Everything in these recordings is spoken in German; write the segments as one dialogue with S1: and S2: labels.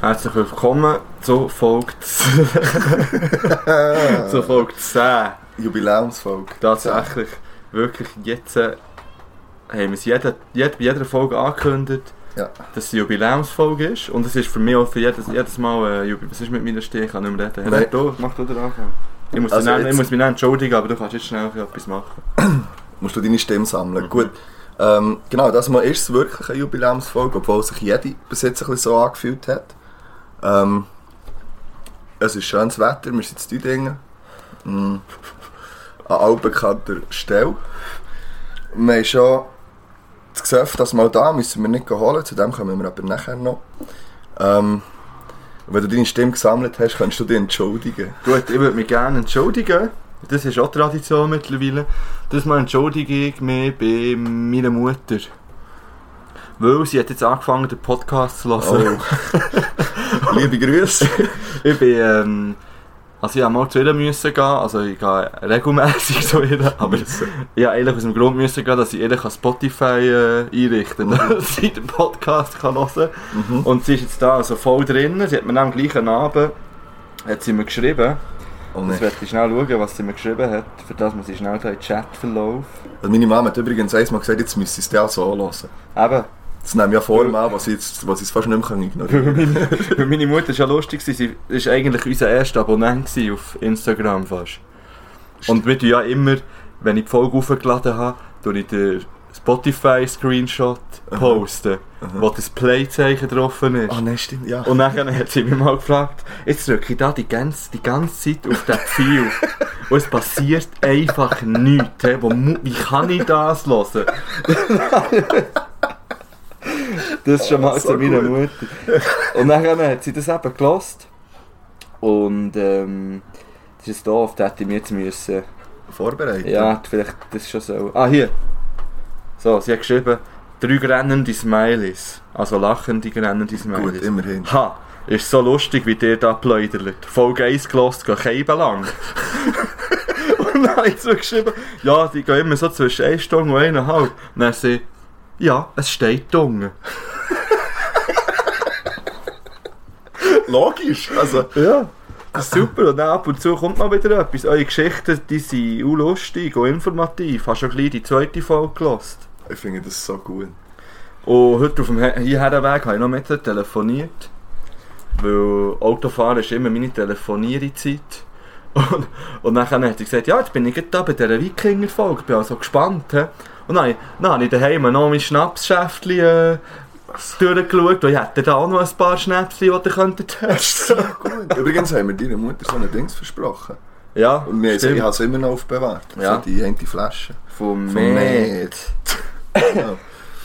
S1: Herzlich willkommen zu Folge, zu Folge 10.
S2: Jubiläumsfolge.
S1: Tatsächlich, wirklich jetzt äh, haben wir es jede, jede, bei jeder Folge angekündigt,
S2: Ja.
S1: dass es eine Jubiläumsfolge ist. Und es ist für mich auch für jedes, jedes Mal, äh, Jubi- was ist mit meiner Stimme? Ich kann nicht mehr reden.
S2: Nein.
S1: Du, mach du den Anfang. Ich muss,
S2: Also
S1: dich nicht-
S2: jetzt-
S1: ich muss mich nicht entschuldigen, aber du kannst jetzt schnell etwas machen.
S2: Musst du deine Stimme sammeln.
S1: Mhm.
S2: Gut. Ähm, genau, das Mal ist es wirklich eine Jubiläumsfolge, obwohl sich jede bis jetzt ein bisschen so angefühlt hat. Ähm, es ist schönes Wetter, wir sind in Dingen. Mhm. An allbekannter Stelle. Wir haben schon das Gesöff, das Mal da, müssen wir nicht holen, zu dem kommen wir aber nachher noch. Ähm, wenn du deine Stimme gesammelt hast, kannst du dich entschuldigen.
S1: Gut, ich würde mich gerne entschuldigen. Das ist auch Tradition mittlerweile. Das mal entschuldige ich mich bei meiner Mutter. Weil sie hat jetzt angefangen, den Podcast zu hören.
S2: Liebe Grüße.
S1: Ich bin, ähm, also ich musste mal zu ihr müssen gehen, also ich gehe regelmäßig zu ihr, aber ja, eigentlich aus dem Grund müssen gehen, dass ich ihr Spotify äh, einrichten kann, damit sie den Podcast kann hören kann.
S2: Mhm.
S1: Und sie ist jetzt da also voll drin, sie hat mir am gleichen Abend hat sie mir geschrieben,
S2: Oh,
S1: Jetzt
S2: nee.
S1: werde ich schnell schauen, was sie mir geschrieben hat, für das muss ich schnell da in den Chatverlauf.
S2: Also Meine Mama hat übrigens einmal gesagt, jetzt müsste ich es dir auch so anlassen.
S1: Eben,
S2: Das nehme ich ja vor mir an, was ich jetzt- was ich es fast nicht mehr ignorieren
S1: weil meine, weil meine Mutter ist ja lustig, war, sie war eigentlich unser erster Abonnent gewesen auf Instagram fast. Und wir tun ja immer, wenn ich die Folge hochgeladen habe, tue ich den Spotify-Screenshot posten,
S2: Aha.
S1: wo das Play-Zeichen drauf ist.
S2: Ah nein, stimmt, ja.
S1: Und dann hat sie mich mal gefragt, jetzt drücke ich da die ganze, die ganze Zeit auf den Pfeil. Und es passiert einfach nichts. hä? Wo mu- Wie kann ich das hören? Das ist schon mal
S2: So
S1: zu meiner
S2: gut.
S1: Mutter. Und dann hat sie das eben gelost. Und ähm, das ist jetzt doof, da hätte ich mich jetzt müssen.
S2: Vorbereitet.
S1: Ja, vielleicht das schon so. Ah, hier. So, sie hat geschrieben, drei grennende Smileys. Also lachende, grennende Smileys.
S2: Gut, immerhin.
S1: Ha, ist so lustig, wie der da pläudert. Folge 1 gelost, geh keiben lang. und dann habe ich zurückgeschrieben, ja, die gehen immer so zwischen 1 Stunde und 1,5. Und dann sie, ja, es steht Dunge.
S2: Logisch. Also,
S1: Ja. Super, und dann ab und zu kommt mal wieder etwas. Eure Geschichten, die sind auch lustig und informativ. Hast du schon gleich die zweite Folge gelost?
S2: ich finde das so gut.
S1: Und heute auf dem He- Hierherweg habe ich noch mit ihr telefoniert. Weil Autofahren ist immer meine Telefonierzeit. Und, und dann hat sie gesagt, ja, jetzt bin ich gerade da bei dieser Wikinger-Folge, bin also gespannt. He? Und dann, dann habe ich daheim noch mein Schnapsschäftchen äh, durchgeschaut und ich hätte da auch noch ein paar Schnäpschen, die ihr könntet testen
S2: Gut. Übrigens haben wir deiner Mutter so ein Dings versprochen.
S1: Ja,
S2: Und wir ich
S1: stimmt.
S2: habe es immer noch aufbewahrt.
S1: Ja.
S2: So die eine Flasche.
S1: Vom
S2: Vom
S1: Med.
S2: Med. Genau.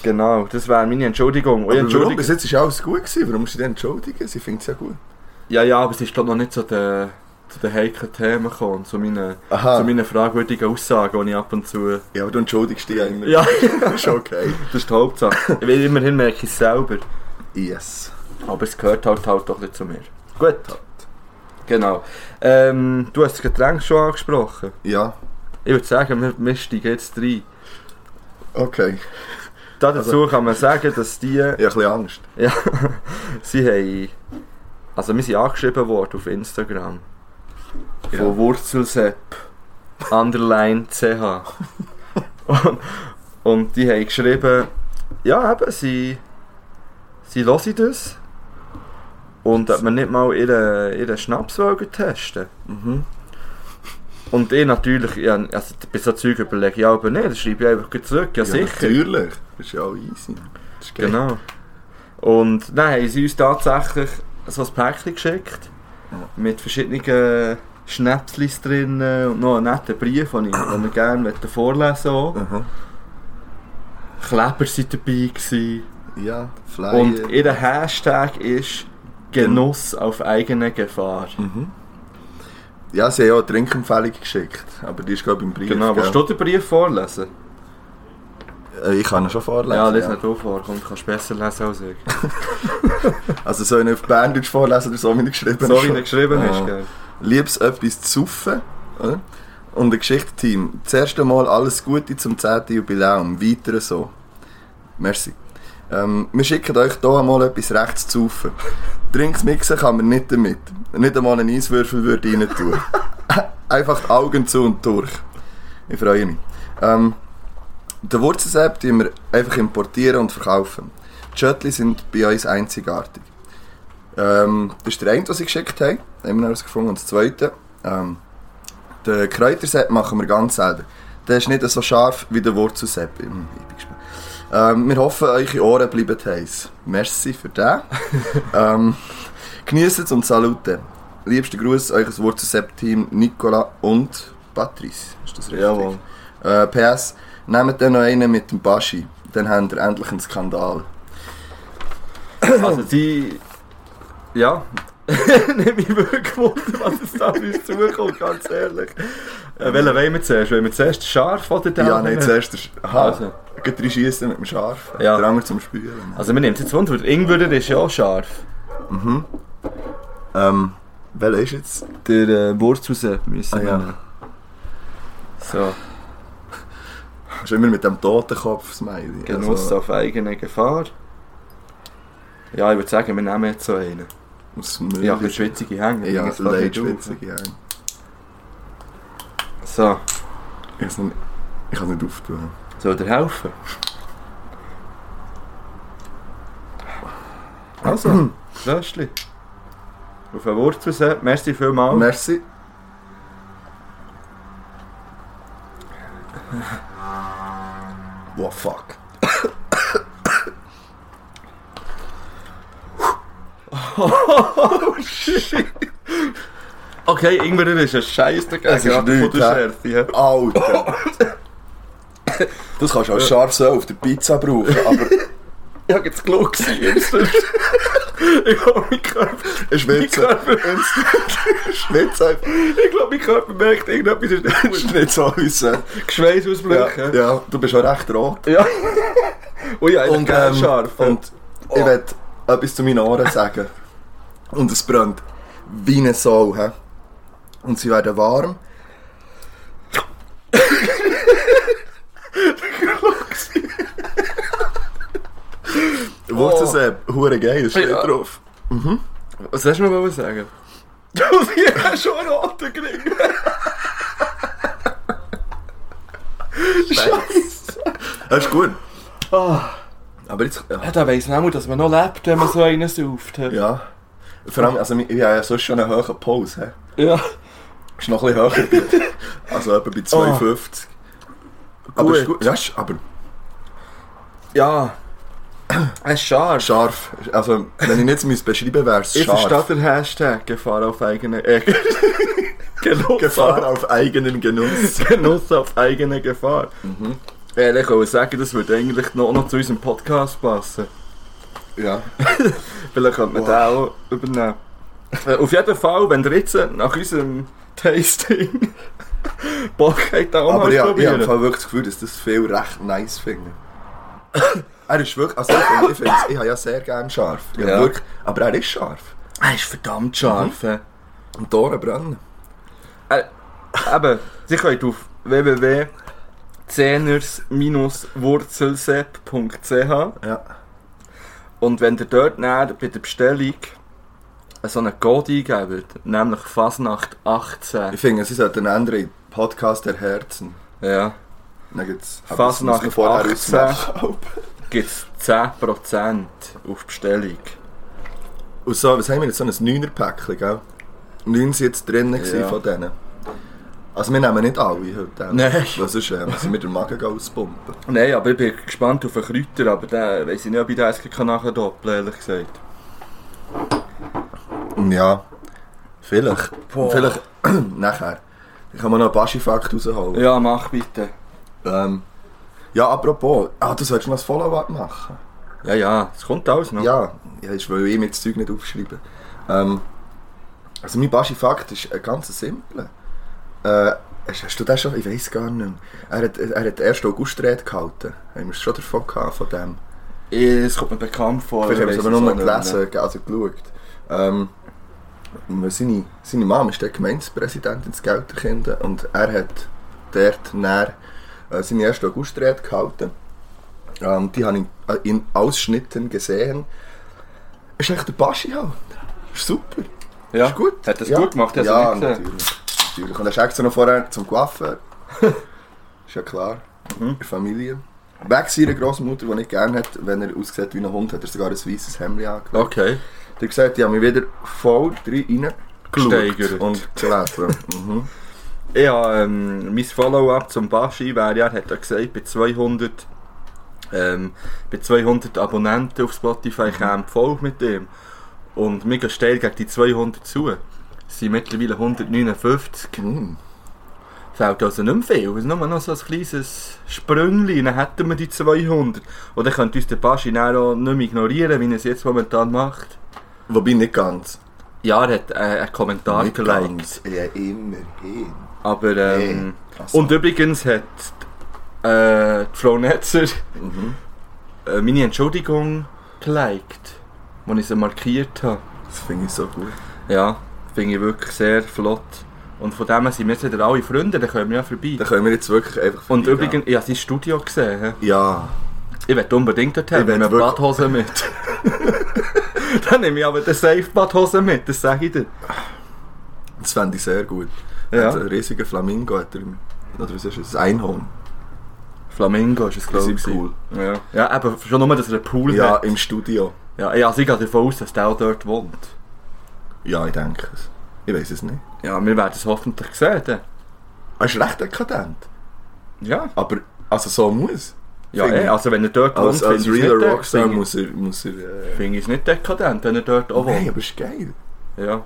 S1: Genau, das wäre meine Entschuldigung. Und ich
S2: Aber warum?
S1: entschuldige-
S2: Bis jetzt war alles gut. Gewesen. Warum musst du dich entschuldigen? Sie findet es ja gut.
S1: Ja, ja, aber es ist glaub noch nicht zu den, zu den heiklen Themen gekommen, zu meinen,
S2: Aha.
S1: zu meinen fragwürdigen Aussagen, die ich ab und zu...
S2: Ja, aber du entschuldigst dich eigentlich.
S1: Ja,
S2: Das ist okay.
S1: das ist die Hauptsache. Weil immerhin merke ich es selber.
S2: Yes.
S1: Aber es gehört halt, halt doch nicht zu mir. Gut. Genau. Ähm, du hast das Getränk schon angesprochen.
S2: Ja,
S1: Ich würde sagen, wir, wir steigen jetzt rein.
S2: okay.
S1: Dazu kann man sagen, dass die...
S2: Ich habe ein bisschen Angst.
S1: Ja, sie haben... Also wir sind angeschrieben worden auf Instagram. Von
S2: Ja.
S1: Wurzelsepp. Underline CH. und, und die haben geschrieben, ja eben, sie... Sie hören das. Und ob man nicht mal ihren, ihren Schnaps wollen testen
S2: Mhm.
S1: Und ich natürlich, ja, also bei so Zeug überlege ich, ja aber nicht, dann schreibe ich einfach gleich zurück, ja, sicher.
S2: Natürlich. Das ist ja auch easy. Das ist geil.
S1: Genau. Und dann haben sie uns tatsächlich so ein Päckchen geschickt.
S2: Ja.
S1: Mit verschiedenen Schnäpslis drin äh, und noch einen netten Brief, den ich, den ich gerne möchte vorlesen möchte.
S2: Aha.
S1: Kleber waren dabei. Gewesen.
S2: Ah, Ja, Flyer.
S1: Und ihr Hashtag ist Genuss auf eigene Gefahr.
S2: mhm. Ja, sie haben ja eine Trinkempfehlung geschickt, aber die ist glaube ich im Brief.
S1: Genau, willst
S2: gell?
S1: du den Brief vorlesen?
S2: Äh, Ich kann ihn schon vorlesen.
S1: ja, lese nicht du vor, komm, du kannst besser lesen als ich.
S2: Also soll ich auf Berndeutsch vorlesen oder so, wie er geschrieben
S1: So wie er geschrieben ist,
S2: Ah.
S1: gell?
S2: Liebes etwas zu saufen. oder? Und ein Geschichtsteam. Das erste Mal alles Gute zum 10. Jubiläum. Weiter so. Merci. Ähm, wir schicken euch hier mal etwas rechts zu saufen. Drinks mixen kann man nicht damit. Nicht einmal einen Eiswürfel würde rein tun. Einfach die Augen zu und durch. Ich freue mich. Ähm, den Wurzelsepp tun wir einfach importieren und verkaufen. Die Schöttli sind bei uns einzigartig. Ähm, das ist der eine, den sie geschickt haben. Haben wir herausgefunden. Und das zweite. Ähm, den Kräutersepp machen wir ganz selber. Der ist nicht so scharf wie der Wurzelsepp. Hm, ich bin gespannt. Ähm, wir hoffen, eure Ohren bleiben heiß. Merci für den. ähm, Genießt es und salute. Liebste Grüße, eures Wurzelsepp-Team Nicola und Patrice. Ist das richtig?
S1: Jawohl.
S2: Äh, PS, nehmt dann noch einen mit dem Baschi. Dann habt ihr endlich einen Skandal.
S1: Also die. Ja. Nicht mich wirklich gewundert, was es da auf uns zukommt, ganz ehrlich. Äh, welchen wollen wir zuerst? Wollen wir zuerst scharf oder den?
S2: Ja, nein, zuerst ist. Aha,
S1: Also.
S2: also. drei Schiessen mit dem Scharf.
S1: Ja.
S2: Der andere zum Spülen.
S1: Also wir nehmen es jetzt runter, weil der Ingwer ist ja auch scharf.
S2: Ähm, welcher ist jetzt?
S1: Der äh, Wurzelsepp müssen
S2: Ah,
S1: wir
S2: ja.
S1: nehmen. So,
S2: Ist immer mit dem Totenkopf-Smiley.
S1: Genuss
S2: Also,
S1: auf eigene Gefahr. Ja, ich würde sagen, wir nehmen jetzt so einen.
S2: aus dem Müll.
S1: Ja, ein bisschen schwitzige Hände.
S2: Ja,
S1: das fällt
S2: leid
S1: nicht auf.
S2: schwitzig, ja.
S1: So,
S2: Ich hab's nicht, ich hab's nicht aufgetan.
S1: soll dir helfen?
S2: Also.
S1: Löschli. Auf eine Wurzelsepp, merci vielmals.
S2: Merci. Wow, fuck.
S1: Okay, Ingwer ist ein Scheiß dagegen.
S2: Es ist
S1: gerade
S2: nichts,
S1: von der
S2: hä?
S1: Schärfe. Ja.
S2: Ah, Alter! Das kannst du als scharf so auf der Pizza brauchen, aber
S1: Ich hab jetzt Glück gesehen. ich glaube, mein Körper,
S2: es
S1: mein
S2: wird so.
S1: Körper,
S2: Schwitz einfach.
S1: ich glaub, mein Körper merkt, irgendetwas ist nicht
S2: Das
S1: gut.
S2: ist nicht so unser.
S1: Geschweiß
S2: Ja,
S1: ausblüchen.
S2: ja, du bist auch recht rot.
S1: ja. Ui, ja,
S2: Und,
S1: und ähm,
S2: ähm,
S1: scharf.
S2: Und
S1: Oh.
S2: ich will etwas zu meinen Ohren sagen. Und es brennt wie eine Sau. He? Und sie werden warm. Wurzelsepp, äh, hure geil, steht
S1: Oh. Ja.
S2: drauf.
S1: was hast du mir wollen sagen? Du hast schon einen roten Gring. Scheiße.
S2: Das ist gut.
S1: Ah.
S2: Aber jetzt. Ja.
S1: Ja, da weiss man auch, dass man noch lebt, wenn man so einen sauft. Ja.
S2: ja. Vor allem, also, ich habe ja sonst schon einen hohen Pause. He?
S1: ja.
S2: Ist noch ein bisschen höher. bei- also etwa
S1: Ah.
S2: bei 2,50. Aber ist gut. Ja, ist, aber
S1: Ja. Es ist scharf.
S2: scharf. Also, wenn ich jetzt müsste beschreiben wäre es
S1: Ich verstehe
S2: scharf.
S1: den Hashtag Gefahr auf eigene äh, Ecke. Genuss,
S2: Gefahr
S1: auf,
S2: auf eigenen Genuss.
S1: Genuss auf eigene Gefahr. Mhm. Ehrlich, ich würde sagen, das würde eigentlich noch, noch zu unserem Podcast passen.
S2: ja.
S1: Vielleicht könnte man
S2: Wow.
S1: den auch übernehmen. Äh, Auf jeden Fall, wenn ihr jetzt nach unserem Tasting Bock habt, da auch
S2: Aber
S1: mal
S2: ja, ich habe
S1: probieren.
S2: im Fall wirklich das Gefühl, dass das viel recht nice finden. er ist wirklich. Also, ich finde, ich, find's- ich habe ja sehr gerne scharf. Ich hab
S1: Ja.
S2: Wirklich, aber er ist scharf.
S1: er ist verdammt scharf. Mhm.
S2: Und die Ohren brennen.
S1: Äh, eben, sie könnt auf www.zehners-wurzelsepp.ch
S2: Ja.
S1: und wenn ihr dort näher bei der Bestellung so einen Code eingebt, nämlich Fasnacht 18.
S2: Ich finde, sie sollten ändern in Podcast der Herzen.
S1: Ja,
S2: Dann gibt's, aber das
S1: Fasnacht
S2: muss man vorher
S1: 18.
S2: ausmachen.
S1: gibt es 10% auf Bestellung.
S2: Und so, was haben wir jetzt? So ein 9er-Päckchen, gell? Neun sind jetzt drin
S1: Ja.
S2: ja. von denen. Also wir nehmen nicht alle heute.
S1: Nein.
S2: Was ist, ähm, sind wir den Magen auspumpen?
S1: Nein, aber ich bin gespannt auf den Kräuter, aber den weiss ich nicht, ob ich den jetzt gerade nachdoppeln kann, ehrlich gesagt.
S2: Mm, Ja. Vielleicht.
S1: Boah.
S2: Vielleicht nachher. Ich kann mir noch einen Baschi-Fakt rausholen.
S1: Ja, mach bitte.
S2: Ja. Ähm, ja, apropos. Ah, du sollst noch ein Follow-up machen.
S1: Ja, ja, es kommt alles noch.
S2: Ja, ja ich will ihm jetzt Zeug nicht aufschreiben. Ähm, also mein Baschi-Fakt ist ein ganz simpler. Äh, hast, hast du das schon? Ich weiß gar nicht. mehr. Er hat, er hat den 1. august rede gehalten. Haben wir es schon davon gehabt, von dem?
S1: Eh, Es kommt mir bekannt vor.
S2: Vielleicht haben wir es
S1: ich
S2: aber
S1: weiss
S2: nur mal
S1: auch nicht mehr.
S2: gelesen, also geschaut. Ähm, seine, seine Mama ist der Gemeindepräsident in Gelterkinden und er hat dort näher äh, seine 1. August-Rede gehalten. Ähm, die habe ich äh, in Ausschnitten gesehen. Ist echt der Baschi halt. Ist super.
S1: Ja.
S2: Ist gut.
S1: Hat das
S2: ja.
S1: gut gemacht? also äh. Ich hab's nicht
S2: Ja,
S1: gesehen.
S2: natürlich. natürlich. Und er ist extra noch vorher zum Coiffeur. ist ja klar.
S1: Mhm.
S2: In der Familie. Weg seiner Großmutter, die nicht gerne hat, wenn er aussieht wie ein Hund, hat er sogar ein weißes Hemd angelegt.
S1: Okay.
S2: Er hat gesagt, ich habe mich wieder voll rein
S1: Gesteigert.
S2: und gelesen. mhm.
S1: Ich habe, ähm, mein Follow-up zum Baschi wäre, ja, er hat ja gesagt, bei 200, ähm, bei 200 Abonnenten auf Spotify käme die Folge mit dem. Und mega steil gegen die 200 zu. Es sind mittlerweile 159.
S2: Mhm.
S1: Fällt also nicht mehr viel. Es ist nur noch so ein kleines Sprüngli, dann hätten wir die 200. Und dann könnte uns der Baschi dann auch nicht mehr ignorieren, wie er es jetzt momentan macht.
S2: Wobei nicht ganz.
S1: Ja, er hat äh, einen Kommentar
S2: nicht
S1: geliked.
S2: ganz. Ja, immerhin.
S1: Aber, ähm,
S2: Ach so.
S1: Und übrigens hat äh, die Frau Netzer
S2: Mhm.
S1: äh, meine Entschuldigung geliked, als ich sie markiert habe.
S2: Das finde ich so gut.
S1: Ja, finde ich wirklich sehr flott. Und von dem her sind wir jetzt wieder alle Freunde, dann kommen wir ja vorbei.
S2: Da können wir jetzt wirklich einfach
S1: Und
S2: vorbeigehen.
S1: übrigens, ich habe sein Studio gesehen. he.
S2: Ja.
S1: Ich werde unbedingt dort
S2: Ich
S1: haben,
S2: will
S1: mit
S2: wirklich-
S1: Badhose mit. dann nehme ich aber den Safe Badhose mit, das sage ich dir.
S2: Das fände ich sehr gut.
S1: Ja.
S2: Hat einen riesigen Flamingo hat er im, Oder was ist es? Ein Einhorn.
S1: Flamingo ist es, glaube
S2: In
S1: ich.
S2: seinem Pool.
S1: Ja. ja, eben schon nur, dass er einen Pool
S2: Ja,
S1: hat.
S2: im Studio.
S1: Ja, ich- also ich gehe davon aus, dass der auch dort wohnt.
S2: Ja, ich denke es. Ich weiß es nicht.
S1: Ja, wir werden es hoffentlich sehen. Dann.
S2: Er ist recht dekadent.
S1: Ja.
S2: Aber also so muss.
S1: Ja,
S2: Finde
S1: eh,
S2: ich.
S1: also wenn er dort
S2: Als,
S1: wohnt,
S2: als
S1: finde ich es
S2: realer
S1: nicht-
S2: Rockstar
S1: finde ich-
S2: muss er... Muss er äh,
S1: Finde ich es nicht dekadent, wenn er dort auch
S2: nein,
S1: wohnt.
S2: aber ist geil.
S1: Ja.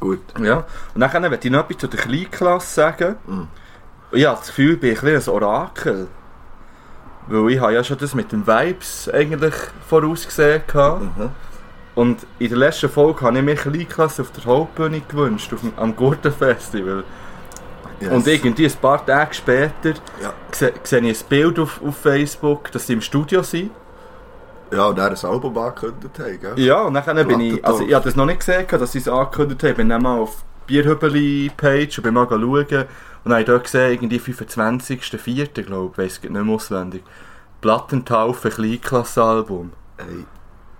S2: Gut.
S1: ja. Und dann möchte ich noch etwas zu der Kleinklasse sagen.
S2: Mhm.
S1: Ich habe das Gefühl, ich bin ein bisschen ein Orakel. Weil ich habe ja schon das mit den Vibes eigentlich vorausgesehen hatte.
S2: Mhm.
S1: Und in der letzten Folge habe ich mir Kleinklasse auf der Hauptbühne gewünscht, auf dem, am Gurtenfestival.
S2: Yes.
S1: Und irgendwie ein paar Tage später
S2: Ja,
S1: se- sehe ich ein Bild auf, auf Facebook, dass sie im Studio sind.
S2: ja und er ein Album angekündigt haben, gell?
S1: Ja, und dann bin ich,
S2: Plattentorf.
S1: also ich habe das noch nicht gesehen, dass sie es angekündigt haben, bin dann mal auf die Bierhübeli-Page und bin mal schauen und dann habe ich dort gesehen, irgendwie 25.04. glaube ich, weiss ich nicht mehr auswendig, Plattentaufe Kleinklassenalbum.
S2: Ey,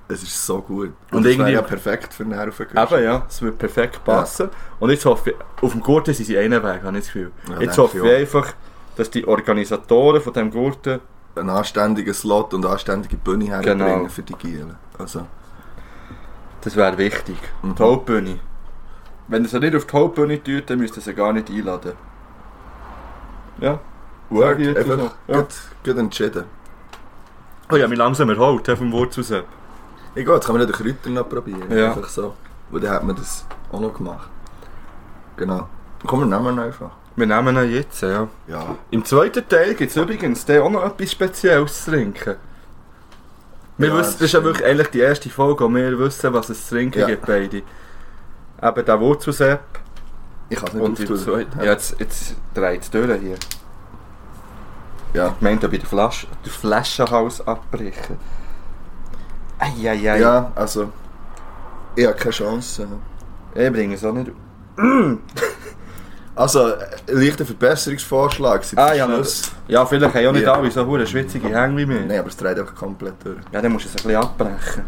S2: es ist so gut.
S1: Und
S2: das
S1: irgendwie-
S2: wäre ja perfekt für einen auf den
S1: Eben ja, es würde perfekt passen und jetzt hoffe ich, auf dem Gurten sind sie einen Weg, habe ich das Gefühl.
S2: Ja,
S1: jetzt
S2: denke
S1: hoffe
S2: ich
S1: ich
S2: auch.
S1: einfach, dass die Organisatoren von dem Gurten,
S2: Einen anständigen Slot und eine anständige Bühne herbringen
S1: Genau.
S2: für die Gielen. Also,
S1: das wäre wichtig,
S2: Mhm.
S1: die Hauptbühne. Wenn ihr sie nicht auf die Hauptbühne tut, dann müsst ihr sie gar nicht einladen. Ja.
S2: Word,
S1: ich jetzt so.
S2: einfach
S1: Ja.
S2: gut, gut entschieden.
S1: Oh ja, mich langsam erholt, he, vom Wurz raus.
S2: Egal, jetzt kann man nicht den Kräuter noch probieren.
S1: Ja.
S2: Einfach so. Und dann hat man das auch noch gemacht. dus Genau. Komm, wir nehmen ihn einfach.
S1: Wir nehmen ihn jetzt, ja.
S2: Ja.
S1: Im zweiten Teil gibt es übrigens dann auch noch etwas Spezielles zu trinken. Wir
S2: Ja,
S1: wissen,
S2: das
S1: das ist ja
S2: stimmt.
S1: wirklich eigentlich die erste Folge, wo wir wissen, was es zu trinken
S2: Ja.
S1: gibt, beide. Eben der Wurzelsepp
S2: Ich kann es
S1: und
S2: nicht
S1: die zweite. Ja, jetzt, jetzt dreht es durch hier.
S2: Ja.
S1: Ich meinte, ob ich den, Flasch, den Flaschenhals abbrechen. Eieiei.
S2: ja, also. Ich habe keine Chance. eh.
S1: Ich bringe es auch nicht.
S2: Also, äh, leichter Verbesserungsvorschlag. seit
S1: Ah,
S2: dem
S1: ja,
S2: Schluss.
S1: Ja, vielleicht haben ja nicht
S2: Ja.
S1: alle so hure schwitzige Hänge wie mir.
S2: Nein, aber es dreht einfach komplett durch.
S1: Ja, dann musst du es ein bisschen abbrechen.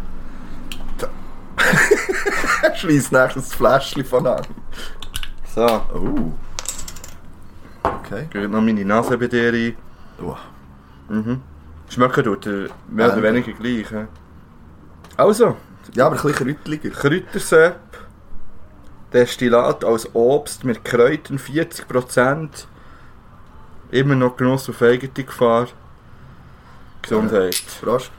S2: Schleiss nächstes das Fläschchen von an.
S1: So.
S2: Oh. Okay.
S1: Geht noch meine Nase bei dir rein.
S2: Oh.
S1: Mhm. Schmecken tut er mehr oder
S2: Ähm.
S1: weniger gleich. hä? Also,
S2: Ja, aber ein bisschen kräutliger.
S1: Kräutersepp, Destillat als Obst mit Kräutern 40%. Immer noch Genuss auf eigene Gefahr. Gesundheit.
S2: Prost.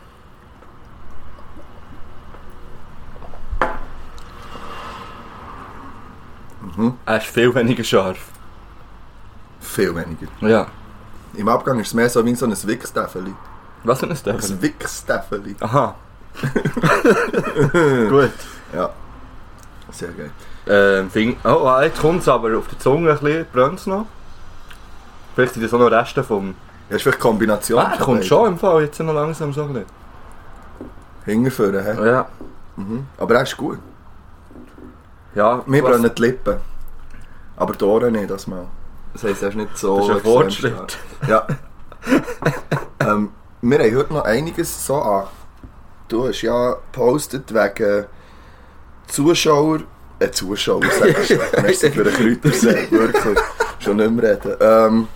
S2: Mhm.
S1: Er ist viel weniger scharf.
S2: Viel weniger.
S1: Ja.
S2: Im Abgang ist es mehr so wie so ein Wickstäffeli.
S1: Was ist das denn?
S2: Ein Wickstäffeli.
S1: Aha. Gut.
S2: Ja. Sehr geil.
S1: Ähm, Fing- oh, ah, jetzt kommt es aber auf der Zunge ein bisschen, brennt es noch. Vielleicht sind das auch noch Reste vom...
S2: Ja, ist vielleicht Kombination.
S1: Ah, er kommt schon im Fall, jetzt noch langsam so ein bisschen.
S2: Hingeführen, hä?
S1: Ja.
S2: Mhm. Aber er ist gut.
S1: Ja,
S2: Wir
S1: was-
S2: brennen die Lippen. Aber die Ohren nicht, das mal. Das heisst, er ist nicht so...
S1: Das ist ein
S2: extrem
S1: Fortschritt.
S2: stark. Ja. ähm, wir haben heute noch einiges so an. Du hast ja gepostet wegen Zuschauer. Äh, Zuschauer, sagst du. Merci für den Kräutersee, wirklich. Schon nicht mehr reden. Ähm,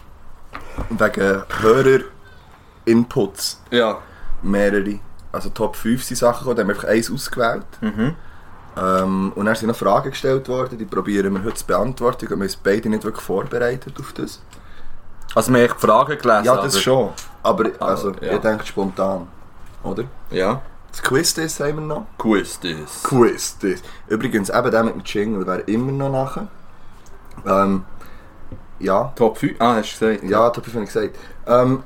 S2: wegen Hörer-Inputs.
S1: Ja.
S2: Mehrere. Also Top 5 sind Sachen gekommen, da haben wir einfach eins ausgewählt.
S1: Mhm.
S2: Ähm, und dann sind noch Fragen gestellt worden, die probieren wir heute zu beantworten. Wir haben uns beide nicht wirklich vorbereitet auf das.
S1: Also, wir haben die Fragen gelesen.
S2: Ja,
S1: aber-
S2: das
S1: Ah,
S2: schon. Aber also,
S1: ja.
S2: ihr denkt spontan, oder?
S1: Ja.
S2: Das Quiz-Test haben wir noch.
S1: Quiz das.
S2: Quiz-Test. Übrigens, eben der mit dem Jingle wäre immer noch nachher. Ähm, ja,
S1: Top 5? Ah, hast du gesagt?
S2: ja, das habe ich vorhin gesagt. Ähm,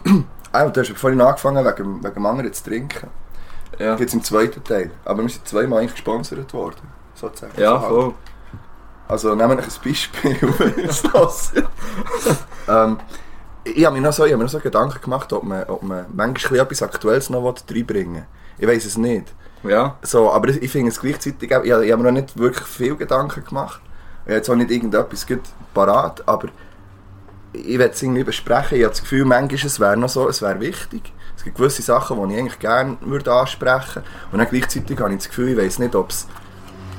S2: ah, du hast vorhin angefangen, wegen, dem- wegen dem anderen zu trinken.
S1: Ja,
S2: Jetzt im zweiten Teil. Aber wir sind zweimal eigentlich gesponsert worden, sozusagen.
S1: ja
S2: So halt.
S1: voll.
S2: Also nehmen wir ein Beispiel, wenn ihr es hört. ähm, ich habe mir, noch so, ich hab mir noch so Gedanken gemacht, ob man, ob man manchmal etwas Aktuelles noch reinbringen will. Ich weiß es nicht.
S1: Ja.
S2: So, aber ich finde es gleichzeitig, auch- ich, hab- ich habe mir noch nicht wirklich viel Gedanken gemacht. Ich habe jetzt auch nicht irgendetwas gut parat, aber ich werde es irgendwie besprechen. Ich habe das Gefühl, manchmal es wäre noch so, es wäre wichtig. Es gibt gewisse Sachen, die ich eigentlich gerne würde ansprechen würde. Und dann gleichzeitig habe ich das Gefühl, ich weiß nicht, ob es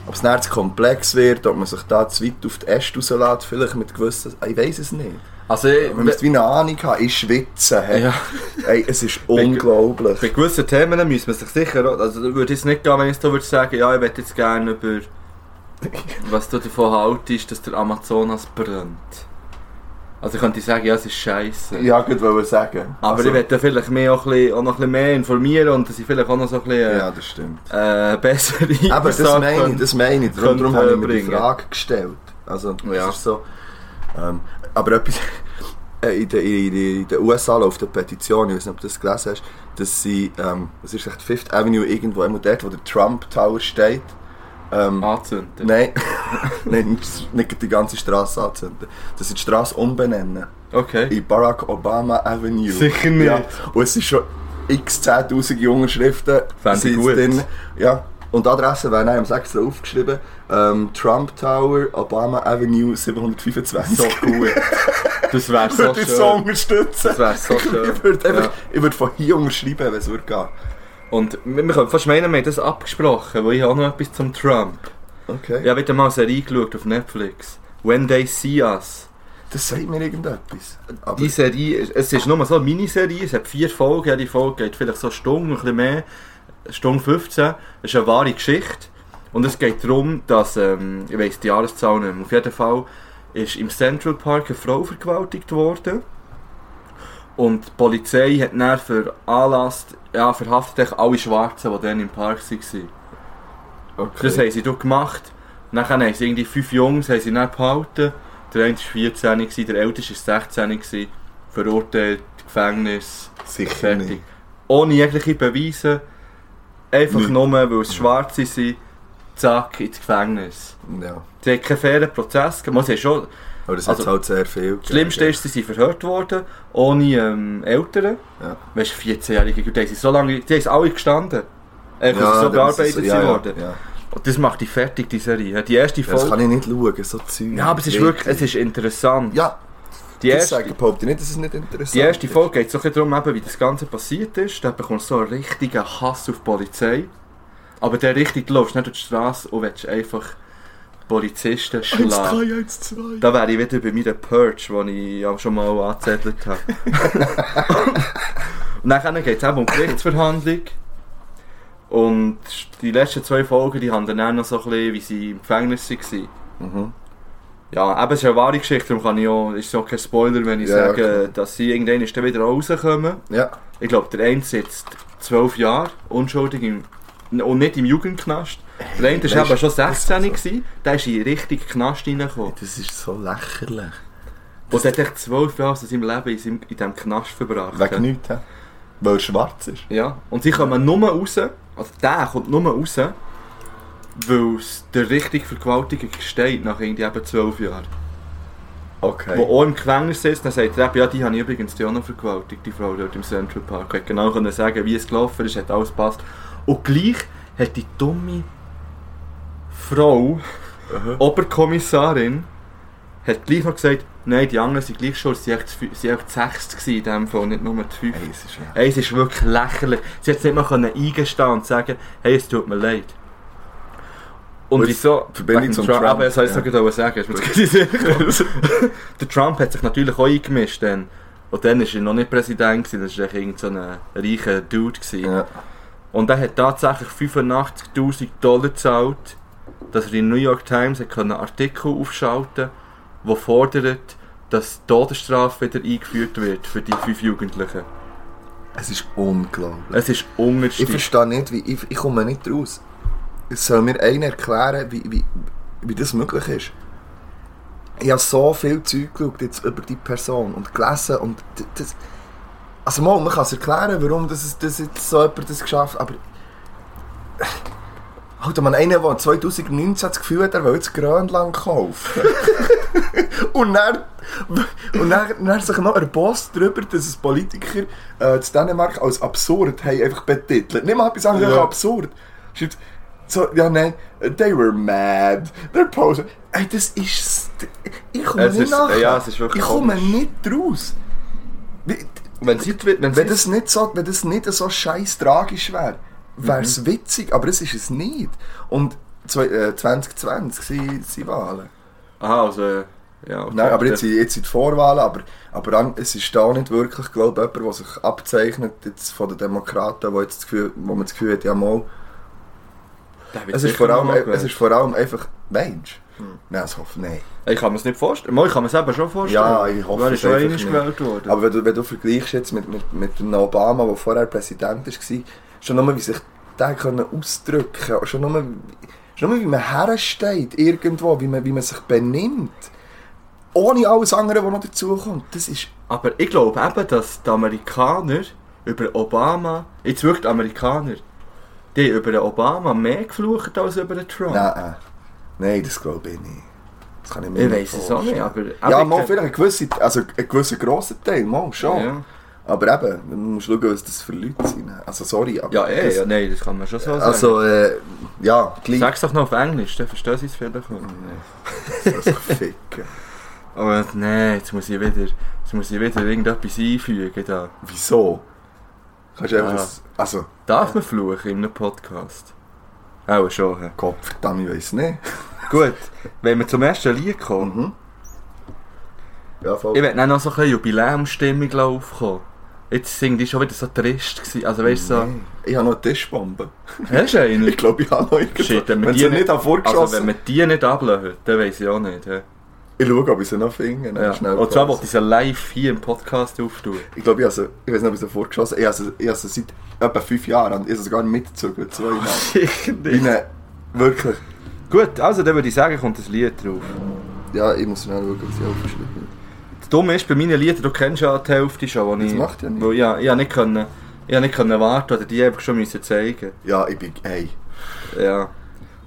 S2: ob es dann zu komplex wird, ob man sich da zu weit auf die Äste rauslässt, vielleicht mit gewissen... Ich weiß es nicht.
S1: Also, ich,
S2: Man müsste wie eine Ahnung haben. Ich schwitze. Hey.
S1: Ja.
S2: Ey, es ist unglaublich.
S1: bei gewissen Themen müssen man sich sicher. Also, da würde ich es nicht gehen, wenn ich so würde sagen, ja, ich möchte jetzt gerne über. Was du davon haltest, dass der Amazonas brennt. Also, ich könnte sagen, ja, es ist scheiße.
S2: Ja, gut, wollte ich sagen.
S1: Aber
S2: Also-
S1: ich möchte vielleicht mehr auch, ein bisschen, auch noch ein bisschen mehr informieren und dass ich vielleicht auch noch so ein
S2: Ja,
S1: bisschen
S2: das stimmt.
S1: äh, bessere
S2: Aber das
S1: Sachen-
S2: meine ich, das meine ich. Darum,
S1: könnte
S2: darum habe ich mir die
S1: bringen.
S2: Frage gestellt. Also, das
S1: Ja.
S2: ist so. Ähm, aber etwas... äh, In den, in, den, in den USA läuft eine Petition, ich weiß nicht, ob du das gelesen hast, dass sie, ähm, es ist echt Fifth Avenue irgendwo, immer dort, wo der Trump Tower steht, ähm,
S1: anzünden.
S2: nein, nein, nicht- nicht die ganze Straße anzünden, dass sie die Straße umbenennen.
S1: Okay.
S2: in Barack Obama Avenue.
S1: Sicher nicht.
S2: Ja, und es sind schon x 10.000 Unterschriften.
S1: Fände ich
S2: sind
S1: gut.
S2: drin. Ja. Und die Adresse wäre dann im 6. aufgeschrieben. Ähm, Trump Tower, Obama Avenue 725.
S1: So gut. Das wäre
S2: Ich
S1: so
S2: würde das so
S1: schön.
S2: unterstützen.
S1: Das wäre so schön.
S2: Ich würde einfach,
S1: Ja.
S2: ich würde von hier unterschreiben, wenn es würde gehen.
S1: Und wir, wir können fast meinen, wir haben das abgesprochen, weil ich habe auch noch etwas zum Trump.
S2: Okay.
S1: Ich habe wieder mal eine Serie geschaut auf Netflix. When They See Us.
S2: Das sagt mir irgendetwas. Aber
S1: Die Serie, ist- es ist nur so eine Miniserie, es hat vier Folgen, jede Folge geht vielleicht so eine Stunde, ein bisschen mehr, Stunde 15. Es ist eine wahre Geschichte und es geht darum, dass, ähm, ich weiss die Jahreszahl nicht mehr, auf jeden Fall ist im Central Park eine Frau vergewaltigt worden und die Polizei hat dann für Anlass, ja, verhaftet eigentlich alle Schwarzen, die dann im Park waren.
S2: okay.
S1: Das haben sie dort gemacht. Nachher haben sie irgendwie fünf Jungs haben sie dann behalten. Der eine war 14, gewesen, der älteste war 16, gewesen, verurteilt, Gefängnis,
S2: sicher
S1: fertig.
S2: nicht.
S1: Ohne jegliche Beweise, einfach
S2: Nicht.
S1: nur, weil es Schwarze sind, zack, ins Gefängnis.
S2: Ja.
S1: Sie haben keinen fairen Prozess gemacht. Man, sie haben schon,
S2: Aber das
S1: Also,
S2: hat halt sehr viel.
S1: das Schlimmste ist, sie sind verhört worden, ohne ähm, Eltern.
S2: Ja.
S1: Weißt du, 14-Jährige, die haben sie so lange, die haben es alle gestanden. Einfach,
S2: ja,
S1: ja, so
S2: das
S1: bearbeitet
S2: ist-
S1: sind
S2: ja, ja,
S1: worden.
S2: Ja.
S1: Und das macht die fertig, die Serie. Die erste
S2: Ja, das
S1: Folge.
S2: kann ich nicht schauen, so Zeug.
S1: Ja, aber es ist wirklich, es ist interessant.
S2: Ja,
S1: die,
S2: ich
S1: erste,
S2: sage behaupte nicht, dass es nicht interessant
S1: die erste
S2: ist.
S1: Folge geht so ein bisschen darum, eben, wie das Ganze passiert ist. Da bekommst du so einen richtigen Hass auf die Polizei. Aber der richtig, du läufst nicht durch die Straße und willst einfach
S2: Oh,
S1: Polizisten schlagen.
S2: 1, 2.
S1: Da wäre ich wieder bei meiner Purge, die ich auch schon mal angezettelt habe. und dann geht es eben um die Gerichtsverhandlung. Und die letzten zwei Folgen die haben dann noch so ein bisschen, wie sie im Gefängnis waren.
S2: Mhm.
S1: Ja, eben, es ist eine wahre Geschichte, darum kann ich auch, ist auch kein Spoiler, wenn ich
S2: Ja,
S1: sage,
S2: klar.
S1: dass sie irgendwann ist dann wieder rauskommen.
S2: Ja,
S1: Ich glaube, der eine sitzt zwölf Jahre unschuldig im, und nicht im Jugendknast. Der eine
S2: Weißt
S1: war
S2: du,
S1: aber schon
S2: das ist
S1: 16,
S2: so.
S1: gewesen, der ist in den richtigen Knast reingekommen.
S2: das ist so lächerlich.
S1: Und der hat echt zwölf Jahre aus seinem Leben in, seinem, in diesem Knast verbracht.
S2: Wegen nichts, hä? Weil er schwarz ist.
S1: Ja, und sie kommen nur raus, also der kommt nur raus, weil es der richtige Vergewaltiger gesteht nach irgendwie eben zwölf Jahren.
S2: Okay.
S1: Wo auch im Gefängnis sitzt, dann sagt er, eben, ja, die habe ich übrigens die auch noch vergewaltigt, die Frau dort im Central Park. Hat genau können sagen, wie es gelaufen ist, hat alles gepasst. Und gleich hat die dumme Frau, Oberkommissarin, hat gleich noch gesagt, nein, die anderen sind gleich schuld, sie waren echt sechst in dem Fall, nicht nur die fünf.
S2: Hey, es ist ja.
S1: Hey, es ist wirklich lächerlich. Sie hat es nicht mal können eingestehen und sagen, hey, es tut mir leid. Und
S2: Was-
S1: wieso?
S2: die Verbindung
S1: wegen
S2: zum
S1: Trump.
S2: Trump,
S1: Aber das soll ich
S2: ja.
S1: ja. gerade sagen. Ist mir jetzt gerade in den Sinn gekommen. der Trump hat sich natürlich auch eingemischt. Dann. Und dann war er noch nicht Präsident, gewesen, das war echt irgend so ein reicher Dude. Gewesen.
S2: ja.
S1: Und er hat tatsächlich 85.000 Dollar gezahlt, dass er in New York Times hat können Artikel aufschalten wo fordert, dass die Todesstrafe wieder eingeführt wird für die fünf Jugendlichen.
S2: Es ist unglaublich.
S1: Es ist
S2: Ich
S1: ungerstimmt.
S2: verstehe nicht, wie, ich, ich komme nicht raus. Es soll mir einer erklären, wie, wie, wie das möglich ist. Ich habe so viel Zeug geschaut jetzt über die Person und gelesen und d- das... Also mal, man kann es erklären, warum das, es- das jetzt so jemand das geschafft hat, aber... Alter, man, einer, der 2019 das Gefühl hat, er will jetzt Grönland kaufen. und dann, und dann, dann sich noch erbost darüber, dass es Politiker äh, zu Dänemark als absurd haben einfach betitelt. Nicht mal etwas anderes,
S1: Ja.
S2: ja. absurd. Schreibt, so, ja nein, they were mad, they're posing. Ey, das ist... Ich komme
S1: Es
S2: nicht
S1: ist-
S2: nach.
S1: ja, es ist wirklich
S2: ich komme
S1: komisch.
S2: nicht raus. Wie-
S1: Wenn sie, wenn
S2: wenn
S1: sie
S2: das nicht so, wenn das nicht so scheiß tragisch wäre, wäre es witzig, aber es ist es nicht. Und zwei- äh, 2020 sind sind Wahlen.
S1: Aha, also. Ah, eh, Ja, okay.
S2: Nein, aber jetzt, sind- jetzt sind die Vorwahlen, aber, aber an, es ist da nicht wirklich, glaube ich, jemand, der sich abzeichnet jetzt von den Demokraten, wo, jetzt das Gefühl, wo man das Gefühl hat, ja mal,
S1: Der wird
S2: es ist, Hm.
S1: sicher
S2: vor allem,
S1: noch gewählt.
S2: es ist vor allem einfach Mensch. Nein, das hoffe ich nicht.
S1: Ich kann mir es nicht vorstellen. Mal, ich kann mir es eben schon vorstellen.
S2: Ja, ich hoffe
S1: Weil er
S2: es
S1: schon
S2: einfach
S1: einmal
S2: nicht.
S1: gewählt worden.
S2: Aber wenn du, wenn du vergleichst jetzt mit, mit, mit dem Obama, der vorher Präsident war, schon nur wie sich der können ausdrücken konnte, schon nur, wie- schon nur wie man hersteht irgendwo, wie man, wie man sich benimmt. Ohne alles andere, was noch dazukommt. Das ist...
S1: Aber ich glaube eben, dass die Amerikaner über Obama, jetzt wirklich die Amerikaner, die haben über den Obama mehr geflucht als über den Trump.
S2: Nein, nein, das glaube ich nicht. Das kann ich mir
S1: Ich weiss
S2: nicht
S1: es auch nicht,
S2: vorstellen.
S1: aber- aber
S2: Ja,
S1: ich
S2: mal
S1: kenn-
S2: vielleicht ein gewisser, also ein gewisser grosser Teil, mal schon.
S1: Ja,
S2: Aber eben, man muss schauen, was das für Leute sind. Also sorry, aber...
S1: ja, eh,
S2: das,
S1: ja nein, das kann man schon so sagen.
S2: dus- Also, äh, ja, gleich.
S1: Sag es doch noch auf Englisch, dann verstehen sie es vielleicht. auch
S2: Mm.
S1: nicht.
S2: Also, ficken.
S1: Aber nein, jetzt muss ich wieder, jetzt muss ich wieder irgendetwas einfügen. Da.
S2: Wieso? Kannst du einfach.
S1: Ja.
S2: s- Also,
S1: Darf man fluchen in einem Podcast? Auch schon. hä?
S2: Kopf, verdammt, ich weiß nicht.
S1: Gut, wenn wir zum ersten Lied kommen.
S2: Mhm. Ja, voll.
S1: Ich will dann noch so ein bisschen Jubiläumstimmung aufkommen. Jetzt singt die schon wieder so trist. Gewesen. Also weißt du, so,
S2: Nee. Ich habe noch eine Tischbombe.
S1: hast du einen?
S2: Ich glaube, ich habe noch irgendwas.
S1: Shit, wenn wir
S2: Wenn
S1: die
S2: sie
S1: nicht-
S2: nicht vorgeschossen
S1: Also wenn wir die nicht ablösen, dann weiss ich auch nicht. hä?
S2: Ich schaue, ob ich sie noch finde. dann
S1: Ja. Oh,
S2: schnell
S1: Und zwar wollte
S2: Pause.
S1: ich sie live hier im Podcast auftun.
S2: Ich glaube, ich, habe sie- ich weiß nicht, ob ich sie vorgeschossen habe. Ich habe sie- ich habe sie seit etwa fünf Jahren. Ich habe sie sogar mitgezogen. Zweimal.
S1: Oh, Sicher
S2: Ich meine, wirklich.
S1: Gut, also dann würde ich sagen, kommt das Lied drauf.
S2: Ja, ich muss schnell schauen, ob sie aufgeschrieben haben.
S1: Das Dumme ist, bei meinen Liedern, du kennst ja die Hälfte schon, die ich...
S2: Das macht ja nichts.
S1: Weil, ja, ich habe nicht, können, ich habe nicht können warten oder die einfach schon müssen zeigen
S2: Ja, ich bin. Hey.
S1: Ja.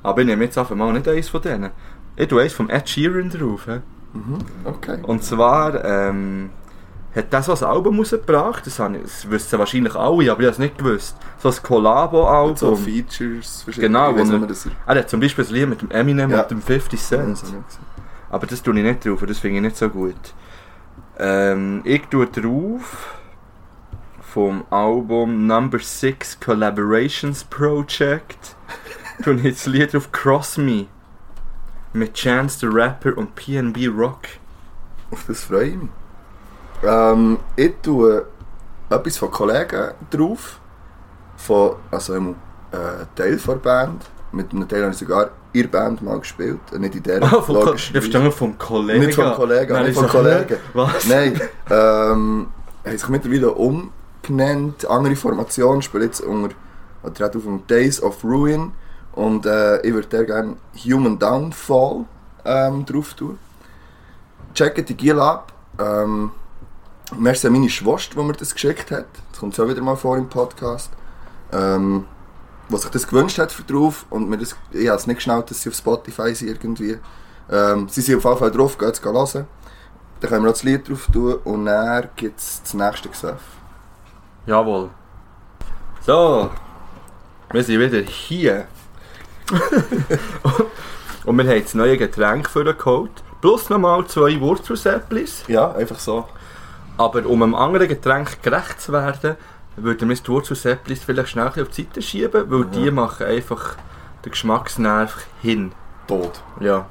S1: Aber ich nehme jetzt einfach mal nicht eins von denen. Ich tue eins vom Ed Sheeran drauf. hä?
S2: Mhm, Okay.
S1: Und zwar ähm, hat das so ein Album rausgebracht, das, habe ich, das wissen wahrscheinlich alle, aber ich habe es nicht gewusst. So ein Collabo-Album.
S2: so Features. verschiedene-
S1: Genau,
S2: Ich weiß
S1: wo
S2: nicht
S1: er-
S2: mehr, dass er.
S1: er hat zum Beispiel das Lied mit dem Eminem
S2: Ja.
S1: und dem 50 Cent. Aber das tue ich nicht drauf, das finde ich nicht so gut. Ähm, ich tue drauf vom Album Number 6 Collaborations Project. tue ich das Lied drauf Cross Me. Mit Chance the Rapper und PNB Rock.
S2: Auf das freue ich mich. Ähm, ich tue etwas von Kollegen drauf. Von, also einem äh, Teil der Band. Mit einem Teil habe ich sogar in der Band mal gespielt. äh, Nicht in der,
S1: Ah, vom Ko- ich
S2: logischerweise.
S1: verstehe vom Kollegen.
S2: Nicht vom Kollegen,
S1: Nein,
S2: nicht
S1: ich
S2: vom
S1: sag,
S2: Kollegen.
S1: hä? Was?
S2: Nein, ähm, haben sich mittlerweile umgenannt. Andere Formation spielt jetzt unter, oder tritt auf dem Days of Ruin. Und äh, ich würde sehr gerne Human Downfall ähm, drauf tun. Checkt die Giel ab. Ähm, merci an meine Schwester, die mir das geschickt hat. Das kommt so wieder mal vor im Podcast. Ähm, was sich das gewünscht hat für drauf und mir das, ich habe es nicht geschnallt, dass sie auf Spotify sind irgendwie. Ähm, sie sind auf jeden Fall drauf, geht es hören. Dann können wir noch das Lied drauf tun und dann gibt es das nächste Gesöff.
S1: Jawohl. So, wir sind wieder hier. und wir haben das neue Getränk für den geholt. Plus nochmal zwei Wurzelsäpplis.
S2: Ja, einfach so.
S1: Aber um einem anderen Getränk gerecht zu werden, würde man die Wurzelsäpplis vielleicht schnell ein bisschen auf die Seite schieben, weil die machen einfach den Geschmacksnerv hin.
S2: Tot.
S1: Ja.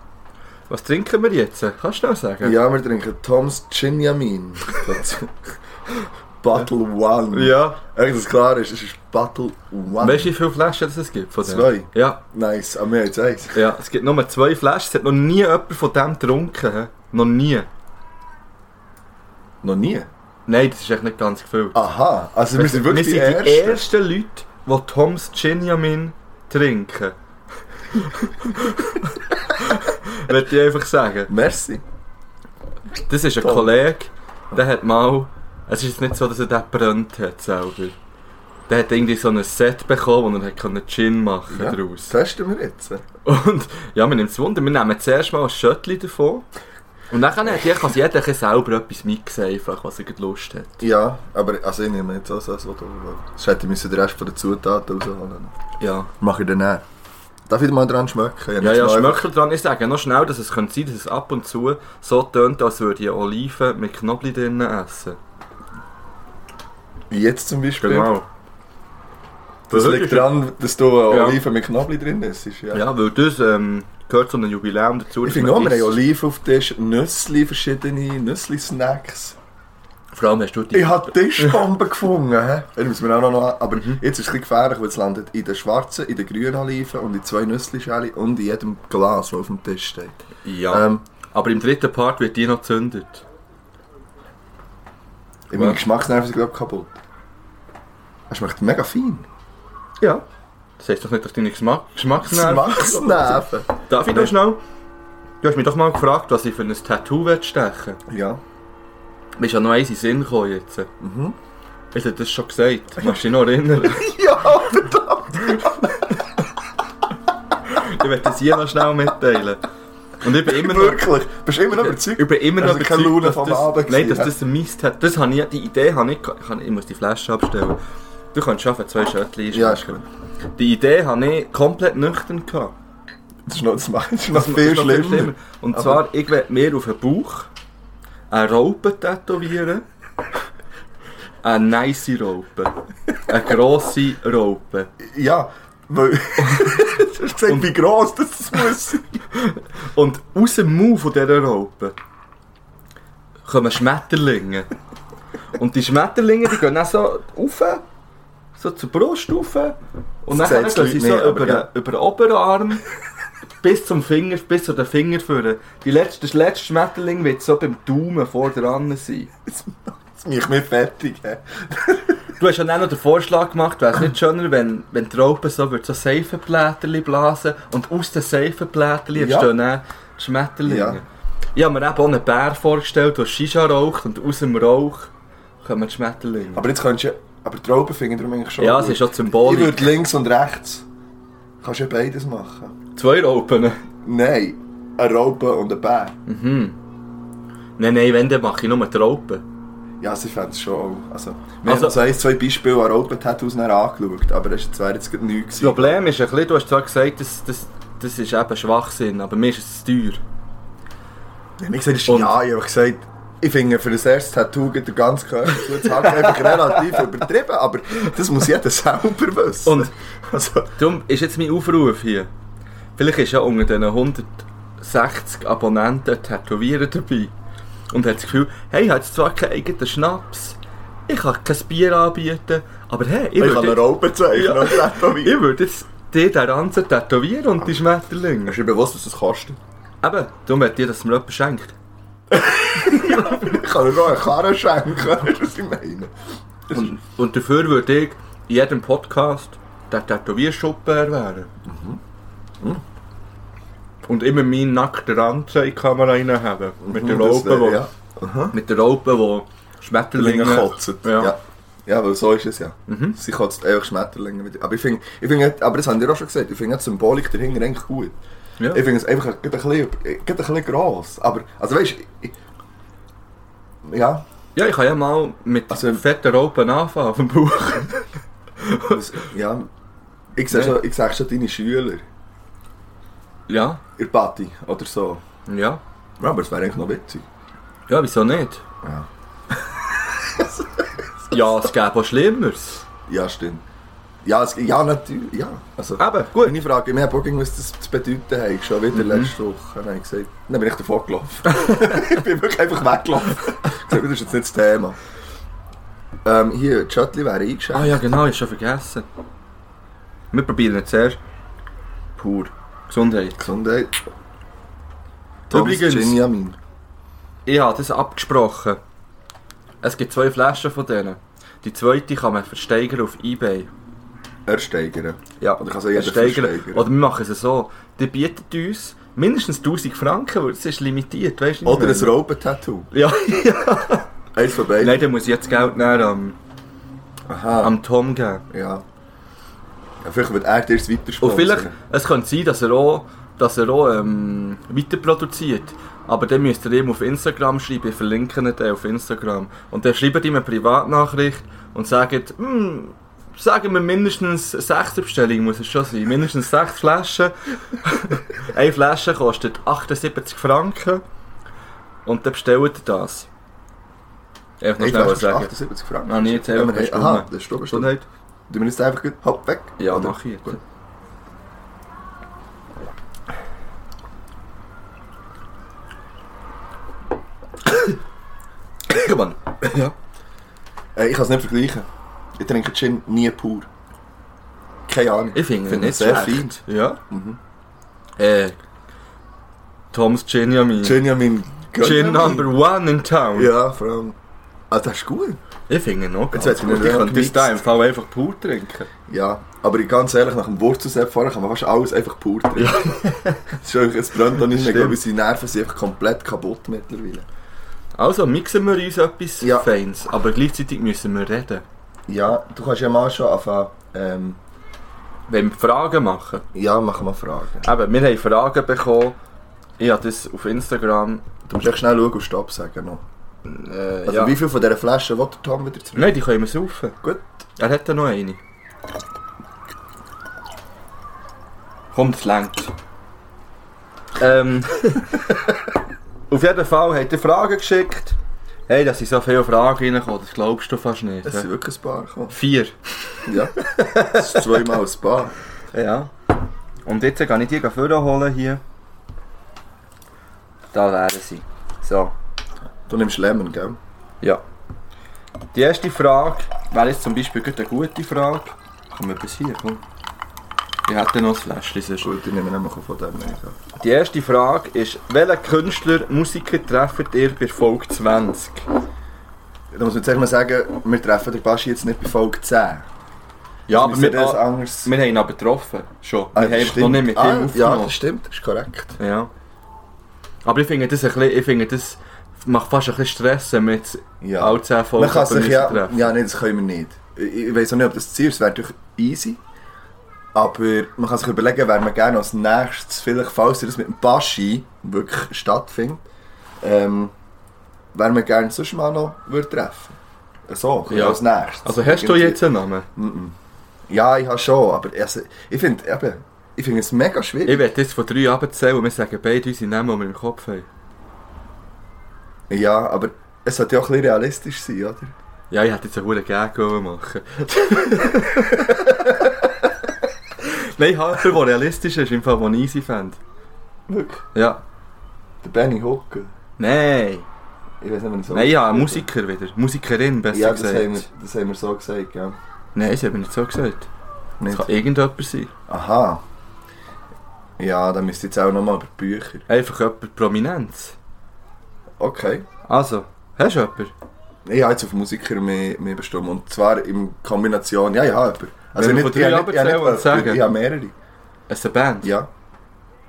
S1: Was trinken wir jetzt? Kannst du noch sagen?
S2: Ja, wir trinken Tom's Gin Yamin. Das- Bottle One.
S1: Ja.
S2: Eigentlich das klar ist, es ist Bottle One.
S1: Weißt du, wie viele Flaschen das es gibt von denen?
S2: Zwei.
S1: Ja.
S2: Nice, aber wir haben jetzt eins.
S1: Ja, es gibt nur zwei Flaschen. Es hat noch nie jemand von dem getrunken. hä? Noch nie.
S2: Noch nie?
S1: Nein, das ist echt nicht ganz viel.
S2: Aha, also Ah, wir sind wirklich
S1: wir sind die ersten Leute, die Toms Ginjamin trinken. Würde ich einfach sagen.
S2: Merci.
S1: Das ist ein
S2: Tom.
S1: Kollege, der hat mal. Es ist nicht so, dass er den brennt hat selber. Der hat irgendwie so ein Set bekommen, wo er einen Gin machen
S2: Ja.
S1: ja. daraus.
S2: Testen wir jetzt.
S1: Und ja, wir nehmen es Wunder, wir nehmen zuerst mal ein Schöttli davon. Und dann kann jeder kann jeder ein bisschen selber etwas mixen, einfach, was er gerade Lust hat.
S2: Ja, aber also ich nehme jetzt auch so, was du willst. Sonst hätte ich müssen den Rest von der Zutaten rausholen
S1: Ja,
S2: Mach ich dann auch. Darf ich mal dran schmecken?
S1: ja, ja
S2: Ich habe
S1: Schmöckel dran. Ich sage noch schnell, dass es könnte sein, dass es ab und zu so tönt, als würde ich Oliven mit Knoblauch drinnen essen.
S2: Wie jetzt zum Beispiel. Das
S1: Weil
S2: liegt
S1: heute
S2: daran, dass du eine
S1: Ja.
S2: Oliven mit Knoblauch drin isst. Ja.
S1: ist- Ja, weil das ähm, gehört zu einem Jubiläum dazu. dass
S2: Ich finde auch,
S1: man
S2: wir haben
S1: isst.
S2: Oliven auf dem Tisch, Nüssli, verschiedene Nüssli-Snacks.
S1: Vor allem hast du die.
S2: Ich habe Tischbomben gefunden. hä? Das müssen wir auch noch an. Aber
S1: Mhm.
S2: jetzt ist es ein bisschen gefährlich, weil es landet in der schwarzen, in der grünen Oliven und in zwei Nüsslischälen und in jedem Glas, das auf dem Tisch steht.
S1: Ja.
S2: Ähm,
S1: Aber im dritten Part wird die noch gezündet.
S2: in meinem
S1: Ja.
S2: Geschmacksnerv ist glaube ich kaputt. Es schmeckt mega fein.
S1: Ja. Das heißt doch nicht, dass deine Geschmack Geschmacksnerven.
S2: Geschmacksnerven.
S1: Darf ich noch schnell? Du hast mich doch mal gefragt, was ich für ein Tattoo will stechen
S2: Ja.
S1: will. Mir ist ja noch eins in den Sinn gekommen jetzt. Mhm. Ich hätte das schon gesagt. Magst du dich noch erinnern?
S2: Ja,
S1: ich werde das hier noch schnell mitteilen. Und ich bin immer noch...
S2: wirklich. Bist du immer noch überzeugt?
S1: Ich bin immer noch
S2: Also keine Laune
S1: dass
S2: vom
S1: das,
S2: Abend
S1: nein, dass
S2: gewesen,
S1: das ein Mist hat. Das habe ich, die Idee habe ich, ich, kann, ich muss die Flasche abstellen. Du kannst schaffen, zwei Schöttchen
S2: Ja, ist gut.
S1: Die Idee habe ich komplett nüchtern gehabt.
S2: Das ist noch, das macht, das ist noch
S1: Das
S2: viel
S1: ist noch
S2: schlimmer.
S1: Und
S2: Aber-
S1: zwar, ich werde mir auf den Bauch eine Raupe tätowieren. Eine nice Raupe. Eine grosse Raupe.
S2: Ja, weil... du hast gesagt, wie gross das, das muss sein.
S1: Und aus dem Mund von dieser Raupe kommen Schmetterlinge. Und die Schmetterlinge die gehen dann so rauf, so zur Brust rauf. Und
S2: Das
S1: dann gehen
S2: sehen die
S1: sie
S2: Leute
S1: so
S2: nicht, aber
S1: über,
S2: ja.
S1: den, über den Oberarm bis zum Finger, bis zu den Finger führen. Die letzte, das letzte Schmetterling wird so beim Daumen vor dran sein.
S2: Das macht mich fertig. hä?
S1: Du hast ja dann noch den Vorschlag gemacht, wäre es nicht schöner, wenn, wenn die Raupen so, würd so Seifenblätterli blasen und aus den Seifenblätterli
S2: Ja.
S1: entstehen dann die Schmetterlinge.
S2: Ja.
S1: Ich habe mir eben auch einen Bär vorgestellt, der Shisha raucht und aus dem Rauch kommen die Schmetterlinge.
S2: Aber jetzt könntest du... Aber die Rauben finde ich darum eigentlich schon
S1: ja,
S2: gut.
S1: es ist schon
S2: Ich
S1: symbolisch.
S2: würde links und rechts. Kannst ja beides machen.
S1: Zwei Raupen.
S2: Nein, eine Raupe und ein Bär.
S1: Nein, nein, wenn, dann mache ich nur die Raupen.
S2: Ja, sie fänden es schon auch. Also, wir
S1: Also-
S2: haben so ein, zwei Beispiele an Raupen-Tattoos nachher angeschaut, aber das ist- wäre jetzt gerade nichts
S1: Das Problem ist ein bisschen, du hast zwar gesagt, das, das, das ist eben Schwachsinn, aber mir ist es zu teuer.
S2: Ich habe gesagt, das ist
S1: Und-
S2: ja, ich habe gesagt, ich finde für das erste Tattoo geht der ganze Körper zu. Das habe ich einfach relativ übertrieben, aber das muss jeder selber wissen.
S1: Und-
S2: also,
S1: Darum ist jetzt mein Aufruf hier. Vielleicht ist ja unter diesen 160 Abonnenten ein Tätowierer dabei. Und hat das Gefühl, hey, ich habe jetzt zwar keinen eigenen Schnaps, ich kann kein Bier anbieten, aber hey, ich
S2: ich kann eine
S1: würde
S2: Raupe zeichnen
S1: Ja.
S2: und tätowieren.
S1: ich würd jetzt dir den Ranzen tätowieren und die Schmetterlinge.
S2: Hast du dir bewusst, was das kostet?
S1: Eben, darum möchte ich, dass mir jemand schenkt.
S2: Ich kann dir auch eine Karre schenken, weißt du, was ich meine?
S1: Und, und dafür würde ich in jedem Podcast den Tätowierschuppen erwähnen.
S2: Mhm.
S1: Mhm. Und immer meinen nackten Ranzen in die Kamera reinhaben. Mit der
S2: Mhm, Das
S1: Raupe,
S2: wär-
S1: die...
S2: ja.
S1: Mit der Raupe, die Schmetterlinge
S2: Schmetterlinge kotzen.
S1: Ja. Mhm.
S2: Ja. ja, weil so ist es ja. Sie kotzt einfach Schmetterlinge mit. Aber ich finde, ich finde, aber das haben die auch schon gesagt, ich finde die Symbolik dahinter eigentlich gut.
S1: Ja.
S2: Ich finde es einfach ein gerade ein bisschen, gerade ein bisschen gross. Aber, also weißt du, ja,
S1: ja, ich kann ja mal mit
S2: Also-
S1: fetten Raupen anfangen auf dem Bauch.
S2: das- Dus, ja, ich sehe
S1: Nein.
S2: schon, ich sehe schon deine Schüler,
S1: Ja,
S2: ihr Party oder so.
S1: ja.
S2: Ja, aber es wäre eigentlich noch witzig.
S1: Ja, wieso nicht?
S2: Ja.
S1: Ja, es gäbe auch Schlimmeres.
S2: Ja, stimmt. Ja, es, ja natürlich. Ja. Also,
S1: Eben, gut. Mhm.
S2: Meine Frage, ich habe auch irgendwas das zu bedeuten hat, schon wieder letzte Woche. Dann habe ich gesagt, dann bin ich davor gelaufen. ich bin wirklich einfach weggelaufen. Ich habe gesagt, das ist jetzt nicht das Thema. Ähm, hier, die Schöttli wäre eingeschenkt.
S1: Ah ja, genau, ich schon vergessen. Wir probieren jetzt zuerst. Pur. Gesundheit.
S2: Gesundheit.
S1: Übrigens-
S2: Geniamin.
S1: Ich habe das abgesprochen. Es gibt zwei Flaschen von denen. Die zweite kann man versteigern auf Ebay.
S2: Ersteigern.
S1: Ja,
S2: Oder kann es auch jeder
S1: versteigern.
S2: versteigern?
S1: Oder wir machen es so. Die bietet uns mindestens 1000 Franken, weil es ist limitiert, weißt du? was ich
S2: Oder ein
S1: meine?
S2: Robben-Tattoo.
S1: Ja,
S2: Eins von beiden.
S1: nein, dann muss ich jetzt Geld näher am,
S2: Aha.
S1: am Tom geben.
S2: Ja. ja. Vielleicht wird er dir das
S1: Und
S2: weitersponsern.
S1: vielleicht, es könnte sein, dass er auch, dass er auch ähm, weiterproduziert. Aber dann müsst ihr ihm auf Instagram schreiben, ich verlinke ihn dann auf Instagram. Und dann schreibt ihm eine Privatnachricht und sagt, hm, sagen wir mindestens sechs Bestellungen muss es schon sein. Mindestens sechs Flaschen. eine Flasche kostet 78 Franken. Und dann bestellt ihr das. Einfach noch
S2: Hey,
S1: schnell
S2: vielleicht
S1: was
S2: kostet
S1: sagen.
S2: 78 Franken.
S1: Ah, nee, jetzt
S2: Ja,
S1: einfach
S2: wir-
S1: eine Stunde.
S2: Aha, das ist doch bestimmt.
S1: Gesundheit.
S2: Du musst einfach gut, hopp weg.
S1: Ja,
S2: Oder?
S1: mach ich jetzt.
S2: Gut.
S1: Komm an.
S2: Äh, ich kann es nicht vergleichen. Ich trinke Gin nie pur. Keine Ahnung.
S1: Ich finde ihn
S2: Finde
S1: nicht
S2: ihn sehr Mhm.
S1: schlecht. Ja. Äh, Tom's Gin Yamin. Gin,
S2: Gin, ja, mein
S1: number one in town.
S2: Ja, vor allem. Ah, das ist gut.
S1: Ich finde ihn noch
S2: Jetzt
S1: ganz
S2: hat er
S1: gut. Ich
S2: ihn
S1: könnte das
S2: gemixt.
S1: da im Fall einfach pur trinken.
S2: Ja, aber ich- ganz ehrlich, nach dem Wurzelsepp fahren kann man fast alles einfach pur trinken. Es ist einfach- es brennt auch nicht mehr. Ich
S1: Stimmt.
S2: glaube, unsere Nerven sind einfach komplett kaputt mittlerweile.
S1: Also mixen wir uns etwas
S2: Ja.
S1: Feins, aber gleichzeitig müssen wir reden.
S2: Ja, du kannst ja mal schon anfangen. Ähm,
S1: Wenn wir Fragen machen.
S2: ja, machen wir Fragen.
S1: Eben, wir haben Fragen bekommen. Ich habe das auf Instagram.
S2: Du musst echt schnell schauen und Stopp sagen. Noch.
S1: Äh,
S2: Also,
S1: ja.
S2: wie viel von dieser Flasche will der Tom wieder zurück?
S1: Nein, die können wir saufen.
S2: Gut.
S1: Er hat da noch eine. Komm, es längt. Ähm, auf jeden Fall hat er Fragen geschickt. Hey, dass sind so viele Fragen reinkommen, das glaubst du fast nicht.
S2: Es
S1: hä?
S2: sind wirklich ein paar gekommen.
S1: Vier.
S2: Ja. Das ist zweimal ein paar.
S1: Ja. Und jetzt kann ich die vorholen hier. Da wären sie. So.
S2: Du nimmst Lemon, gell?
S1: Ja. Die erste Frage wäre jetzt zum Beispiel gerade eine gute Frage. Komm, etwas hier, komm. Ich hätte noch ein Fläschchen sonst.
S2: Gut, ich nehme nämlich auch von dem nicht. ja.
S1: Die erste Frage ist, welchen Künstler, Musiker trefft ihr bei Folge 20?
S2: Da muss man jetzt erstmal sagen, wir treffen den Baschi jetzt nicht bei Folge 10.
S1: Ja,
S2: Müssen wir das anders...
S1: wir haben ihn aber getroffen, schon.
S2: Ah,
S1: wir haben
S2: das
S1: einfach noch nicht mit
S2: ah,
S1: ihm
S2: Ja, das
S1: aufgenommen.
S2: stimmt, das ist korrekt.
S1: Ja, Aber ich finde das ein bisschen, ich finde das macht fast ein bisschen Stress, wenn wir jetzt
S2: Ja.
S1: alle 10 Folgen
S2: Man kann sich
S1: müssen
S2: ja...
S1: treffen.
S2: Ja, nein, das können wir nicht. Ich, ich weiß auch nicht, ob das Ziel ist, es wäre natürlich easy. Aber man kann sich überlegen, wer man gerne als nächstes, vielleicht falls das mit dem Baschi wirklich stattfindet, ähm, wer man gerne sonst mal noch würde treffen So,
S1: Ja.
S2: als nächstes.
S1: Also hast du
S2: Irgendwie.
S1: jetzt einen Namen?
S2: Ja, ich habe schon, aber also, ich finde eben, ich finde es mega
S1: Ich
S2: schwierig.
S1: werde jetzt von drei abzählen und wir sagen beide unsere Namen, die wir im Kopf haben.
S2: Ja, aber es sollte ja auch ein bisschen realistisch sein, oder?
S1: Ja, ich hätte jetzt einen hohen Gag wollen machen Nein, halt, der realistisch ist, im Fall, den ich easy fände.
S2: Wirklich?
S1: Ja.
S2: Der Benny Hucke.
S1: Nein.
S2: Ich weiß nicht, wenn ich so.
S1: Nein, ja, ein Musiker wieder. Musikerin, besser
S2: Ja, das
S1: gesagt.
S2: haben, wir, das haben wir so gesagt, ja.
S1: Nein, das habe ich nicht so gesagt.
S2: Nicht?
S1: Das kann irgendjemand sein.
S2: Aha. Ja, dann müsst ihr jetzt auch nochmal über Bücher.
S1: Einfach jemand Prominenz.
S2: Okay.
S1: Also, hast du jemanden?
S2: Ich habe jetzt auf Musiker mehr, mehr bestimmt. Und zwar in Kombination, ja, ja, aber.
S1: Wenn wir von drei
S2: ich habe nicht, ich
S1: abzählen
S2: habe
S1: und
S2: nicht, ich habe
S1: sagen.
S2: ich habe mehrere.
S1: Es ist eine Band?
S2: Ja,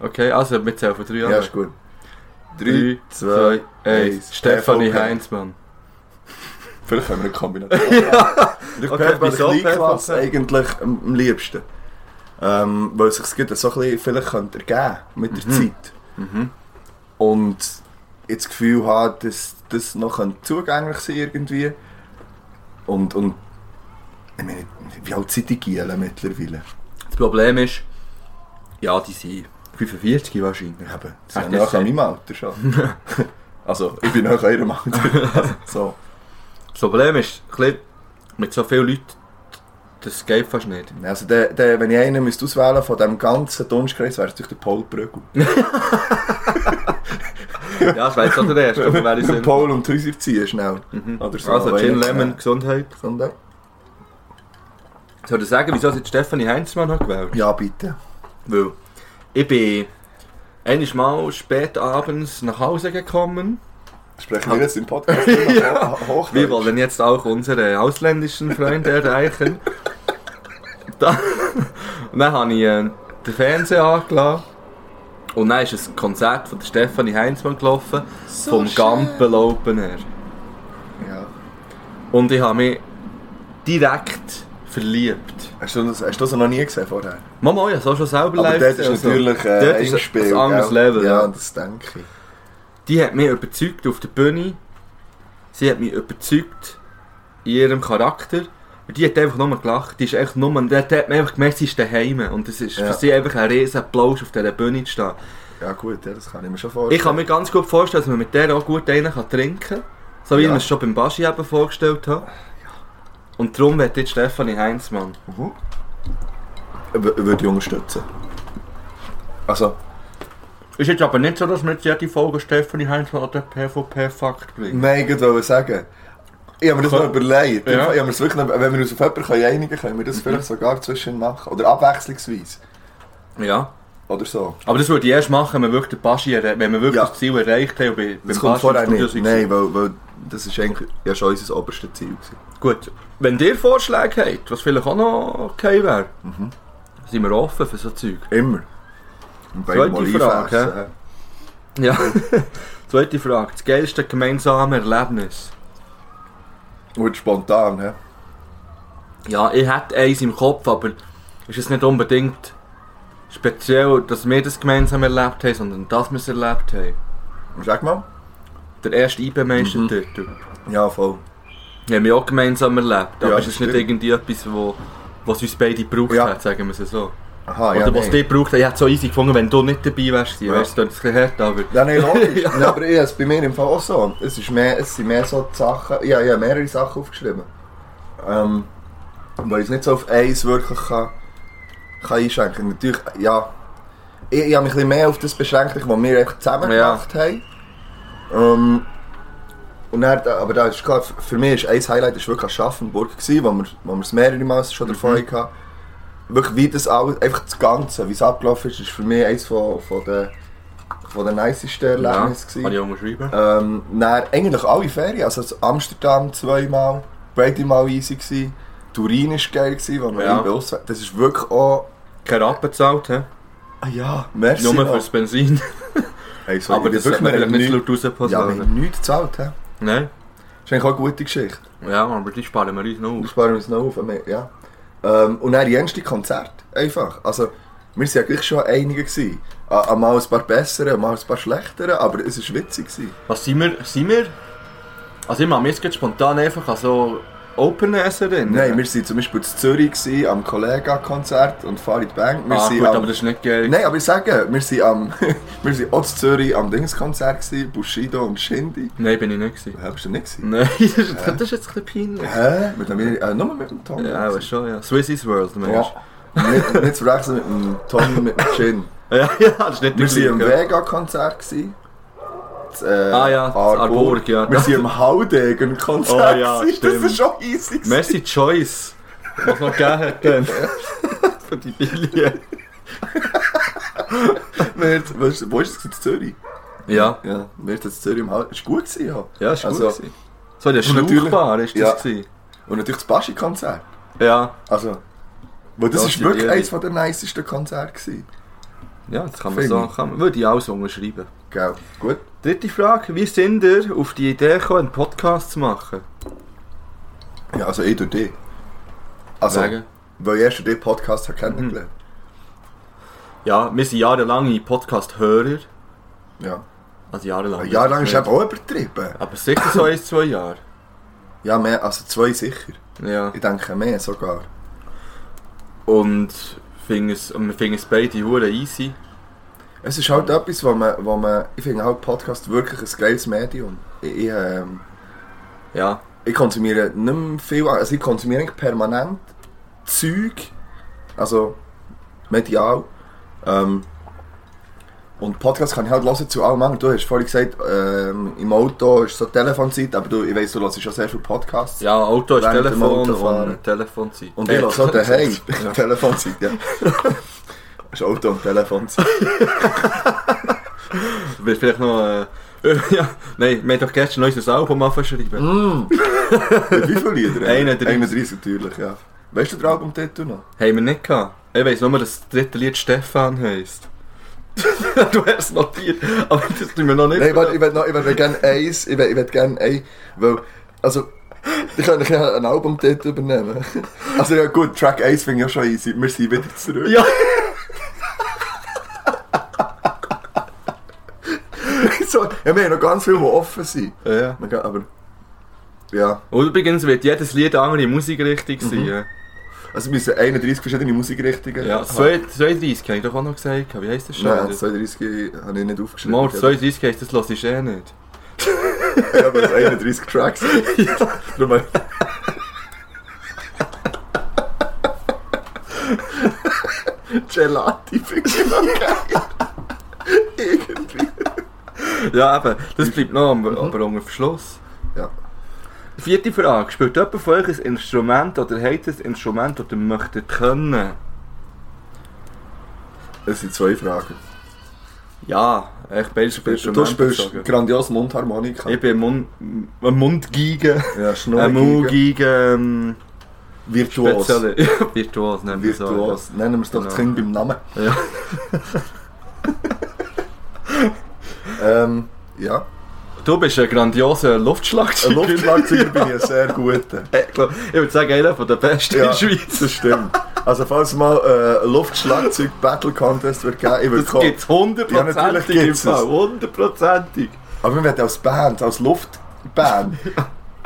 S1: Okay, also wir zählen von drei
S2: ja,
S1: an.
S2: ist gut.
S1: Drei, zwei, eins. Stefanie
S2: Stefan
S1: Heinzmann.
S2: Vielleicht haben wir eine Kombination. Ich
S1: Okay,
S2: okay, bei der
S1: wieso
S2: Kleinklasse
S1: PvP?
S2: eigentlich am am liebsten. Ähm, weil es sich so ein bisschen vielleicht könnte ergeben mit
S1: Mhm.
S2: der Zeit. Und ich das Gefühl habe, dass das noch könnte zugänglich sein irgendwie. Und, und ich meine, wie alt sind die Gielen mittlerweile?
S1: Das Problem ist, ja, die sind 45 wahrscheinlich.
S2: Eben, das
S1: Hat er
S2: ist ja nachher
S1: gesagt.
S2: meinem Alter schon. also, ich bin nachher ihrem Alter. Also, so.
S1: Das Problem ist, ein bisschen, mit so vielen Leuten, das geht fast nicht.
S2: Also der, der, wenn ich einen müsste auswählen von diesem ganzen Dunstkreis, wäre es natürlich der Paul Brügel.
S1: Ja, das wäre jetzt auch der erste, aber wäre ich
S2: Der
S1: Sinn.
S2: Paul und die Häuser ziehen schnell.
S1: Mhm.
S2: Oder so,
S1: Also,
S2: aber
S1: Gin
S2: ich-
S1: Lemon, Gesundheit.
S2: Gesundheit.
S1: Soll ich sagen, wieso sie die Stefanie Heinzmann hat gewählt?
S2: Ja, bitte.
S1: Weil ich bin einiges Mal spät abends nach Hause gekommen.
S2: Sprechen wir jetzt im Podcast ja. hoch.
S1: Wir wollen jetzt auch unsere ausländischen Freunde erreichen. Da, und dann habe ich äh, den Fernseher angelassen. Und dann ist ein Konzert von der Stefanie Heinzmann gelaufen. vom Gampel Open Air.
S2: Ja.
S1: Und ich habe mich direkt verliebt.
S2: Hast du, das, hast du das noch nie gesehen vorher?
S1: Mama, ich habe auch schon selber
S2: Aber
S1: live
S2: dort ist
S1: gesehen und so.
S2: natürlich äh,
S1: Dort ist ein-
S2: eingespielt,
S1: ein anderes
S2: gell?
S1: Level,
S2: Ja,
S1: ja.
S2: das denke ich.
S1: Die hat mich überzeugt auf der Bühne. Sie hat mich überzeugt in ihrem Charakter. Und die hat einfach nur gelacht. Die ist einfach nur, die hat hat man einfach gemerkt, sie ist daheim. Und es ist
S2: Ja.
S1: für sie einfach ein riesen Applaus, auf dieser Bühne zu stehen.
S2: Ja gut, ja, das kann ich mir schon vorstellen.
S1: Ich kann mir ganz gut vorstellen, dass man mit der auch gut einen kann trinken kann. So wie
S2: Ja.
S1: ich mir es schon beim Baschi eben vorgestellt habe. Und darum wird jetzt Stefanie Heinzmann.
S2: Mhm. W- Würde ich unterstützen. Also,
S1: Ist jetzt aber nicht so, dass wir jetzt jede Folge Stefanie Heinzmann an den PvP-Fakt bringen.
S2: nein, ich wollte sagen. Ich habe mir das
S1: Komm.
S2: noch überlegt.
S1: Ja. Mhm.
S2: Ich habe mir das wirklich noch, wenn wir uns auf jemanden können einigen können, können wir das vielleicht sogar zwischen machen. Oder abwechslungsweise.
S1: Ja.
S2: Oder so.
S1: Aber das würde ich erst machen, wenn wir wirklich den Baschi erre- wenn wir wirklich
S2: Ja.
S1: das Ziel erreicht haben. und bei-
S2: Das
S1: beim
S2: kommt
S1: Baschi
S2: vorher
S1: im Studio
S2: nicht.
S1: sind.
S2: Nein, weil, weil das ist eigentlich ja schon unser oberstes Ziel. Gewesen.
S1: Gut, wenn ihr Vorschläge habt, was vielleicht auch noch okay wäre, sind wir offen für so Zeug.
S2: Immer. Und
S1: Zweite
S2: beim
S1: Frage,
S2: Olivessen,
S1: Ja. Zweite Frage, das geilste gemeinsame Erlebnis?
S2: hä? Und spontan, hä?
S1: Ja, ich hätte eins im Kopf, aber ist es nicht unbedingt speziell, dass wir das gemeinsam erlebt haben, sondern dass wir es erlebt haben.
S2: Sag mal.
S1: Der erste IB-Meistertitel.
S2: Ja, voll.
S1: Haben wir auch gemeinsam erlebt, aber
S2: Ja,
S1: es ist nicht
S2: stimmt.
S1: irgendwie etwas, wo, was uns beide gebraucht
S2: Ja.
S1: hat, sagen wir es so.
S2: Aha, ja.
S1: Oder was
S2: nein.
S1: dich gebraucht hat, ich hätte es so easy gefunden, wenn du nicht dabei wärst. Ja. Weißt du, das ist ein bisschen hart, aber...
S2: Ja, nein, logisch. Nein, aber ich hab's bei mir im Fall auch so. Es, ist mehr, es sind mehr so die Sachen. Ja, ich habe mehrere Sachen aufgeschrieben. Ähm, weil ich es nicht so auf eins wirklich kann, kann einschränken kann. Natürlich, ja. Ich, ich habe mich ein bisschen mehr auf das beschränkt, was wir einfach zusammen
S1: Ja.
S2: gemacht haben. Ähm, und dann, aber da ist klar, für mich ist ein Highlight ist wirklich Aschaffenburg, gewesen, wo wir wo wir es mehrere Mal schon davon hatten. Wirklich wie das alles, einfach das Ganze, wie es abgelaufen ist, ist für mich eines von, von der, von der nicesten
S1: Ja,
S2: Erlebnisse.
S1: kann ich
S2: gewesen.
S1: auch mal schreiben.
S2: Ähm, dann eigentlich alle Ferien, also zu Amsterdam zweimal, beide Mal easy gewesen. Turin war geil, gewesen, wo wir
S1: Ja.
S2: ja. Das ist wirklich auch...
S1: Keine Rappen gezahlt, hä?
S2: Ah ja, merci.
S1: Nur
S2: noch.
S1: fürs Benzin.
S2: Hey, sorry,
S1: aber das
S2: hat
S1: wirklich wir haben nicht
S2: nichts-
S1: laut
S2: Ja, wir
S1: rauspassen.
S2: haben nichts gezahlt. hä?
S1: Nein?
S2: Das ist eigentlich auch eine gute Geschichte.
S1: Ja, aber die sparen wir uns noch
S2: Wir
S1: auf.
S2: sparen uns noch auf. aber Ja. Ähm, und dann jüngste Konzert. Einfach. Also, wir waren ja gleich schon einige. Gewesen. A- Einmal ein paar bessere, einmal ein paar schlechtere, aber es war witzig. Gewesen.
S1: Was sind wir? Sind wir? Also ich mache mich jetzt gerade spontan einfach an so open erinnern.
S2: Nein, wir waren zum Beispiel in Zürich gewesen, am Kollega-Konzert und Farid Bank. Wir
S1: ah,
S2: sind
S1: gut,
S2: am,
S1: aber das ist nicht geil.
S2: Nein, aber ich sage, wir waren, am, wir waren auch in Zürich am Dingskonzert, gewesen, Bushido und Shindy.
S1: Nein, bin ich nicht gewesen.
S2: Hä, bist du nicht gewesen?
S1: Nein, das ist, das ist jetzt ein bisschen peinlich.
S2: Hä? Mit dem, äh, nur mit dem Tom.
S1: Ja, aber schon, ja. Swiss is World, Mensch.
S2: ja. nicht, nicht zu verwechseln mit dem Tom mit dem Chin.
S1: Ja, ja, das ist nicht
S2: Wir waren am
S1: gleiche.
S2: Vega-Konzert. gewesen. Das, äh,
S1: Ah ja, das
S2: Aarburg.
S1: Aarburg, ja.
S2: Wir waren am Haldegen-Konzert.
S1: Oh ja,
S2: gewesen.
S1: stimmt.
S2: Das ist schon easy. gewesen.
S1: Messi Choice. Was noch gegeben hat dann. Für die Billie.
S2: Wir hatten- weißt du, Wo ist das? In Zürich?
S1: Ja.
S2: Ja, wir hatten das in Zürich im Haldegen. Das war gut, gewesen, ja.
S1: Ja, ist gut.
S2: Also-
S1: gewesen. so, der
S2: Und natürlich-
S1: Schnuchbar ist das
S2: Ja.
S1: gewesen.
S2: Und natürlich das Baschi-Konzert.
S1: Ja.
S2: Also, weil das
S1: Ja,
S2: ist
S1: die
S2: wirklich
S1: Liebe.
S2: eines der nicesten Konzerte. gewesen.
S1: Ja, das kann man
S2: Finde
S1: so.
S2: ich.
S1: Kann man, würde ich alles unterschreiben.
S2: Gell, gut.
S1: Dritte Frage: Wie sind ihr auf die Idee gekommen, einen Podcast zu machen?
S2: Ja, also ich durch dich. Also,
S1: Wegen?
S2: weil ich erst durch den Podcast habe kennengelernt
S1: Mhm. Ja, wir sind jahrelange Podcast-Hörer.
S2: Ja.
S1: Also jahrelang.
S2: Jahrelang ist eben auch übertrieben.
S1: Aber sicher so ein, zwei Jahre.
S2: Ja, mehr, also zwei sicher.
S1: Ja.
S2: Ich denke mehr sogar.
S1: Und finden es, und wir finden es beide hure easy.
S2: Es ist halt etwas, wo man, wo man ich finde halt Podcast wirklich ein geiles Medium. Ich, ich, ähm,
S1: Ja.
S2: ich konsumiere nicht mehr viel, also ich konsumiere eigentlich permanent Zeug, also medial. Ähm, und Podcast kann ich halt hören zu allem anderen. Du hast vorhin gesagt, ähm, im Auto ist so Telefonzeit, aber du, ich weiss, du hörst ja sehr viele Podcasts.
S1: Ja, Auto ist
S2: Während dem
S1: Telefon
S2: Autofahren.
S1: und Telefonzeit.
S2: Und ich höre so daheim, Telefonzeit, ja. Das ist Auto und Telefonzeit.
S1: Wird vielleicht noch... Äh, ja, nein, wir haben doch gestern noch unser Album angeschrieben.
S2: Mm. Mit wie viele Lieder?
S1: 31.
S2: 31 natürlich, ja. Weißt du den Albumtitel noch?
S1: Haben wir nicht gehabt. Ich weiss nur, dass das dritte Lied Stefan heisst. du hast es notiert, aber das tun wir noch nicht.
S2: Nein, warte, ich will noch, ich will gerne eins, ich will, ich will gerne ein, weil, also, ich kann nicht einen Albumtitel übernehmen. Also ja gut, Track 1 finde ich ja schon easy, wir sind wieder zurück.
S1: Ja.
S2: so, ja, wir haben noch ganz viele, die offen sind.
S1: ja.
S2: Wir gehen- Aber, ja,
S1: Und übrigens wird jedes Lied eine andere Musikrichtung
S2: Mhm.
S1: sein. ja.
S2: also wir müssen 31 verschiedene Musikrichtungen
S1: Ja, 32 habe ich doch auch noch gesagt. Wie heisst das schon?
S2: Nein,
S1: Nein,
S2: 32 habe ich nicht aufgeschrieben.
S1: Mord 32 heisst, das lasse ich eh nicht.
S2: Ja, weil es 31 Tracks sind. Darum habe ich- Gelati finde ich noch geil. Irgendwie.
S1: Ja, eben, das bleibt noch am-
S2: Mhm.
S1: aber unter Verschluss.
S2: Ja.
S1: Vierte Frage. Spielt jemand von euch ein Instrument oder hat ein Instrument oder möchtet können?
S2: Es sind zwei Fragen.
S1: Ja, ich bin schon
S2: Du spielst grandios Mundharmonika. Äh,
S1: Ich bin Mund, ein Mundgeige,
S2: Ja,
S1: ein
S2: Schnurrgeige.
S1: Mundgeige, ähm,
S2: Virtuos.
S1: spezielle- Ja, Virtuos, nennen wir so.
S2: Virtuos. Nennen wir es doch das
S1: Genau.
S2: Kind beim Namen.
S1: Ja.
S2: Ähm, ja.
S1: Du bist ein grandioser Luftschlagzeuger.
S2: Ein Luftschlagzeuger bin ich ein sehr guter.
S1: Ich glaub, ich würde sagen, einer von der besten in der Schweiz.
S2: Das stimmt. Also falls mal äh, ein Luftschlagzeug-Battle-Contest wird geben, ich würde
S1: Das
S2: kommen.
S1: gibt es hundertprozentig.
S2: Ja, natürlich
S1: im
S2: gibt's
S1: Fall.
S2: es.
S1: Hundertprozentig.
S2: Aber wir werden als Band, als Luftband,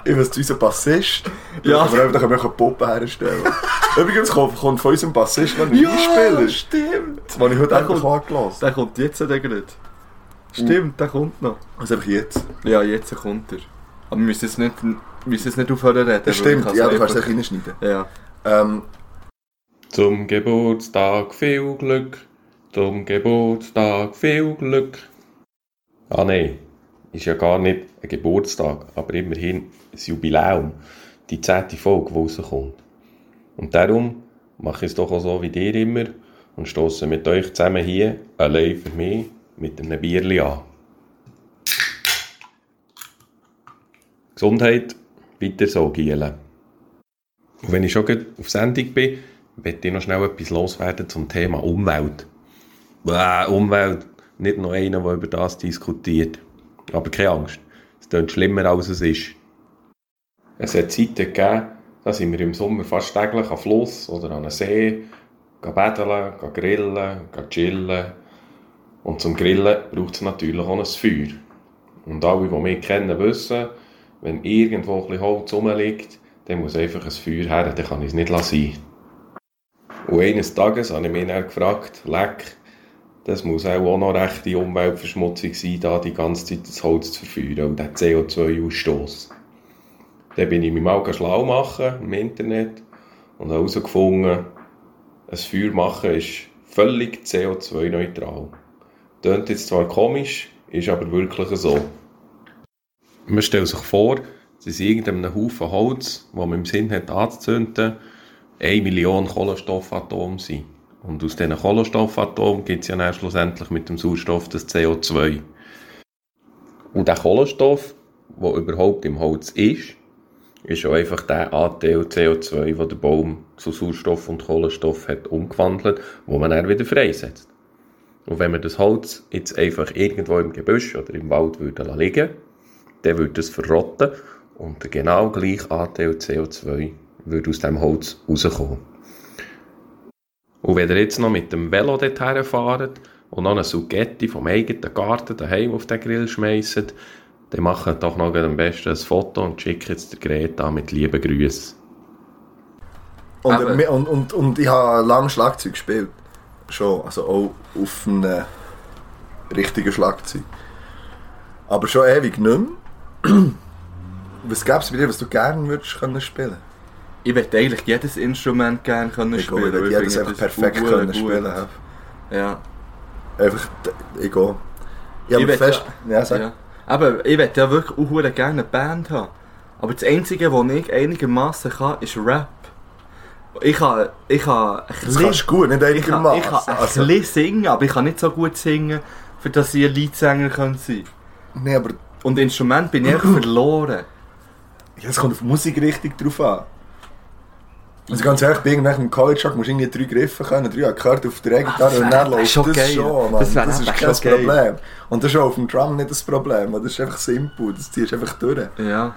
S2: ich weiß, unser Bassist,
S1: Ja.
S2: ja. aber einfach können wir eine Puppe herstellen. Übrigens kommt, kommt von unserem Bassist noch ein
S1: Ja,
S2: Einspieler,
S1: stimmt.
S2: den ich heute
S1: Der
S2: einfach
S1: kommt-
S2: angelassen
S1: Der kommt jetzt, der gerade. Stimmt, der kommt noch.
S2: habe. Also einfach jetzt.
S1: Ja, jetzt kommt er. Aber wir müssen jetzt nicht, wir müssen jetzt nicht aufhören zu reden. weil
S2: Das stimmt,
S1: ich
S2: ja,
S1: kann's
S2: du kannst es
S1: einfach-
S2: reinschneiden.
S1: Ja.
S2: Ähm,
S3: Zum Geburtstag viel Glück, zum Geburtstag viel Glück. Ah nein, ist ja gar nicht ein Geburtstag, aber immerhin ein Jubiläum, die zehnte Folge, die rauskommt. Und darum mache ich es doch auch so wie dir immer und stoße mit euch zusammen hier, allein für mich, mit einem Bierli an. Gesundheit, weiter so, Gielen. Und wenn ich schon gerade auf Sendung bin, möchte ich noch schnell etwas loswerden zum Thema Umwelt. Bäh, Umwelt. Nicht noch einer, der über das diskutiert. Aber keine Angst. Es klingt schlimmer, als es ist. Es hat Zeiten gegeben, da sind wir im Sommer fast täglich am Fluss oder an einem See, gehen baden, gehen grillen, gehen chillen. Und zum Grillen braucht es natürlich auch ein Feuer. Und alle, die mich kennen, wissen, wenn irgendwo ein bisschen Holz rumliegt, dann muss einfach ein Feuer her, dann kann ich es nicht lassen. Und eines Tages habe ich mich dann gefragt, leck, das muss auch, auch noch rechte Umweltverschmutzung sein, da die ganze Zeit das Holz zu verfeuern und den CO2-Ausstoß. Dann bin ich mich mal schlau machen im Internet und habe herausgefunden, ein Feuer machen ist völlig CO2-neutral. Tönt jetzt zwar komisch, ist aber wirklich so. Man stellt sich vor, es ist irgendein Haufen Holz, wo man im Sinn hat anzuzünden, 1 Million Kohlenstoffatome sind. Und aus diesen Kohlenstoffatomen gibt es ja dann schlussendlich mit dem Sauerstoff das CO2. Und der Kohlenstoff, der überhaupt im Holz ist, ist ja einfach der Anteil CO2, den der Baum zu Sauerstoff und Kohlenstoff hat umgewandelt, wo man dann wieder freisetzt. Und wenn man das Holz jetzt einfach irgendwo im Gebüsch oder im Wald würde lassen liegen dann würde es verrotten und der genau gleiche Anteil CO2 würde aus dem Holz rauskommen. Und wenn ihr jetzt noch mit dem Velo dorthin fahrt und noch eine Sugetti vom eigenen Garten daheim auf den Grill schmeißt, dann macht doch noch am besten ein Foto und schickt jetzt der Greta mit lieben Grüßen.
S2: und,
S1: Eben.
S2: äh, und, und, und ich habe lange Schlagzeug gespielt. Schon, also auch auf einem richtigen Schlagzeug. Aber schon ewig nicht mehr. Was gäbe es bei dir, was du gerne würdest können spielen?
S1: Ich möchte eigentlich jedes Instrument gerne können
S2: Ich
S1: spielen.
S2: glaube,
S1: weil
S2: ich hätte es
S1: finde,
S2: einfach
S1: das ist
S2: perfekt
S1: verdammt
S2: können
S1: gut.
S2: spielen können.
S1: Ja.
S2: Einfach, ich gehe. Ich habe
S1: Ich
S2: mir
S1: will
S2: fest... Ja, sag.
S1: ja. Aber ich möchte ja wirklich auch verdammt gerne eine Band haben. Aber das Einzige, was ich einigermaßen kann, ist Rap. Ich kann, ich kann ein
S2: Das
S1: bisschen-
S2: kannst du gut, nicht Also,
S1: ich kann, ich
S2: einigermaßen.
S1: kann ein bisschen singen, aber ich kann nicht so gut singen, für dass ich ein Leadsänger sein könnte.
S2: nee, aber
S1: Und Instrument bin ich einfach verloren.
S2: ja, es kommt auf die Musikrichtung drauf an. Also ganz ehrlich, bei irgendwelchen College-Shock musst du irgendwie drei Griffe können, drei Akkorde auf der
S1: Ah, das
S2: E-Gitarre und
S1: wär-
S2: dann
S1: wär
S2: läuft
S1: schon
S2: das
S1: geil.
S2: schon, Mann.
S1: Das
S2: Das,
S1: wär
S2: ist
S1: einfach
S2: kein
S1: schon geil.
S2: Problem. Und das ist auch auf dem Drum nicht das Problem, Mann. das ist einfach simpel, das ziehst du einfach durch.
S1: Ja.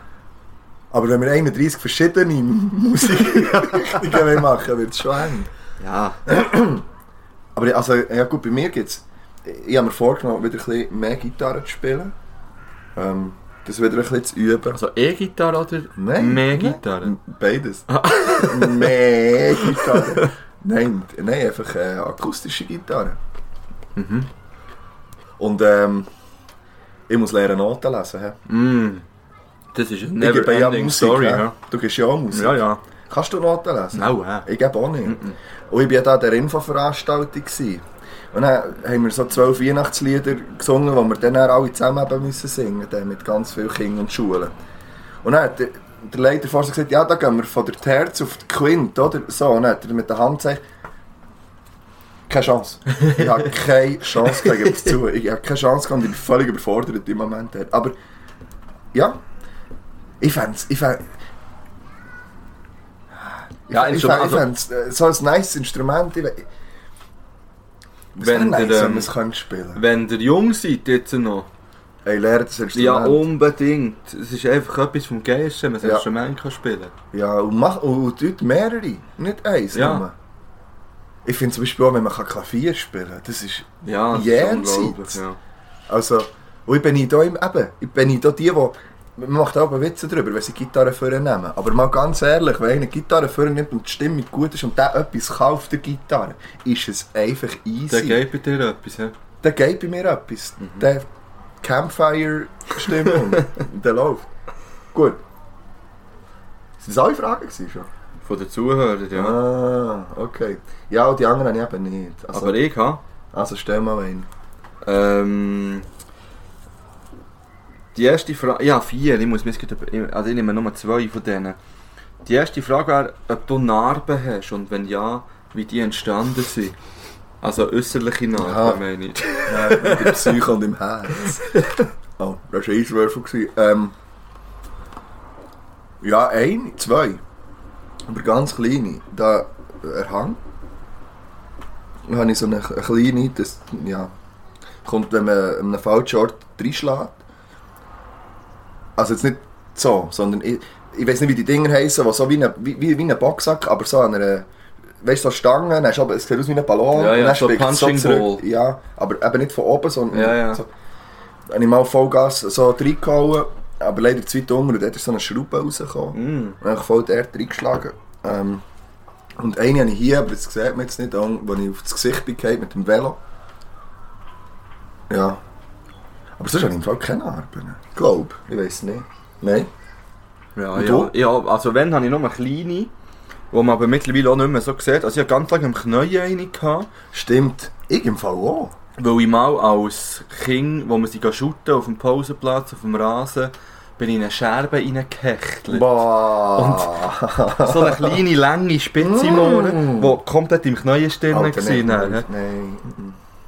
S2: Aber wenn wir 31 verschiedene Musikrichtungen machen, wird es schon eng.
S1: Ja.
S2: Aber ja, also, ja gut, bei mir gibt's. Ich habe mir vorgenommen, wieder ein bisschen mehr Gitarre zu spielen. Ähm, das wieder ein bisschen zu üben.
S1: Also E-Gitarre oder
S2: Nein.
S1: mehr
S2: nein,
S1: Gitarre?
S2: m- Beides.
S1: Ah.
S2: mehr Gitarre. Nein, d- nein, einfach äh, akustische Gitarre.
S1: Mhm.
S2: Und ähm, ich muss lernen Noten lesen. hä?
S1: Mm. Das ist eine
S2: ich gebe ja
S1: never-ending
S2: Musik.
S1: story.
S2: hä?
S1: Ja,
S2: Du gibst ja auch Musik.
S1: ja. ja.
S2: Kannst du Noten lesen?
S1: Genau, ja.
S2: Ich gebe auch nicht. Und ich war ja da an der Infoveranstaltung. gewesen. Und dann haben wir so zwölf Weihnachtslieder gesungen, die wir dann auch alle zusammen eben müssen singen mussten, mit ganz vielen Kindern und Schulen. Und dann hat der, der Leiter vor sich gesagt, ja, da gehen wir von der Terz auf die Quint, oder? So, und dann hat er mit der Hand gesagt, keine Chance. Ich habe keine Chance gegen das zu. Ich habe keine Chance gehabt und ich bin völlig überfordert im Moment. dort. Aber, ja, ich fände es... Ich fänd,
S1: Ja,
S2: ich
S1: Instrument- also-
S2: fänd- ich fänd's, äh, so ein nice Instrument. Ich, we- was
S1: Wenn
S2: wär nice,
S1: der,
S2: wenn
S1: ähm,
S2: man es könnte spielen
S1: Wenn ihr jung seid jetzt noch,
S2: Ey, lernt das Instrument.
S1: ja oh. unbedingt. Es ist einfach etwas vom Geist, wenn man ein
S2: Ja.
S1: Instrument kann spielen
S2: Ja, und, mach, und, und dort mehrere, nicht eins
S1: Ja.
S2: nur. Ich finde zum Beispiel auch, wenn man kann Klavier spielen kann, das ist...
S1: Ja, das
S2: Jenseits.
S1: ist unglaublich. Ja.
S2: Also, und ich bin hier im, eben, ich bin hier die, die... Man macht auch Witze darüber, wenn sie Gitarre vornehmen. Aber mal ganz ehrlich, wenn einer Gitarre vornimmt und die Stimmung gut ist und der etwas kauft, der Gitarre, ist es einfach easy.
S1: Dann geht Mhm. bei dir etwas. Ja.
S2: Da geht bei mir etwas. Der Campfire-Stimmung, der läuft. Gut. Das waren alle Fragen gewesen schon.
S1: Von den Zuhörern, ja.
S2: Ah, okay. Ja, und die anderen habe ich eben nicht. Also,
S1: Aber ich habe.
S2: also stell mal ein.
S1: Ähm, die erste Frage. Ja, vier. Ich muss mir jetzt gerade über- ich- Also ich nehme nur zwei von denen. Die erste Frage wäre, ob du Narben hast und wenn ja, wie die entstanden sind. Also äußerliche
S2: Aha.
S1: Narben meine ich.
S2: Ja, mit dem Psycho und im Herz. Oh, das war ein Eiswürfel. gewesen. Ähm, ja, ein, zwei. Aber ganz kleine. Da der Hang. Da habe ich so eine, eine kleine, das ja, kommt, wenn man einen falschen Ort reinschlägt. Also jetzt nicht so, sondern ich, ich weiß nicht, wie die Dinger heißen, die so wie ein wie, wie, wie ein Boxsack, aber so an einer, weißt du, so Stangen, dann hast du aber, es sieht aus wie ein Ballon.
S1: Ja, ja,
S2: und dann
S1: so
S2: schlägt es
S1: Punching
S2: zurück.
S1: Ball.
S2: Ja, aber eben nicht von oben, sondern
S1: Ja, ja.
S2: so. Da habe ich mal Vollgas so reingehauen, aber leider zu weit unten und dort ist so eine Schraube rausgekommen.
S1: Mm.
S2: Und dann habe ich voll die Erde reingeschlagen. Ähm, und eine habe ich hier, aber das sieht man jetzt nicht, wo ich auf das Gesicht bin gefallen mit dem Velo. Ja. Aber sonst habe ich im Fall keine Narben. Glaub, ich weiß nicht. Nein.
S1: Ja,
S2: Und
S1: ja.
S2: du?
S1: ja, also wenn, habe ich noch eine kleine, die man aber mittlerweile auch nicht mehr so sieht. Also ich hatte ganz lange im Knäuel eine, gehabt,
S2: Stimmt. Ich im Fall auch.
S1: weil ich mal als Kind, wo wir sie shooten, auf dem Pausenplatz, auf dem Rasen, bin ich in eine Scherbe reingehechtelt.
S2: Boah.
S1: so eine kleine, lange Spitze im Ohren, die komplett im Knäuel drin war. Dann,
S2: Nein.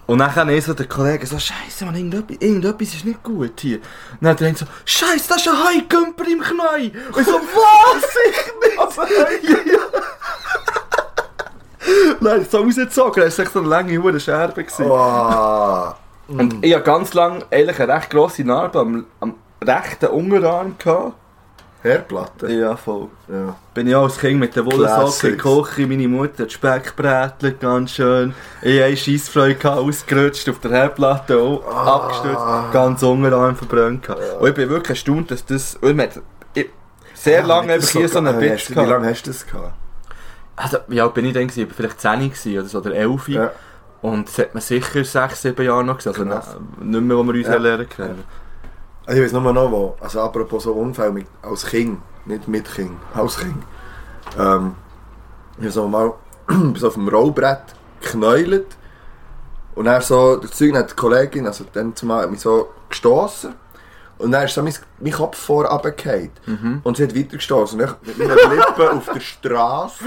S1: und dann kam so der Kollege so, Scheiße, man, irgendetwas, irgendetwas ist nicht gut hier. Und dann hat er so, Scheiße, das ist ein Heikümper im Knäuel. Und ich so, was? Ich nicht. ja. Nein, so rausgezogen, das war echt so eine lange Hure Scherbe. gewesen.
S2: Boah.
S1: Und ich hatte ganz lange eigentlich eine recht grosse Narbe am, am rechten Unterarm. Gehabt.
S2: Herdplatte.
S1: Ja, voll.
S2: Ja.
S1: Bin ich auch als Kind mit der Wollensocke in die Küche, meine Mutter hat Speckbrätchen, ganz schön. Ich hatte Scheissfreude, gehabt, ausgerutscht, auf der Herdplatte auch,
S2: Ah.
S1: abgestürzt, ganz Unterarm verbrannt. gehabt. Und ich bin wirklich erstaunt, dass das... Und man hat, ich, sehr lange
S2: Das
S1: habe ich
S2: ist
S1: hier so einen
S2: geil.
S1: Bitch
S2: Wie
S1: gehabt.
S2: lange hast du das gehabt?
S1: Also, wie alt bin ich denn? gewesen? Ich war vielleicht 10 gewesen oder so, oder 11.
S2: Ja.
S1: Und das hat man sicher 6, 7 Jahre noch gesehen. Also
S2: Krass.
S1: nicht mehr, wo wir uns
S2: Ja.
S1: lernen können.
S2: Ich weiß nur noch, wo. Also apropos so Unfälle mit, als Kind, nicht mit Kind, als Kind. Ähm, ich so mal bis auf dem Rollbrett geknäult. Und dann so, der Zeug hat die Kollegin, also dann zumal, hat mich so gestossen. Und dann ist so mein, mein Kopf vor runtergefallen. Und sie hat weitergestoßen. Und ich mit meinen Lippen auf der Straße.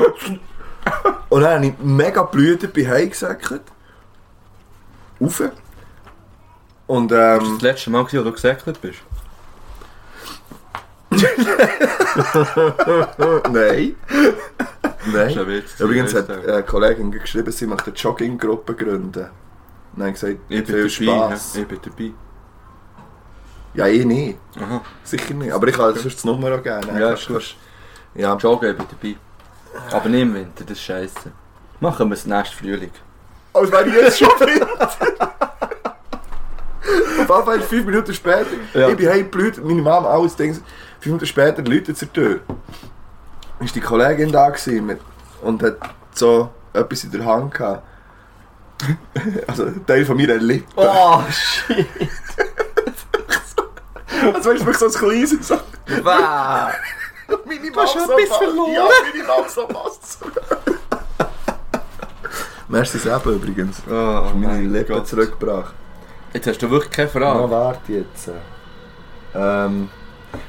S2: Und dann habe ich mega blühend bei Hause gesäckert. Rauf. Und
S1: Das
S2: ähm...
S1: war das letzte Mal, gewesen, wo du gesäckelt bist.
S2: Nein.
S1: Das ist ein
S2: Nein.
S1: Witz.
S2: Übrigens hat
S1: Ich
S2: äh, eine Kollegin geschrieben, sie möchte eine Jogging-Gruppe gründen. Und dann gesagt,
S1: bin
S2: viel
S1: dabei.
S2: Spaß.
S1: hä? Ich bin dabei.
S2: Ja, ich nicht.
S1: Aha.
S2: Sicher nicht. Aber ich kann dir sonst die Nummer auch geben.
S1: Ja,
S2: Dann
S1: ist
S2: kannst du- Ja,
S1: Joggen, ich bin dabei. Aber nicht im Winter, das ist scheiße. Machen wir es nächsten Frühling.
S2: als wäre ich jetzt schon fit. Auf jeden Fall fünf Minuten später,
S1: Ja.
S2: ich bin heimgeblüht, meine Mama alles denkt, fünf Minuten später läutet zur Tür. Ist die Kollegin da gewesen mit, und hat so etwas in der Hand gehabt. Also ein Teil von mir Lippe.
S1: Oh, shit.
S2: Also weißt du, wirklich so ein kleines so.
S1: Wow.
S2: Meine
S1: hast schon etwas verloren.
S2: Ja, meine Mama so passt. Merci selber übrigens.
S1: Oh,
S2: Hast meine
S1: mein
S2: Lippen
S1: Gott.
S2: zurückgebracht.
S1: Jetzt hast du wirklich keine
S2: Ah.
S1: Frage.
S2: warte jetzt. Ähm.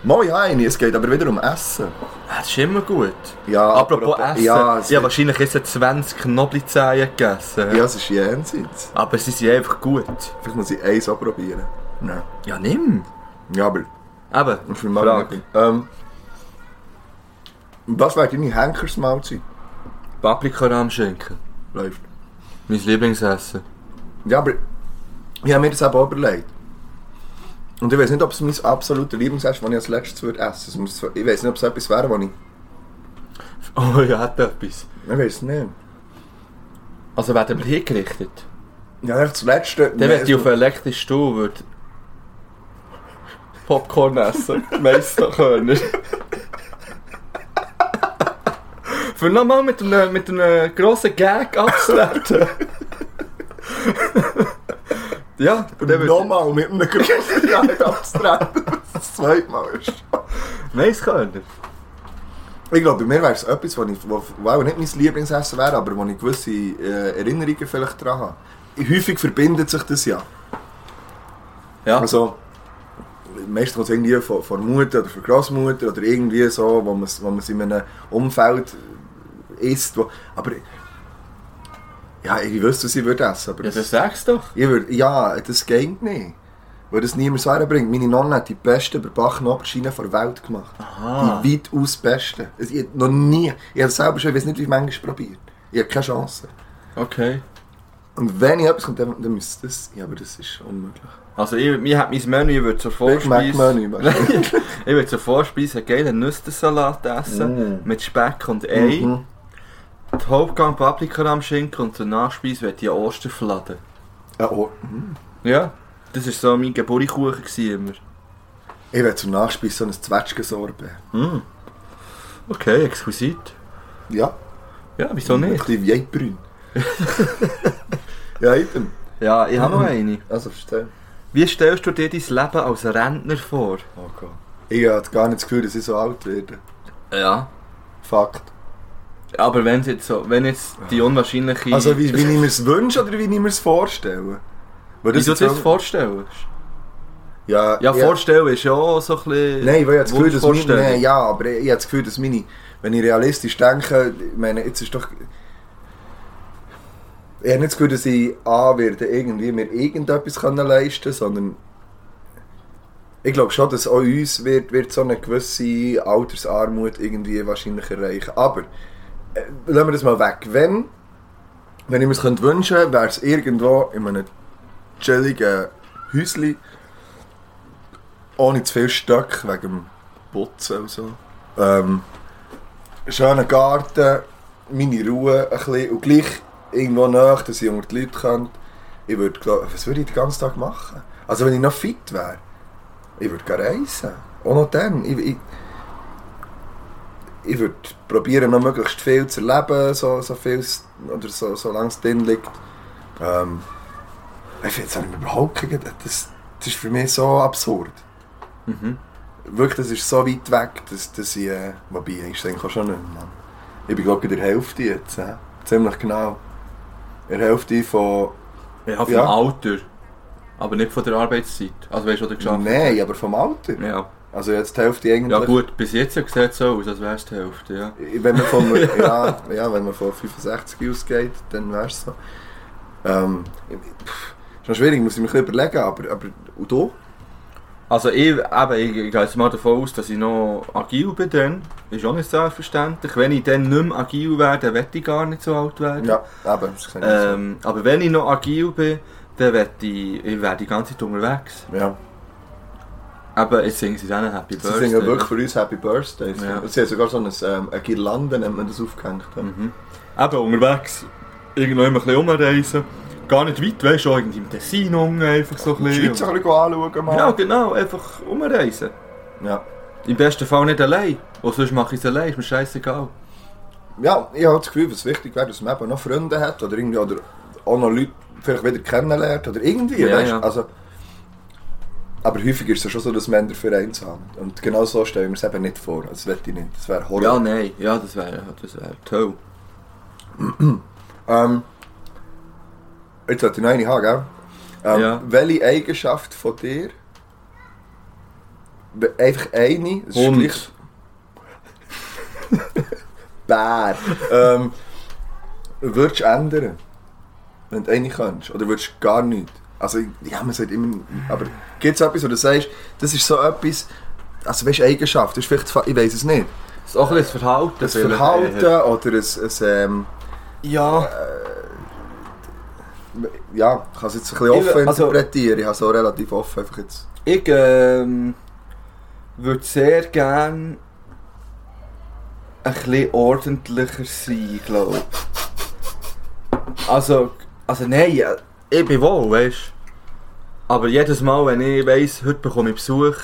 S2: Mal ja eine, es geht aber wieder um Essen.
S1: Ah, Das ist immer gut.
S2: Ja,
S1: Apropos Essen.
S2: Ja, es,
S1: ich habe wahrscheinlich jetzt 20 Knoblauchzehen gegessen.
S2: ja, es ist jenseits.
S1: Aber sie sind einfach gut.
S2: Vielleicht muss ich eins auch probieren. Nein.
S1: Ja, nimm.
S2: Ja, aber
S1: Eben.
S2: ich will mal
S1: Frage.
S2: Ähm, was wäre deine Henkersmahlzeit?
S1: Paprikarahm-Schinken.
S2: Läuft.
S1: Mein Lieblingsessen.
S2: Ja, aber ich habe mir das eben auch überlegt. Und ich weiß nicht, ob es mein absoluter Lieblingsessen ist, was ich als letztes würde essen. Es muss- Ich weiß nicht, ob es etwas wäre, was ich.
S1: Oh, ja, hat etwas.
S2: Ich weiß nicht.
S1: Also werden wir hingerichtet.
S2: Ja, echt das letzte.
S1: Dann wird ich auf einen elektrischen Stuhl würd Popcorn essen. Meisterkörner. Für nochmal mit einem, mit einem grossen Gag abzuwerten. ja, und dann würd
S2: Nochmal mit einem großen Jahr abstreben, dass das zweite Mal ist.
S1: ich Meisterkörner.
S2: Ich glaube, bei mir wäre es etwas, was ich, wo, wo auch nicht mein Lieblingsessen wäre, aber wo ich gewisse äh, Erinnerungen vielleicht dran habe. Häufig verbindet sich das ja.
S1: Ja,
S2: Also, meistens kommt es irgendwie von, von der Mutter oder von der Großmutter oder irgendwie so, wo man es wo man's in eh, einem Umfeld isst. Wo, aber ja, dus ich wüsste, was ich würde essen. Aber
S1: ja
S2: das,
S1: das sagst du doch.
S2: ich würd, ja, das geht nicht. Weil das niemand so herbringt. Meine Nonna hat die beste Knoblauchschienen der Welt gemacht.
S1: Aha.
S2: Die weitaus beste. Also, ich hab noch nie. Ich habe selber schon, ich weiß nicht, wie manchmal probiert. Ich habe keine Chance.
S1: Okay.
S2: Und wenn ich etwas kommt, dann, dann müsste das. Ja, aber das ist unmöglich.
S1: Also, ich, mir hat mein Menü, ich würde zur
S2: Big Mac
S1: Vorspeise...
S2: Menü. meinst du?
S1: ich würde zur Vorspeise einen geilen Nüssensalat essen.
S2: Mm.
S1: Mit Speck und Ei.
S2: Mhm.
S1: Die Hauptgang Paprika am Schinken und der Nachspeis wird die Osterfladen.
S2: Ja, oh. mhm.
S1: Ja. Das war so mein Geburtkuchen gsi immer.
S2: Ich will zum Nachspeis so ein Zwetschgensorbe.
S1: Okay, exquisit.
S2: Ja.
S1: Ja, wieso
S2: Ein
S1: nicht?
S2: bisschen Weitbrün. ja, eben.
S1: Ja, ich habe noch eine.
S2: Also, verstehe.
S1: Wie stellst du dir dein Leben als Rentner vor?
S2: Oh Gott. Ich habe gar nicht das Gefühl, dass ich so alt werde.
S1: Ja.
S2: Fakt.
S1: Aber wenn jetzt so, wenn jetzt die unwahrscheinliche...
S2: Also, wie, wie ich mir es wünsche oder wie ich mir es vorstelle? Weil
S1: wie du
S2: jetzt
S1: dir das
S2: auch-
S1: vorstellst?
S2: Ja,
S1: Ja, vorstellen ist ja auch so ein bisschen...
S2: Nein, weil ich habe das Gefühl, dass meine,
S1: Wunschvorstellung.
S2: nein, ja, aber ich habe das Gefühl, dass meine, wenn ich realistisch denke, ich meine, jetzt ist doch... Ich habe nicht das Gefühl, dass ich A, werde irgendwie mir irgendetwas können leisten können, sondern ich glaube schon, dass auch uns wird, wird so eine gewisse Altersarmut irgendwie wahrscheinlich erreichen. Aber, äh, lassen wir das mal weg. Wenn, wenn ich mir es könnte wünschen könnte, wäre es irgendwo in einem chilligen Häuschen ohne zu viel Stöcke wegen dem Putzen und so. Ähm, schönen Garten, meine Ruhe ein bisschen und gleich irgendwo nach, dass ich unter die Leute könnte. Ich würde, glaub- was würde ich den ganzen Tag machen? Also wenn ich noch fit wäre, ich würde gerne reisen. Auch noch dann. Ich, ich, ich würde probieren, noch möglichst viel zu erleben, so, so viel, es- oder so, solange es drin liegt. Ähm, ich finde es überhaupt kein, das, das ist für mich so absurd. Wirklich, das ist so weit weg, dass, dass ich... Äh, wobei, ich denke auch schon nicht mehr, Mann. Ich bin glaube ich in der Hälfte jetzt. Äh? Ziemlich genau. In der Hälfte von...
S1: Ja, vom
S2: Ja.
S1: Alter. Aber nicht von der Arbeitszeit. Also weißt du, was du geschafft
S2: Nein, aber vom Alter.
S1: hast. Ja.
S2: Also jetzt die Hälfte eigentlich...
S1: ja gut, bis jetzt sieht es so aus, als wär's die Hälfte, ja.
S2: Wenn man von, ja, ja, wenn man von 65 ausgeht, dann wär's so. Ähm, pff, ist noch schwierig, muss ich mir ein bisschen überlegen, aber, aber und du?
S1: Also ich, eben, ich, ich gehe jetzt mal davon aus, dass ich noch agil bin dann. Ist auch nicht selbstverständlich. Wenn ich dann nicht mehr agil werde, dann werde ich gar nicht so alt werden.
S2: Ja, eben, das sehe ich
S1: Ähm, aber wenn ich noch agil bin, dann werde ich, ich werde die ganze Zeit unterwegs.
S2: so. Ja.
S1: Aber jetzt singen sie dann Happy
S2: Sie
S1: Birthday.
S2: singen wirklich für uns Happy Birthday.
S1: Ja.
S2: Sie haben sogar so ein, ähm, eine Girlande, nennt man das, aufgehängt.
S1: Mhm. Eben unterwegs, irgendwo immer ein bisschen rumreisen. Gar nicht weit, weißt du, auch irgendwie im Tessin unten, einfach so ein
S2: Die
S1: bisschen.
S2: Schweiz ein bisschen anschauen mal.
S1: Ja, genau, einfach rumreisen.
S2: ja.
S1: Im besten Fall nicht allein. Und sonst mache ich es allein, ist mir scheißegal.
S2: Ja, ich habe das Gefühl, dass es wichtig wäre, dass man eben noch Freunde hat oder, irgendwie, oder auch noch Leute vielleicht wieder kennenlernt oder irgendwie,
S1: Ja,
S2: weißt du?
S1: ja.
S2: Also, aber häufig ist es schon so, dass Männer Vereins haben. Und genau so stelle ich mir es eben nicht vor. Das will ich nicht. Das wäre
S1: Ja,
S2: Horror.
S1: nein, ja, das wäre das wär toll.
S2: ähm, jetzt sollte ich noch eine haben, gell? Ähm,
S1: Ja.
S2: Welche Eigenschaft von dir? We- Einfach eine. es ist
S1: Hund.
S2: gleich- Bär. ähm, würdest du ändern? Wenn du eine kannst? Oder würdest du gar nicht? Also, ja, man sagt immer. Aber gibt es etwas, wo du sagst, das ist so etwas. Also, weißt du, Eigenschaft? Das ist vielleicht, das Fa- ich weiß es nicht.
S1: Das ist auch ein bisschen das Verhalten.
S2: Das
S1: vielleicht
S2: Verhalten
S1: eher.
S2: oder ein. ein ähm,
S1: Ja,
S2: Ja, ich kann es jetzt ein bisschen
S1: Ich will-
S2: offen
S1: also-
S2: interpretieren. Ich habe es auch relativ offen. Einfach jetzt.
S1: ich ähm, würde sehr gerne ein bisschen ordentlicher sein, glaube ich. Also, also nein, ja, ich bin wohl, weißt du. Aber jedes Mal, wenn ich weiss, heute bekomme ich Besuch,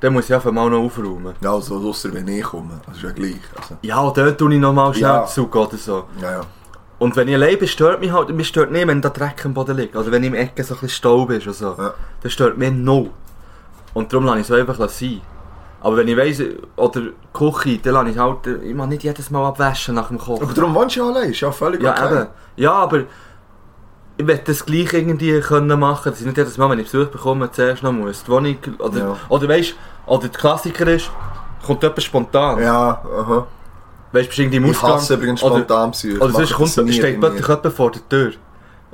S1: dann muss ich einfach mal noch aufräumen.
S2: Ja, also ausser wenn ich komme. Das ist ja gleich. Also,
S1: Ja, und dort tue ich nochmal schnell
S2: Ja.
S1: Zug oder so.
S2: ja, ja.
S1: Und wenn ich allein bin, stört mich halt, mich stört nicht, wenn da Dreck am Boden liegt. Oder wenn im Ecken so ein bisschen Staub ist oder so.
S2: Ja.
S1: Das stört mich null. Und darum lasse ich es einfach sein. Aber wenn ich weiss, oder die Küche, dann lasse ich halt, ich muss nicht jedes Mal abwaschen nach dem Kochen.
S2: Aber darum wohnst du ja allein. Ist ja völlig
S1: ja,
S2: okay.
S1: eben. Ja, aber ich möchte das gleich irgendwie können machen, dass ich nicht jedes Mal, wenn ich Besuch bekomme, zuerst noch muss. Die Wohnung, oder,
S2: Ja.
S1: oder weißt oder der Klassiker ist, kommt jemand spontan.
S2: Ja, aha.
S1: Weißt du, bist irgendwie im
S2: Ich
S1: Ausgang,
S2: hasse übrigens
S1: oder-
S2: spontan Psyche.
S1: Oder sonst kommt, steht plötzlich jemand vor der Tür.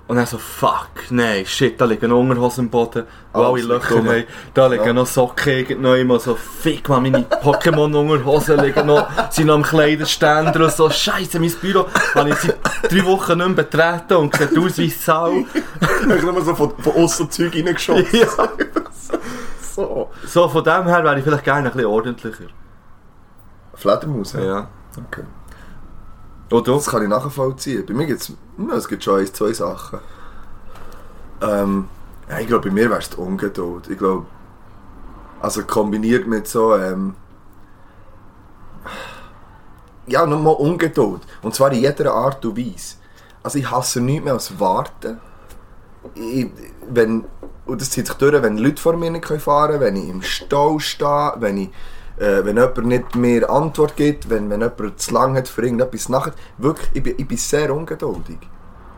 S1: Und dann so, fuck, nein, shit, da liegen Unterhosen am Boden, wo alle
S2: Alles
S1: Löcher
S2: mitgenommen.
S1: haben, da liegen
S2: Ja.
S1: noch Socken irgendwo immer so, fick mal, meine Pokémon-Unterhosen liegen noch, sind noch am Kleiderständer und so, scheisse, mein Büro, habe ich seit drei Wochen nicht mehr betreten und sieht aus wie Sau.
S2: Ich habe so von, von außen Zeug reingeschossen.
S1: Ja.
S2: so.
S1: So, von dem her wäre ich vielleicht gerne ein bisschen ordentlicher.
S2: Fledermaus, ja. Oh,
S1: Ja.
S2: Okay.
S1: Und du?
S2: Das kann ich nachvollziehen. Bei mir gibt es. Es gibt schon eins, zwei Sachen. Ähm, ja, ich glaube, bei mir wärst du Ungeduld. Ich glaube. Also kombiniert mit so. Ähm, ja, nochmal Ungeduld. Und zwar in jeder Art und Weise. Also ich hasse nichts mehr als Warten. Ich, wenn, und das zieht sich durch, wenn Leute vor mir nicht können fahren können, wenn ich im Stau stehe, wenn, ich, äh, wenn jemand nicht mehr Antwort gibt, wenn, wenn jemand zu lange hat für irgendetwas nachher. Wirklich, ich bin, ich bin sehr ungeduldig.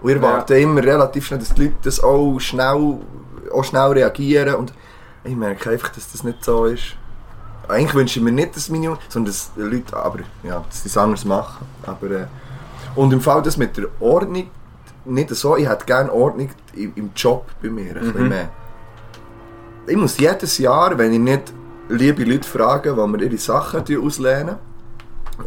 S2: Und ich erwarte immer relativ schnell, dass die Leute das auch schnell, auch schnell reagieren. Und ich merke einfach, dass das nicht so ist. Eigentlich wünsche ich mir nicht das Minimum, sondern dass die Leute, aber ja, dass die es anders machen. Aber, äh, und im Fall das mit der Ordnung, nicht so, ich hätte gerne Ordnung im, im Job bei mir, ein bisschen mehr. Ich muss jedes Jahr, wenn ich nicht liebe Leute frage, die mir ihre Sachen tun auslehnen,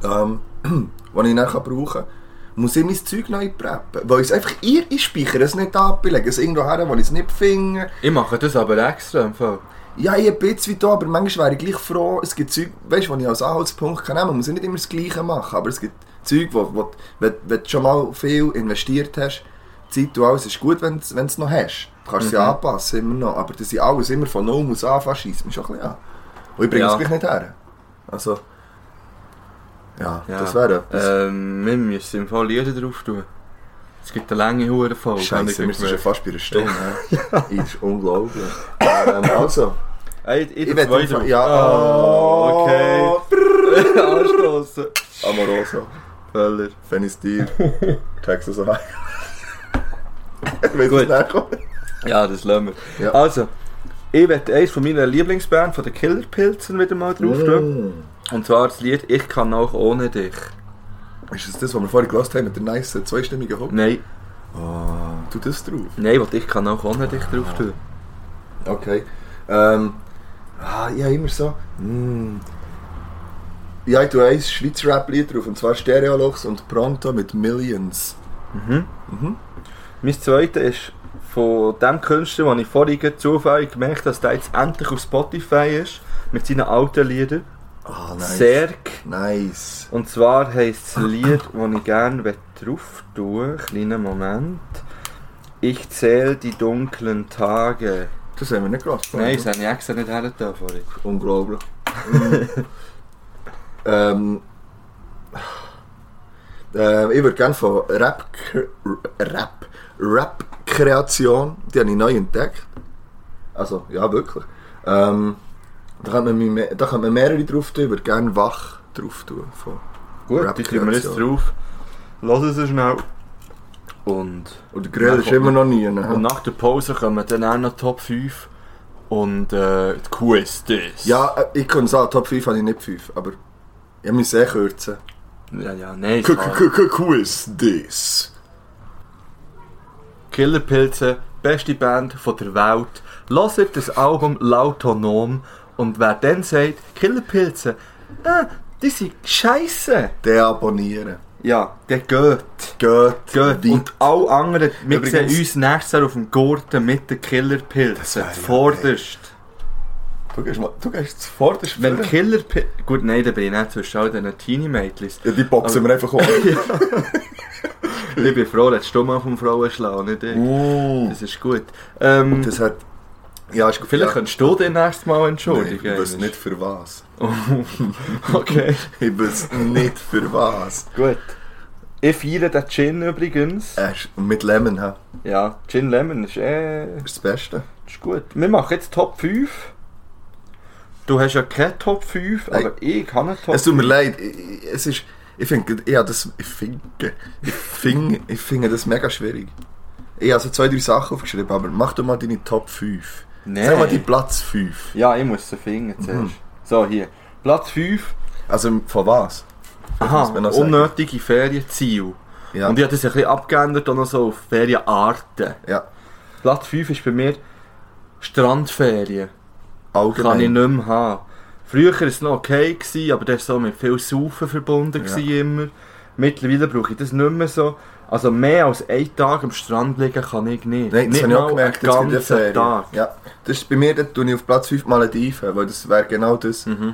S2: ähm, die ich dann kann brauchen kann, muss ich mein Zeug neu preppen. Weil ich es einfach ihr einspeichern, es nicht ablegen, es irgendwo her, wo ich es nicht finde.
S1: Ich mache
S2: dus
S1: das aber extra im Fall.
S2: Ja, ich ein bisschen da, aber manchmal wäre ich gleich froh. Es gibt Zeug, weißt du, die ich als Anhaltspunkt kann nehmen kann. muss ich nicht immer das Gleiche machen. Aber es gibt Zeug, wo, wo, wenn, wenn du schon mal viel investiert hast, Zeit und alles ist gut, wenn du es noch hast. Du kannst es
S1: Mhm.
S2: ja anpassen, immer noch. Aber dass ich alles immer von null muss anfangen, scheisst mich schon ein bisschen an. Und ich bringe es
S1: Ja.
S2: gleich nicht her. Also, ja,
S1: Ja.
S2: das wäre etwas.
S1: Äh, Ähm, wir müssen im Fall Lieder drauf tun. Es gibt eine lange Hurenfolge.
S2: Scheiße, wir sind schon fast bei einer Stunde. Ja. ist unglaublich. ähm, also,
S1: Ey, ich
S2: ich werde...
S1: weiter.
S2: Ja,
S1: Oh, okay. Anstoßen.
S2: Amoroso,
S1: Völler.
S2: Fanny Steel, Texas Ohio. ich weiß,
S1: Gut.
S2: was nachkommt.
S1: Ja, das lassen wir.
S2: Ja.
S1: Also, ich werde eins von meiner Lieblingsband, von den Killerpilzen, wieder mal drauf
S2: Mm.
S1: tun. Und zwar das Lied Ich kann auch ohne dich.
S2: Ist das das, was wir vorhin gehört haben mit der nice zweistimmigen Hook?
S1: Nein,
S2: Tu das drauf.
S1: nein, was ich kann auch ohne dich drauf tun.
S2: Okay. Ähm, ah, ja, immer so. Mm. Ja, ich tue ein Schweizer Rap-Lied drauf, und zwar Stereologs und Pronto mit Millions.
S1: Mein zweites ist von dem Künstler, den ich vorhin gerade zufällig gemerkt habe, dass der jetzt endlich auf Spotify ist, mit seinen alten Liedern.
S2: Ah,
S1: Serg.
S2: Nice.
S1: Und zwar heisst das Lied, das ich gerne drauf tue, kleinen Moment. Ich zähle die dunklen Tage.
S2: Das haben wir nicht gehört.
S1: Nein, das habe ich extra nicht her da vorhin.
S2: Unglaublich. Mm. ähm, ähm, ich würde gerne von Rap, Rap, Rap-Kreation, die habe ich neu entdeckt. Also, ja, wirklich. Ähm, da könnte man, mich mehr- da könnte man mehrere drauf tun, ich würde gerne Wach drauf tun. Von.
S1: Gut, die tun wir
S2: Rap-Kreation.
S1: jetzt drauf. Lass es so schnell. Und,
S2: Und der Grill
S1: Dann
S2: ist
S1: kommt
S2: immer noch nie.
S1: und
S2: Ne?
S1: nach der Pause kommen dann auch noch Top 5 und äh, die Quiz das.
S2: Ja, äh, ich kann sagen, Top 5 habe ich nicht 5, aber ich muss sehr kürzen.
S1: Ja, ja, nein.
S2: K-
S1: klar.
S2: K- K- Quiz this.
S1: Killerpilze, beste Band von der Welt. Hört das Album Lautonom und wer dann sagt, Killerpilze, ah, die sind scheiße.
S2: Deabonnieren.
S1: Ja, der geht.
S2: Geht,
S1: Geht. Und alle anderen, wir
S2: Übrigens-
S1: sehen uns nächstes Jahr auf dem Gurten mit den Killerpilzen.
S2: wär ja
S1: Vorderst.
S2: Du gehst, mal, du gehst sofort ins
S1: Wenn Killerpilze. Gut, nein, da bin ich nicht zwischen all diesen Teenie-Mädchen.
S2: Ja, die boxen wir einfach um.
S1: Ich bin froh, dass du mal vom Frauenschlag nicht ich.
S2: Mm.
S1: Das ist gut. Ähm,
S2: Das hat... Ja, ist gut.
S1: vielleicht
S2: ja.
S1: könntest du den nächstes Mal
S2: Nein,
S1: entschuldigen.
S2: ich weiß
S1: eigentlich.
S2: nicht für was.
S1: Okay.
S2: Ich weiß nicht für was.
S1: Gut. Ich feiere den Gin übrigens.
S2: Äh, ist- mit Lemon, hä?
S1: Ja, Gin Lemon ist eh.
S2: Ist das Beste.
S1: ist gut. Wir machen jetzt Top 5. Du hast ja keine Top 5,
S2: Nein.
S1: aber ich kann einen Top
S2: Es tut mir leid. ich- ich- Es ist... Ich finde, ich habe das... Ich finde... Ich finde ich finde das mega schwierig. Ich habe so zwei, drei Sachen aufgeschrieben, aber mach doch mal deine Top 5.
S1: Nein.
S2: Sag mal die Mhm. Platz 5.
S1: Ja, ich muss sie finden zuerst. So, hier. Platz 5.
S2: Also von was?
S1: Aha,
S2: muss man noch sagen.
S1: unnötige Ferienziele.
S2: Ja.
S1: Und ich habe das ein bisschen abgeändert, auch noch so auf Ferienarten.
S2: Ja.
S1: Platz 5 ist bei mir Strandferien.
S2: Allgemein.
S1: kann ich nicht mehr haben. Früher war es noch okay, gewesen, aber das war so mit viel Saufen verbunden.
S2: Ja.
S1: gewesen Immer. Mittlerweile brauche ich das nicht mehr so. Also mehr als einen Tag am Strand liegen kann ich nicht.
S2: Nein, das
S1: nicht
S2: habe ich auch
S1: mal
S2: gemerkt,
S1: einen
S2: jetzt bei
S1: ganzen
S2: der Ferien.
S1: Tag.
S2: Ja. Das ist bei mir, da tue ich auf Platz 5 Malediven, weil das wäre genau das.
S1: Mhm.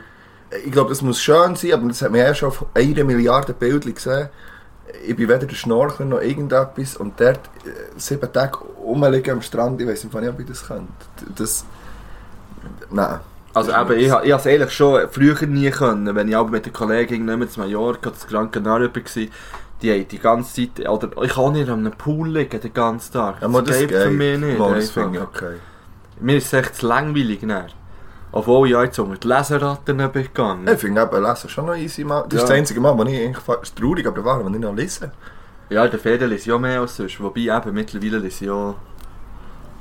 S2: Ich glaube, das muss schön sein, aber das hat man ja schon auf einer Milliarde Bildern gesehen. Ich bin weder der Schnorchler noch irgendetwas und dort äh, sieben Tage rumliegen am Strand, ich weiß nicht, ob ich das könnte. Das... Nein.
S1: Also
S2: Das ist
S1: eben, ich,
S2: nichts.
S1: ha- ich habe es eigentlich schon früher nie können, wenn ich aber mit den Kollegen nicht mehr zu Mallorca oder zu Gran Canaria war, die haben die ganze Zeit, oder ich kann auch nicht an einem Pool liegen den ganzen Tag.
S2: Ja, aber das geht
S1: für mich nicht.
S2: Mal, das
S1: einfach.
S2: finde ich okay.
S1: Mir ist es echt zu langweilig näher. Obwohl ich ja jetzt unter die Leseratten bin gegangen.
S2: Ich finde eben Lesen schon noch easy. Mal. Das
S1: Ja.
S2: ist das einzige Mal, wo ich eigentlich... fa- ist traurig, aber wahr, wenn ich noch lese.
S1: Ja, der Feder ist ja mehr als sonst. Wobei eben mittlerweile ist ja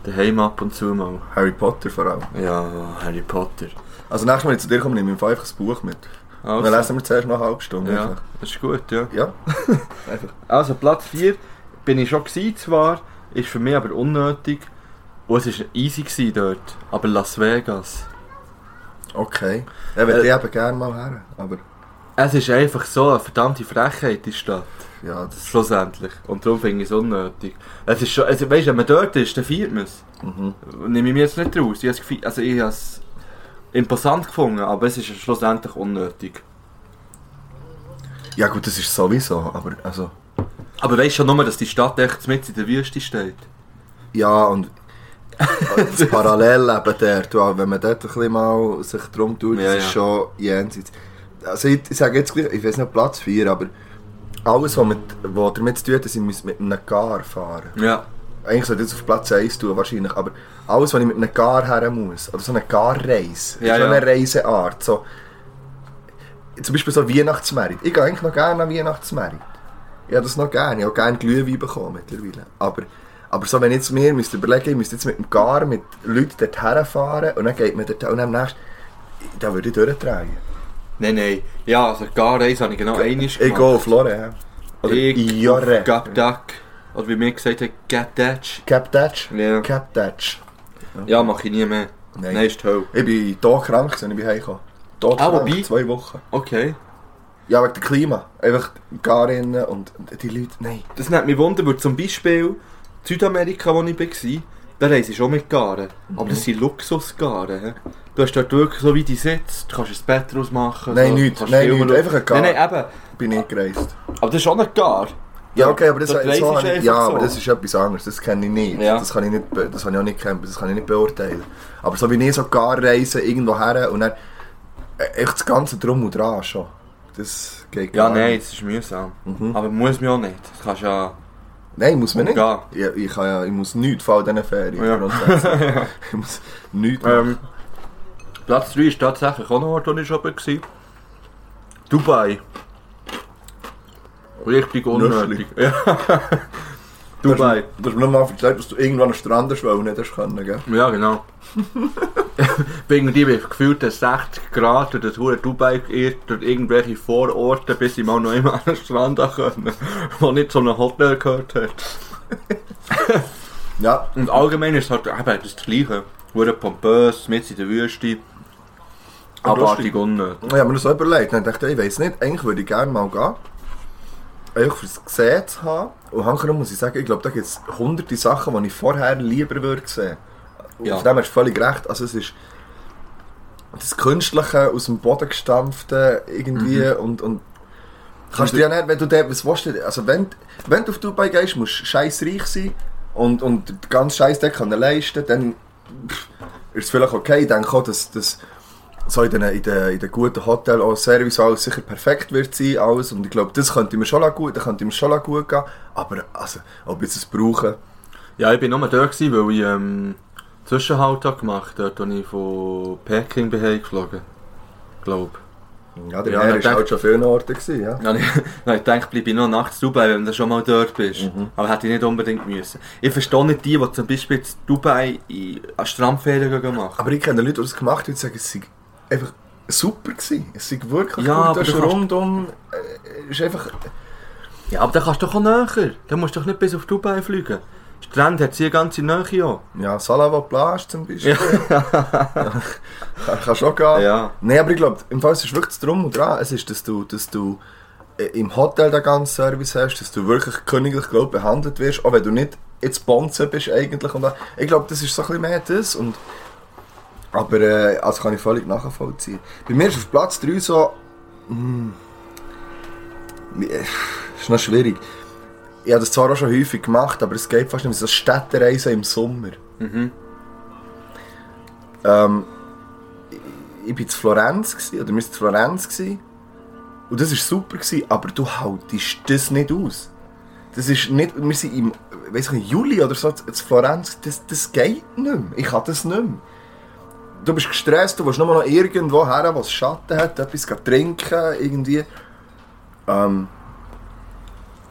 S1: daheim ab und zu mal.
S2: Harry Potter vor allem.
S1: Ja, Harry Potter.
S2: Also nächstes Mal, wenn ich zu dir komme, nehme ich einfach ein Buch mit. Und Dann lesen wir zuerst noch eine halbe Stunde.
S1: Also, ja, das ist gut, ja.
S2: Ja.
S1: Also Platz 4 bin ich schon gewesen, zwar, ist für mich aber unnötig. Und es war easy gewesen dort. Aber Las Vegas.
S2: Okay. Ja,
S1: Äh,
S2: würde ich eben gerne mal her. Aber
S1: Es ist einfach so eine verdammte Frechheit, die Stadt.
S2: ja, das.
S1: Schlussendlich. Und darum finde ich es unnötig. Es ist schon, also, weißt du, wenn man dort ist, dann feiert man es.
S2: Mhm.
S1: Nehme ich mir jetzt nicht raus. Ich habe es gefeiert- also ich habe es imposant gefunden, aber es ist schlussendlich unnötig.
S2: Ja, gut, das ist sowieso. Aber also.
S1: Aber weißt du schon nur, dass die Stadt echt mit in der Wüste steht?
S2: Ja, und. Das Parallelleben dort, ja, wenn man dort ein bisschen mal sich drum tut,
S1: Ja,
S2: das
S1: ja.
S2: ist schon jenseits. Also ich, ich sage jetzt gleich, ich weiß nicht Platz 4, aber Alles, was, mit, was damit zu tun hat, dass ich muss mit einem Gar fahren
S1: Ja.
S2: Eigentlich sollte ich das auf Platz 1 tun, wahrscheinlich. Aber alles, was ich mit einem Gar her muss, oder so eine Garreise,
S1: Ja,
S2: so
S1: ja.
S2: eine Reiseart. So, zum Beispiel so Weihnachtsmerit. Ich gehe eigentlich noch gerne an Weihnachtsmerit. Ich habe das noch gerne. Ich habe gerne Glühwein bekommen mittlerweile. Aber, aber so, wenn ich jetzt mir müsste überlegen ich müsste jetzt mit dem Gar mit Leuten dort herfahren und dann geht man dort und dann am nächsten... Da würde ich durchdrehen.
S1: Nein, nein. Ja, also Gareis habe ich genau einiges
S2: Ich gehe auf Lore. Oder
S1: Ich
S2: Jore.
S1: Gab Duck. Oder wie mir gesagt hat, Gab Dutch.
S2: Cap Datsch?
S1: Ja.
S2: Cap Datsch.
S1: Ja, mache ich nie mehr.
S2: Nein.
S1: Nein, ist die Hölle.
S2: Ich bin hier krank, als ich bin heimgekommen. Hier
S1: Ah,
S2: krank,
S1: wobei-
S2: zwei Wochen.
S1: Okay.
S2: Ja, wegen dem Klima. Einfach die Garinnen und die Leute. Nein.
S1: Das nimmt mich wunder, weil zum Beispiel Südamerika, wo ich war, da reise ich schon mit Garen. Aber das sind Luxusgaren. he. Du hast dort wirklich so wie die Sitz, du kannst ein Bett draus machen.
S2: Nein,
S1: so,
S2: nichts,
S1: kannst
S2: nein,
S1: Filme
S2: nichts,
S1: schauen.
S2: einfach ein Gar.
S1: Nein, nein, eben.
S2: Bin ich gereist.
S1: Aber das ist schon ein Gar.
S2: Ja, okay, aber das,
S1: Dort reise
S2: so
S1: ich
S2: habe ich,
S1: einfach
S2: ja,
S1: so.
S2: aber das ist etwas anderes. Das kenne ich nicht.
S1: Ja.
S2: Das kann ich nicht, be- das habe ich auch nicht kennen, das kann ich nicht beurteilen. Aber so wie ich so gar reise irgendwo her und dann äh, echt das ganze drum und dran schon. Das geht
S1: Ja,
S2: gar
S1: nein,
S2: nicht.
S1: das ist mühsam.
S2: Mhm.
S1: Aber muss man auch nicht. Das kannst ja...
S2: Nein, muss man nicht.
S1: Ja.
S2: Ja, ich, kann ja, ich muss nichts von all diesen Ferien.
S1: Ja.
S2: grundsätzlich. ich muss nichts machen.
S1: Ähm, Platz 3 ist tatsächlich auch noch ein Ort, wo ich schon war. Dubai. Richtig unnötig. Ja. Dubai.
S2: Du hast mir nochmal erzählt, dass du irgendwann am Strand hast, weil du nicht hast können, gell?
S1: Ja, genau. bin irgendwie bei gefühlt 60 Grad durch das hure Dubai geirrt, durch irgendwelche Vororte, bis ich mal noch immer an den Strand konnte, wo nicht zu einem Hotel gehört hat.
S2: Ja,
S1: Und allgemein ist es halt eben das Gleiche. Hure pompös, mit in der Wüste. Abartig unnötig.
S2: ich habe mir das so überlegt. Dann dachte ich, ich weiß nicht, eigentlich würde ich gerne mal gehen. Einfach fürs Gesehen zu haben. Und hankerum muss ich sagen, ich glaube, da gibt es hunderte Sachen, die ich vorher lieber würde sehen. Ja.
S1: Ja.
S2: Auf dem hast du völlig recht. Also es ist das Künstliche, aus dem Boden gestampfte irgendwie und, und Kannst du ja nicht, wenn du dort, was willst du, also wenn, wenn du auf Dubai gehst, musst du scheissreich sein und, und ganz scheiß dort können leisten, dann pff, ist es vielleicht okay. Ich denke auch, dass, dass so in den, in den, in den guten Hotels auch Service alles sicher perfekt wird sein, alles. Und ich glaube, das könnte mir schon la gut, da könnte mir schon la gut gehen. Aber, also, ob ich es brauche,
S1: Ja, ich bin nur dort, gewesen, weil ich ähm, Zwischenhalt habe gemacht habe, dort, als ich von Peking bin geflogen Glaube
S2: ja, der
S1: Ja,
S2: Herr
S1: dann
S2: ist halt
S1: denk-
S2: schon vielen Orten gewesen, ja.
S1: Ja, ich, ja, ich denke, bleibe ich noch nachts Dubai, wenn du schon mal dort bist. Aber hätte ich nicht unbedingt müssen. Ich verstehe nicht die, die zum Beispiel in Dubai in- an Strandferien gehen machen.
S2: Aber ich kenne Leute, die das gemacht haben, die sagen, es sei einfach super gewesen. Es sei wirklich
S1: Ja,
S2: gut,
S1: aber
S2: das
S1: du
S2: ist
S1: kannst-
S2: rundum, äh, ist einfach...
S1: Ja, aber dann kannst du doch auch näher. Dann musst du doch nicht bis auf Dubai fliegen. Strand hat sie ganze Nähe auch.
S2: Ja, Salava Plage zum Beispiel. Ja. Kannst du auch gehen.
S1: Ja.
S2: Nein, aber ich glaube, im Fall es ist wirklich das drum und dran. Es ist, dass du, dass du äh, im Hotel den ganzen Service hast, dass du wirklich königlich glaub, behandelt wirst, auch wenn du nicht jetzt Bonzen bist eigentlich. Und, all- ich glaube, das ist so ein bisschen mehr das. Und, aber äh, also kann ich völlig nachvollziehen. Bei mir ist auf Platz 3 so... Mh, äh, ist noch schwierig. Ich habe das zwar auch schon häufig gemacht, aber es geht fast nicht mehr. So Städtereisen im Sommer. Ähm, ich- ich war in Florenz, gewesen, oder wir waren in Florenz. Gewesen, und das war super, gewesen, aber du haltest das nicht aus. Das ist nicht, wir sind im weiss ich, Juli oder so in Florenz, das, das geht nicht mehr. Ich kann das nicht mehr. Du bist gestresst, du willst nur noch irgendwo her, was Schatten hat, etwas gehen trinken, irgendwie. Ähm,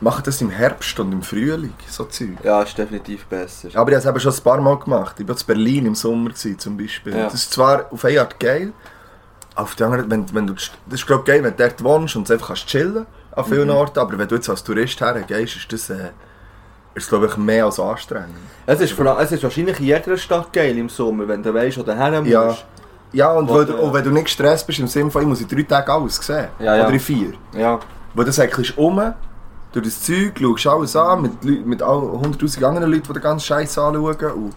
S2: mach das im Herbst und im Frühling, so Zeug.
S1: Ja, ist definitiv besser.
S2: Aber ich habe es eben schon ein paar Mal gemacht. Ich war in Berlin im Sommer gewesen, zum Beispiel.
S1: Ja.
S2: Das ist zwar auf eine Art geil, auf der anderen, wenn, wenn du, das ist glaube ich geil, wenn du dort wohnst und es einfach kannst chillen an vielen
S1: Mhm.
S2: Orten, aber wenn du jetzt als Tourist hergehst, ist das, äh, ist glaube ich mehr als anstrengend.
S1: Es ist, vor allem, es ist wahrscheinlich in jeder Stadt geil im Sommer, wenn du weißt, wo du her musst.
S2: Ja, ja und, weil,
S1: Oder-
S2: du- und wenn du nicht gestresst bist, im Sinne von, ich muss in drei Tagen alles sehen,
S1: Ja, ja.
S2: oder in vier.
S1: ja.
S2: Weil du säckelst um, durch das Zeug, schaust alles an, mit, Leu- mit all- 100'000 anderen Leuten, die den ganzen Scheiß anschauen und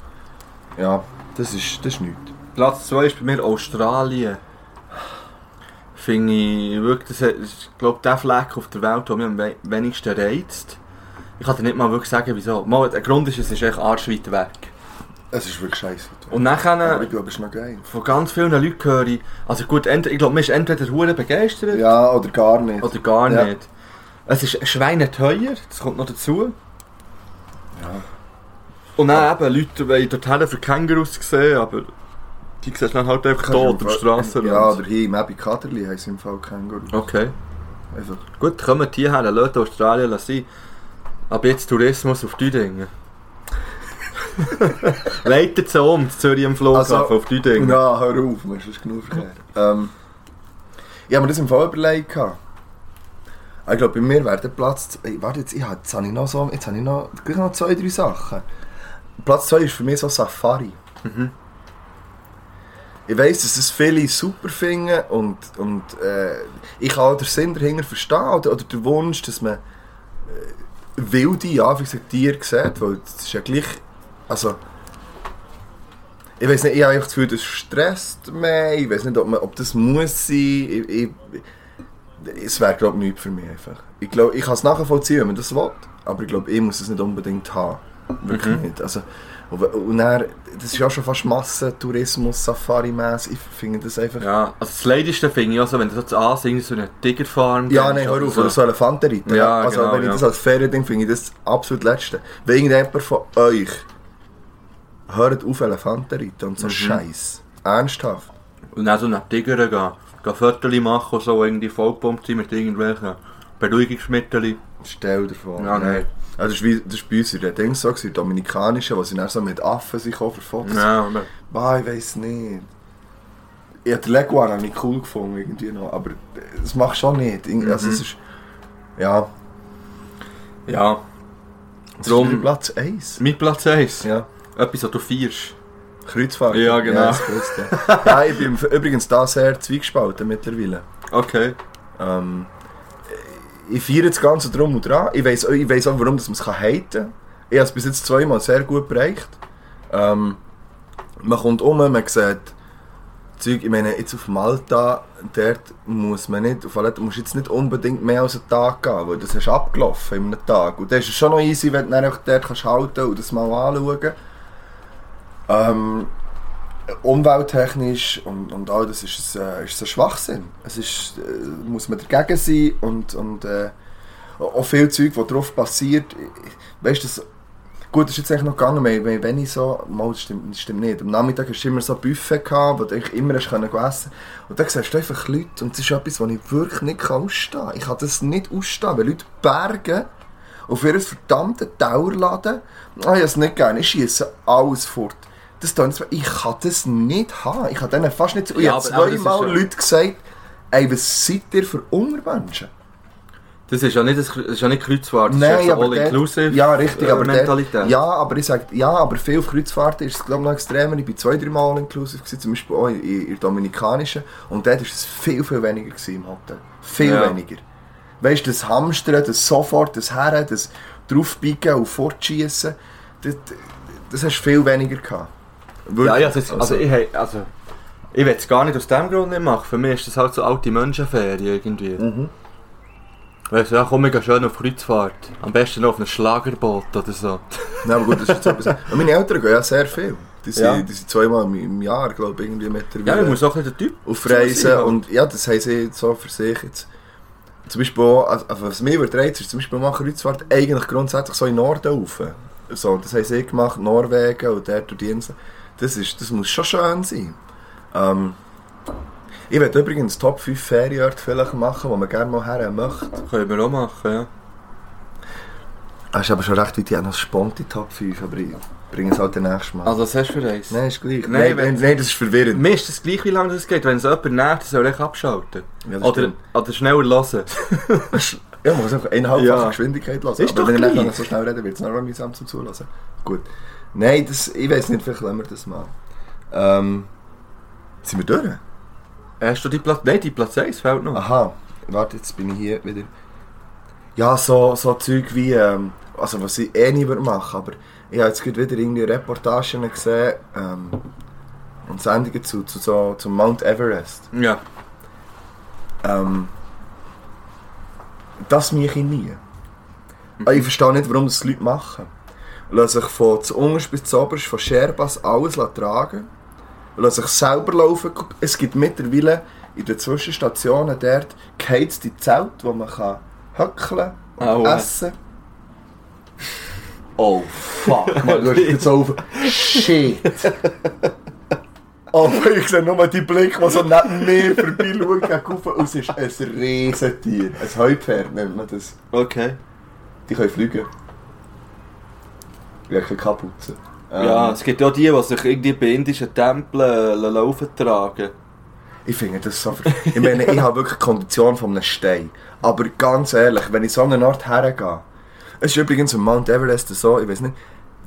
S2: ja, das ist, das ist nichts.
S1: Platz 2 ist bei mir Australien. Finde ich wirklich, das hat- das ist, glaube der Fleck auf der Welt, der mich am we- wenigsten reizt. Ich kann dir nicht mal wirklich sagen, wieso. Mal, der Grund ist, es ist echt arschweit weg.
S2: Es ist wirklich scheiße.
S1: Und nachher,
S2: Aber ich glaube, es ist noch geil.
S1: von ganz vielen Leuten höre ich, also gut, ent- ich glaube, man ist entweder hure begeistert
S2: Ja, oder gar nicht.
S1: oder gar
S2: Ja.
S1: nicht. Es ist schweineteuer, das kommt noch dazu.
S2: Ja.
S1: Und dann eben, Leute wollen dorthin für Kängurus sehen, aber die siehst du dann halt einfach tot am Strassenrand.
S2: Ja, oder hier im Ebi Kaderli haben sie im Fall Känguru.
S1: Okay.
S2: Einfach.
S1: Gut, kommen die her, Leute Australien lassen. Ab jetzt Tourismus auf Düdingen. Leitet sie um, zu Zürich im Flughafen
S2: Also-
S1: auf Düdingen.
S2: Na, hör auf, man ist genug verkehrt. ähm, ich habe mir das im Fall überlegt. gehabt. Ich glaube, bei mir wäre der Platz. Ey, warte, jetzt, ich, hab- jetzt habe ich noch so. Jetzt habe ich noch, gleich noch zwei, drei Sachen. Platz 2 ist für mich so Safari. Ich weiss, dass es viele super finden und, und äh, ich kann auch den Sinn dahinter verstehen oder, oder den Wunsch, dass man äh, wilde, ja, wie gesagt, Tiere sieht, weil es ist ja gleich, also ich weiß nicht, ich habe einfach das Gefühl, das stresst mich, ich weiß nicht, ob, man, ob das muss sein, ich, ich, es wäre glaube ich nichts für mich einfach. Ich glaube, ich kann es nachvollziehen, wenn man das will, aber ich glaube, ich muss es nicht unbedingt haben, wirklich nicht, also und, und dann, das ist ja schon fast Massentourismus, safari mässig ich finde das einfach...
S1: Ja, also das Leideste finde ich auch so, wenn du so zu Ansehen so eine Tigerfarm
S2: Ja,
S1: gehst
S2: nein, hör
S1: oder
S2: auf, oder so Elefantenreiten.
S1: Ja,
S2: also,
S1: genau,
S2: wenn ich
S1: ja.
S2: das als Feriending finde, das ist das absolut Letzte. Wenn irgendjemand von euch hört auf Elefantenreiten
S1: Mhm.
S2: und so Scheiß. Ernsthaft.
S1: Und dann so nach Tigern gehen. Gehen Fotos machen und so, irgendwie vollgepumpt sein mit irgendwelchen Beruhigungsmitteln.
S2: Stell dir vor.
S1: Ja, nein.
S2: Also, das ist wie- das ist bei uns in den Dings so, gewesen, die Dominikanischen, die sind dann so mit Affen sich auch verfolgt.
S1: Ja, aber
S2: Bah, ich weiß nicht. Ja, den Leguan habe ich cool gefunden, irgendwie noch, aber das machst du schon nicht. Irgendwie-
S1: Mhm.
S2: Also, es ist. Ja,
S1: ja.
S2: das
S1: Drum-
S2: ist Platz 1.
S1: Mein Platz 1.
S2: Ja.
S1: Etwas, was du feierst.
S2: Kreuzfahrt.
S1: Ja, genau.
S2: Ja, das gewusst, ja. Nein, ich bin übrigens da sehr zweigespalten mittlerweile.
S1: Okay.
S2: Ähm, ich feiere das Ganze drum und dran. Ich weiss, auch- ich weiss auch, warum dass man es haten kann. Ich habe es bis jetzt zweimal sehr gut bereicht. Ähm, man kommt um, man sieht Zeug, ich meine, jetzt auf Malta, dort muss man nicht, auf Valletta musst du jetzt nicht unbedingt mehr als einen Tag gehen, weil das hast du abgelaufen in einem Tag. Und das ist es schon noch easy, wenn du dann einfach dort kannst halten und das mal anschauen. Ähm, umwelttechnisch und, und all das ist, ein, äh, ist ein Schwachsinn. Es ist, äh, muss man dagegen sein und, und äh, auch viel Zeug, was drauf passiert. Weißt du, das- gut, das ist jetzt eigentlich noch gegangen, weil, weil wenn ich so, mal, das stimmt, das stimmt nicht, am Nachmittag hast du immer so Buffet gehabt, wo du eigentlich immer hast können essen und dann siehst du einfach Leute und das ist etwas, was ich wirklich nicht kann ausstehen kann. Ich kann das nicht ausstehen, weil Leute bergen auf ihren verdammten Dauerladen, ah, ich habe es nicht gerne, ich schiesse alles fort. Das tun sie- ich kann das nicht haben. Ich habe denen fast nicht... zu- Ich
S1: Ja,
S2: habe
S1: aber- aber das ist
S2: zweimal
S1: ja-
S2: Leute gesagt, ey, was seid ihr für Untermenschen?
S1: Das ist ja nicht, das ist ja nicht Kreuzfahrt, das ist
S2: Nein,
S1: ja
S2: aber
S1: so all-inclusive.
S2: dort, ja, richtig,
S1: äh,
S2: aber dort-
S1: Mentalität.
S2: ja, aber ich sag, ja, aber viel auf Kreuzfahrten ist es glaube ich noch extremer. Ich bin zwei, drei Mal inklusive gewesen, zum Beispiel auch in, in der dominikanischen und dort ist es viel, viel weniger gewesen im Hotel, viel
S1: Ja.
S2: weniger. Weißt du, das Hamstern, das sofort, das Herren, das draufbiegen und fortschießen, das, das hast du viel weniger gehabt. Wirklich.
S1: Ja, ja, also, jetzt- also ich hab- also, ich will es gar nicht aus dem Grund nicht machen. Für mich ist das halt so alte Menschenferien irgendwie. Mhm. Weißt du, ja, komm, ich geh schön auf Kreuzfahrt. Am besten noch auf ein Schlagerboot oder so.
S2: Nein, aber gut, das ist jetzt etwas. Und meine Eltern gehen ja sehr viel. Die sind,
S1: Ja.
S2: die sind zweimal im- im Jahr, glaube ich, irgendwie mittlerweile.
S1: Ja, ich muss auch ein bisschen der Typ.
S2: auf
S1: sein,
S2: Reisen
S1: halt.
S2: und ja, das haben sie jetzt so für sich jetzt. Zum Beispiel, auch, also, also was mir überträgt, ist zum Beispiel machen Kreuzfahrt eigentlich grundsätzlich so in den Norden rauf. So, das haben sie gemacht, Norwegen und dort und die Inseln. Das, ist, das muss schon schön sein. Ähm, ich werde übrigens Top 5 Ferienort vielleicht machen, wo man gerne mal her möchte.
S1: Können wir auch machen, ja.
S2: Hast aber schon recht, wie die auch noch spontan Top 5, aber ich bringe es halt den nächsten Mal.
S1: Also, was hast du für eins?
S2: nein, ist gleich.
S1: Nein,
S2: Nein, nein,
S1: wenn-
S2: nein, das ist verwirrend.
S1: Mir ist das gleich, wie lange das geht. Wenn es jemand nervt, soll ich abschalten.
S2: Ja, das
S1: oder,
S2: stimmt.
S1: oder schneller hören.
S2: Ja, man muss einfach eineinhalbfache
S1: Ja.
S2: Geschwindigkeit lassen.
S1: Ist
S2: Aber
S1: doch
S2: wenn
S1: gleich.
S2: ihr nachher so schnell reden, wird es noch mühsam zum Zulassen. Gut. Nein, das, ich weiß nicht, vielleicht lassen wir das mal. Ähm, sind wir durch?
S1: Hast du die Platz... Nein, die Platz 1 fehlt noch.
S2: Aha, warte, jetzt bin ich hier wieder. Ja, so, so Zeug wie, ähm, also was ich eh nie würde machen, aber ich habe jetzt gerade wieder irgendwie Reportagen gesehen ähm, und Sendungen zu, zu, so, zum Mount Everest.
S1: Ja.
S2: Ähm, das mache ich nie. Ah, Ich verstehe nicht, warum das Leute machen. Lass sich von zu unterst bis zu oberst, von Sherpas alles tragen. Lass sich selber laufen. Guck, Es gibt mittlerweile in den Zwischenstationen dort geheizte Zelte, wo man kann höckeln, und
S1: Au.
S2: essen.
S1: Oh, fuck.
S2: Mann, du hast jetzt auf. Shit! Aber ich sehe nur die Blick, die so neben mir vorbeischauen, gegen rauf. Und es ist ein Riesentier. Ein Heupferd nennt man das.
S1: Okay.
S2: Die können fliegen. Die können kaputzen.
S1: Ja, es gibt ja die, die sich irgendwie bei indischen Tempeln äh, laufen tragen.
S2: Ich finde das so ver Ich meine, ich habe wirklich die Kondition von einem Stein. Aber ganz ehrlich, wenn ich so an einen Ort hergehe, es ist übrigens am Mount Everest so, ich weiß nicht,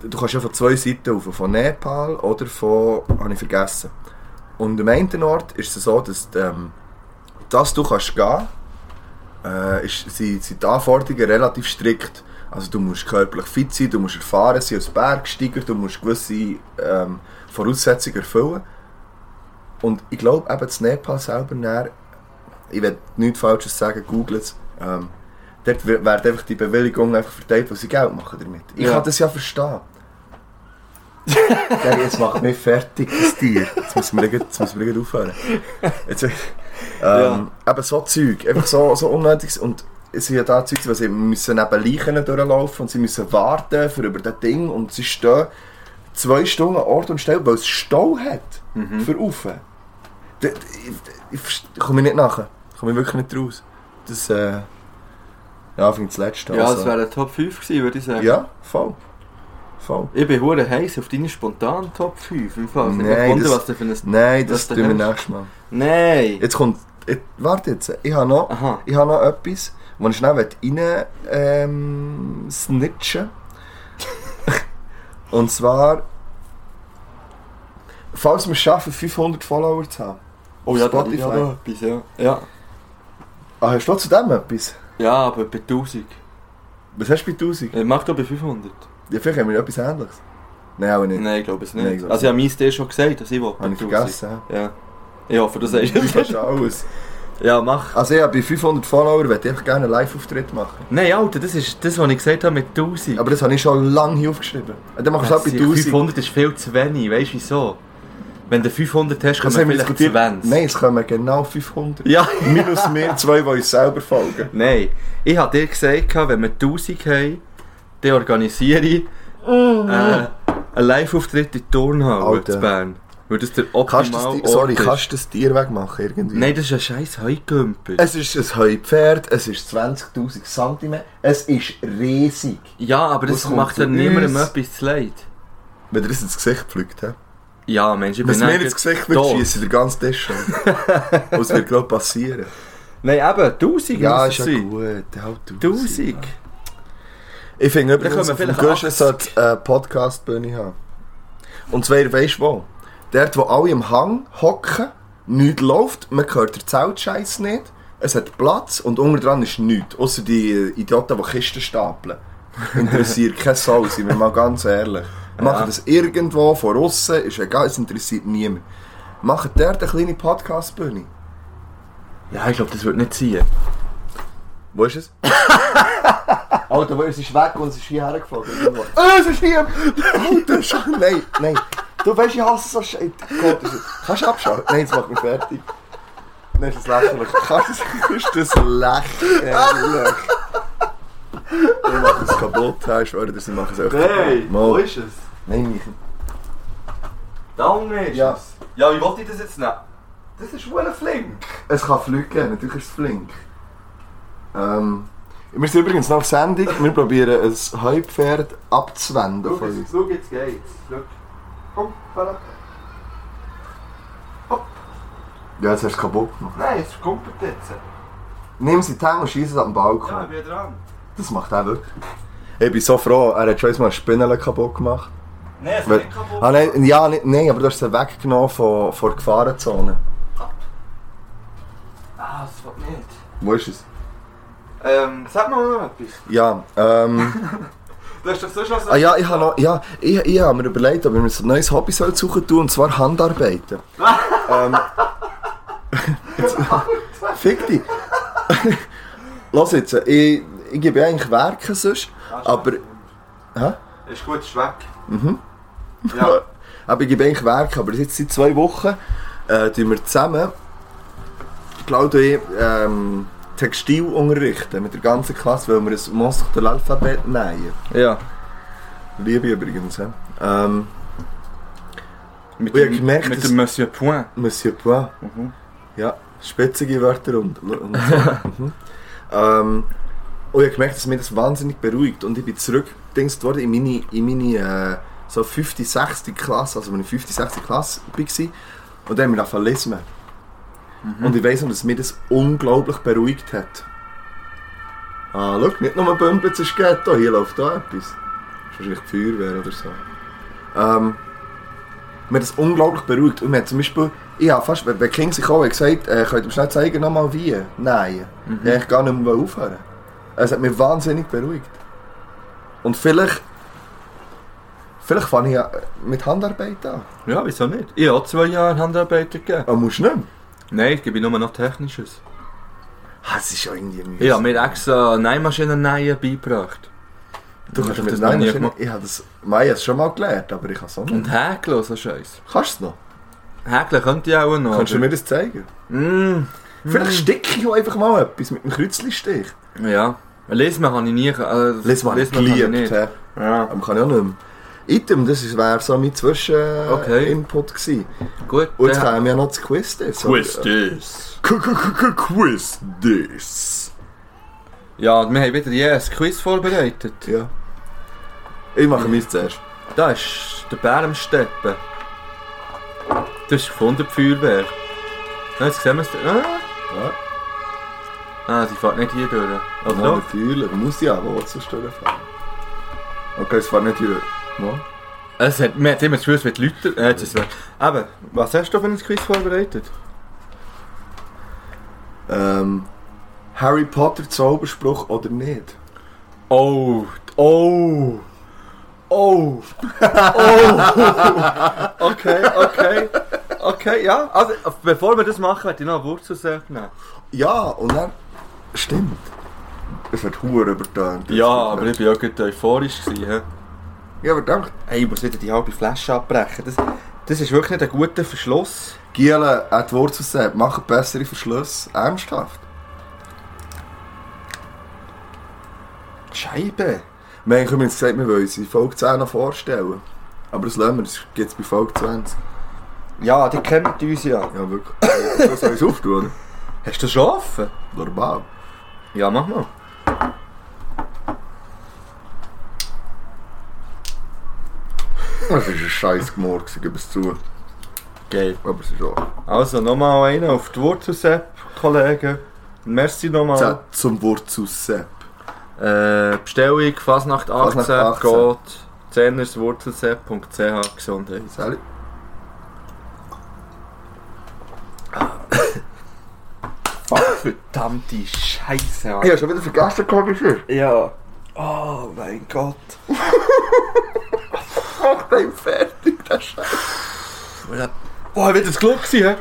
S2: du kannst ja von zwei Seiten rauf, von Nepal oder von, habe ich vergessen. Und am einen Ort ist es so, dass, ähm, dass du kannst gehen, äh, ist, sind, sind die Anforderungen relativ strikt. Also du musst körperlich fit sein, du musst erfahren sein als Bergsteiger, du musst gewisse ähm, Voraussetzungen erfüllen. Und ich glaube eben, das Nepal selber, näher, ich will nichts Falsches sagen, googelt es. Ähm, dort w- wird einfach die Bewilligung einfach verteilt, weil sie Geld machen damit. Ich
S1: Ja.
S2: kann das ja verstehen. Gell, jetzt macht mich fertig, das Tier. Jetzt müssen wir, gleich- jetzt müssen wir gleich aufhören. Jetzt, ähm,
S1: Ja.
S2: Eben so Zeug, einfach so, so unnötiges. Und es sind ja da Zeug, weil sie müssen neben Leichen durchlaufen und sie müssen warten für über das Ding und sie stehen zwei Stunden an Ort und Stelle, weil es Stau hat
S1: Mhm.
S2: für rauf. Da- da- Ich, ich, ich komme nicht nachher. Ich komme wirklich nicht raus. Das äh, ja, finde ich das Letzte.
S1: Ja,
S2: also.
S1: das wären Top 5 gewesen, würde ich sagen.
S2: ja, voll. Voll.
S1: Ich bin hure heiß auf deine spontanen Top 5. Im Fall. Ich bin
S2: Nein,
S1: gefunden,
S2: das-
S1: was du für ein...
S2: Nein,
S1: Das
S2: das
S1: ist
S2: tun wir
S1: der
S2: nächstes Mal.
S1: Nein!
S2: Jetzt kommt. Jetzt, warte jetzt, ich habe noch,
S1: Aha.
S2: ich habe noch etwas, wo ich schnell rein ähm, snitchen Und zwar. Falls wir es schaffen, 500 Follower zu haben.
S1: Oh ja, da
S2: Spotify.
S1: ja, da etwas, ja. ja.
S2: Ah, hast du zu dem etwas?
S1: Ja, aber bei 1000.
S2: Was hast du bei 1000?
S1: Äh, Mach doch bei 500.
S2: Ja, vielleicht haben wir etwas ähnliches. Nein, aber nicht.
S1: Nein, ich glaube es nicht.
S2: Nein, ich glaub
S1: also ich habe mein dir schon gesagt, dass ich will bei
S2: Habe ich
S1: 1000.
S2: vergessen.
S1: Ja. Ich hoffe, du sagst
S2: Wie fast
S1: es.
S2: alles.
S1: Ja, mach.
S2: Also ja, bei 500 Follower würde ich einfach gerne einen Live-Auftritt machen.
S1: Nein, Alter, das ist das, was ich gesagt habe mit 1000.
S2: Aber das habe ich schon lange hier aufgeschrieben. Und dann machst du es auch bei 1000.
S1: 500 ist viel zu wenig, weißt du wieso? Wenn du 500 hast,
S2: Das
S1: kommen
S2: haben wir
S1: vielleicht
S2: diskutiert.
S1: 20.
S2: Nein, es kommen genau 500.
S1: Ja.
S2: Minus mir zwei, die uns selber folgen.
S1: Nein, ich habe dir gesagt, wenn wir 1000 haben, dann organisiere ich äh, einen Live-Auftritt in der Turnhalle
S2: Mhm. Alter.
S1: in Bern. Weil das der optimale
S2: Kannst das, Ti- sorry,
S1: Ort ist.
S2: kannst du das Tier wegmachen irgendwie?
S1: Nein, das ist ein scheiß Heugümpel.
S2: Es ist ein Heupferd, es ist 20.000 cm, es ist riesig.
S1: Ja, aber das
S2: Was kommt
S1: macht
S2: zu
S1: dann niemandem
S2: uns?
S1: etwas zu leid.
S2: Wenn ihr es ins Gesicht pflückt, hä?
S1: Ja, Mensch, ich
S2: Wenn es
S1: bin
S2: mir
S1: dann
S2: ins Gesicht
S1: tot.
S2: wird, schieße ich den ganzen Tisch schon. Und es wird gerade passieren.
S1: Nein, eben, 1000
S2: Ja,
S1: muss
S2: ist
S1: es
S2: ja
S1: sein.
S2: gut. Halt
S1: 1000.
S2: Ich finde
S1: können
S2: übrigens,
S1: wir
S2: auf dem
S1: vielleicht
S2: Guschen
S1: 80.
S2: sollte eine Podcast-Bühne haben. Und zwar, weisst du wo? Dort, wo alle im Hang hocken, nichts läuft, man hört den Zeltscheiß nicht, es hat Platz und unten dran ist nichts. Außer die äh, Idioten, die Kisten stapeln. Interessiert keine Sau, sind wir mal ganz ehrlich. Machen das irgendwo von außen, ist egal, es interessiert niemand. Machen dort eine kleine Podcast-Bühne.
S1: Ja, ich glaube, das wird nicht sein.
S2: Wo ist es? Alter, wo es ist weg und es ist hierher geflogen. Oh, es ist hier! Alter, Sch- nein, nein. Du weißt, ich hasse so Scheiße. Gott, das ist- kannst du abschalten? Nein, jetzt mach mich fertig. Nein, ist das lächerlich. Kannst du das, ist das lächerlich? Ich mach es kaputt, ja, ich schwöre dir, sie machen es echt kaputt. Mal.
S1: es?
S2: Nein,
S1: Da unten ist
S2: Ja.
S1: es. Ja, wie wollte ich das jetzt nehmen? Das ist wohl flink.
S2: es kann fliegen, natürlich ist es flink. Ähm, wir sind übrigens noch auf Sendung, wir probieren ein Heupferd abzuwenden von uns.
S1: Schau, jetzt geht's. Schau. Komm, Fella.
S2: Ja, jetzt hast du es kaputt gemacht.
S1: Nein, es kommt jetzt.
S2: Nimm sie die Hände und schieß es an den Balkon.
S1: bin dran.
S2: Das macht er wirklich. Ich bin so froh, er hat schon einmal Spinnele kaputt gemacht.
S1: Nein, es
S2: Weil- Ah, nein, ja, nicht, nein, aber du hast sie weggenommen von, von der Gefahrenzone.
S1: Ah, es wird nicht.
S2: Wo ist es?
S1: Ähm, sag mal noch etwas.
S2: Ja, ähm.
S1: Du hast doch so schon
S2: ah ja, ich habe noch. Ja, ich, ich habe mir überlegt, ob ich mir so ein neues Hobby soll suchen tun, und zwar Handarbeiten. ähm. jetzt, fick dich! Los jetzt, ich, ich gebe ja eigentlich Werke sonst, aber. Hä?
S1: Ist gut, ist weg. Mhm. Ja.
S2: Aber ich gebe eigentlich Werk, aber jetzt seit zwei Wochen äh, tun wir zusammen, Claudio und ich, ähm, Textil unterrichten mit der ganzen Klasse, weil wir ein Monster del Alphabet nähen.
S1: Ja.
S2: Liebe übrigens. hä? Ähm,
S1: Mit,
S2: Und ich
S1: dem,
S2: hab gemerkt,
S1: mit
S2: dass-
S1: dem Monsieur Point.
S2: Monsieur Poin.
S1: Mhm.
S2: Ja, spitzige Wörter und, und so. mhm. ähm, und ich habe gemerkt, dass mich das wahnsinnig beruhigt. Und ich bin zurückgedingst worden in meine, in meine äh, so 50, 60 Klasse, also wenn ich 50, 60 Klasse war. Und dann haben wir angefangen zu lesen. Und ich weiss noch, dass mich das unglaublich beruhigt hat. Ah, schau, nicht nur Bömpitz ist Ghetto, hier läuft da etwas. Das ist wahrscheinlich die Feuerwehr oder so. Ähm, mir hat das unglaublich beruhigt. Und mir hat zum Beispiel, ich habe fast, wenn wenn die Kinder sich auch gesagt äh, könnt ihr mir schnell zeigen, nochmal wie? Nein. Mhm. Ich gar nicht mehr aufhören. Also, Es hat mich wahnsinnig beruhigt. Und vielleicht, vielleicht fange ich ja mit Handarbeit an.
S1: Ja, wieso nicht? Ich habe auch zwei Jahre Handarbeiter gegeben.
S2: Aber musst du nicht mehr.
S1: Nein, ich gebe nur noch Technisches.
S2: Ah, Es ist ja irgendwie mühsam.
S1: Ich habe mir extra Nähmaschinen nähen beigebracht.
S2: du
S1: ich
S2: kannst
S1: hab
S2: mit
S1: das noch
S2: Nein,
S1: nie
S2: ich,
S1: gemacht.
S2: ich habe das, Mai hat es schon mal gelernt, aber ich kann es auch nicht.
S1: Und häkeln, so Scheiß.
S2: Kannst du es noch?
S1: Häkeln könnte ich auch noch.
S2: Kannst du
S1: aber-
S2: mir das zeigen?
S1: Mm,
S2: Vielleicht sticke ich auch einfach mal etwas mit einem Kreuzlistich.
S1: ja. Lesen kann ich nie. Äh,
S2: Lesen wir
S1: kann ich
S2: geliebt. hä?
S1: Ja.
S2: Aber kann ich auch nicht mehr. Item, das wäre so mein Zwischeninput
S1: Okay.
S2: äh, Input gewesen.
S1: Gut.
S2: Und jetzt
S1: dann-
S2: haben wir ja noch das Quiz das.
S1: Quiz this.
S2: K- k- k- k- Quiz this.
S1: Ja, wir haben wieder yes Quiz vorbereitet.
S2: Ja. Ich mache meins zuerst.
S1: Da ist der Bär am Steppen. Das ist gefunden, die Feuerwehr. Ja, jetzt sehen wir es. Ah,
S2: Ja.
S1: ah, sie fährt nicht hier durch. Oder
S2: Ja,
S1: doch?
S2: natürlich. Muss ja, wo willst du sonst durchfahren? Okay, es fährt nicht hier. Ja.
S1: Es hat, man hat immer das Gefühl, es wird Leute. Äh, jetzt ist es weg. Aber, was hast du für ein Quiz vorbereitet?
S2: Ähm, Harry Potter Zauberspruch oder nicht?
S1: Oh, oh, oh, oh. Okay, okay, okay, ja. Also, bevor wir das machen, hätte ich noch eine Wurzelsäge nehmen.
S2: Ja, und dann. Stimmt. Es wird Huren übertönt.
S1: Ja, aber ich war ja gerade euphorisch. Gewesen, hä?
S2: Ja, aber danke.
S1: Hey, ich muss wieder die halbe Flasche abbrechen. Das, das ist wirklich nicht ein guter Verschluss.
S2: Giele hat die Wurzel gesagt, machen bessere Verschlüsse. Ernsthaft.
S1: Scheibe.
S2: Wir haben übrigens gesagt, wir wollen uns in Folge 10 noch vorstellen. Aber das lassen wir, das gibt es bei Folge 20.
S1: Ja, die kennt uns ja.
S2: Ja, wirklich. Das soll ich auftun, oder?
S1: Hast du das schon offen?
S2: Normal.
S1: Ja, mach mal.
S2: Es war ein scheiß Gemurr, gewesen, gebe es zu.
S1: Geil.
S2: Aber es ist auch.
S1: Also, nochmal einen auf die Wurzelsäge, Kollegen. Merci nochmal.
S2: Z zum Wurzel Sepp.
S1: Äh, Bestellung Fasnacht 18,
S2: Fasnacht 18.
S1: geht zehnerswurzelsepp.ch Gesundheit.
S2: Sali.
S1: Verdammte Scheiße.
S2: Ich habe schon wieder vergessen, Komischer.
S1: Ja. Oh mein Gott.
S2: Mach den fertig, das Scheiß.
S1: Oh, ich will das Glück sein, hä?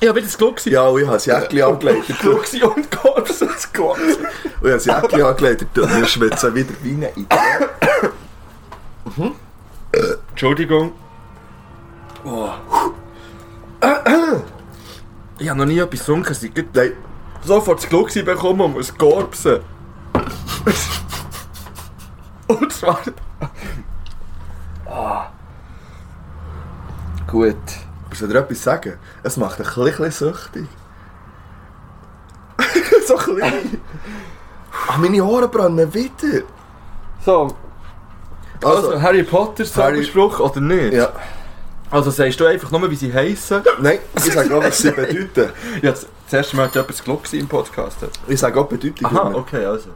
S1: Ich hab wieder das Glück sein.
S2: Ja, und ich habe das Jäckchen angelegt. Und
S1: Glück sein und Korps. Das Korps.
S2: ich habe das Jäckchen angelegt. Und wir schwitzen wieder rein in die
S1: Entschuldigung. Oh. Ich hab noch nie etwas gesunken. Ich hab
S2: Nein.
S1: sofort das Glück sein bekommen und muss korpsen. und zwar... Ah. Gut.
S2: Aber soll ich dir etwas sagen? Es macht ein bisschen süchtig. so klein. Ach, meine Ohren brennen wieder.
S1: So, also, Harry Potter Zauberspruch oder nicht?
S2: Ja.
S1: Also sagst du einfach nur, wie sie heißen?
S2: Nein, ich sage auch, was sie bedeuten.
S1: Ja, das das erste Mal hat jemand das Glück im Podcast.
S2: Ich sage auch die Bedeutung.
S1: Aha,
S2: immer.
S1: okay, also.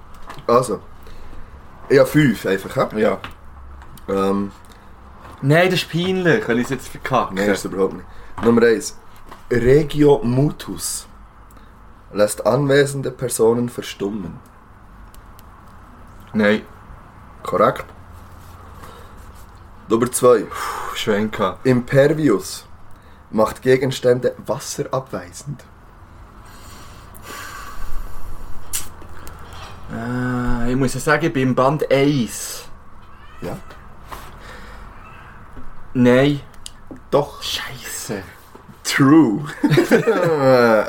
S2: Also. Ich habe fünf einfach. hä?
S1: Ja.
S2: Ähm,
S1: Nein, das ist peinlich, weil ich es jetzt verkacke.
S2: nein, ist es überhaupt nicht. Nummer eins. Regio Mutus lässt anwesende Personen verstummen.
S1: Nein,
S2: Korrekt? Nummer zwei.
S1: Puh, Schwenka.
S2: Impervious macht Gegenstände wasserabweisend.
S1: Äh, ich muss ja sagen, ich bin im Band 1.
S2: Ja.
S1: Nein.
S2: Doch.
S1: Scheiße.
S2: True.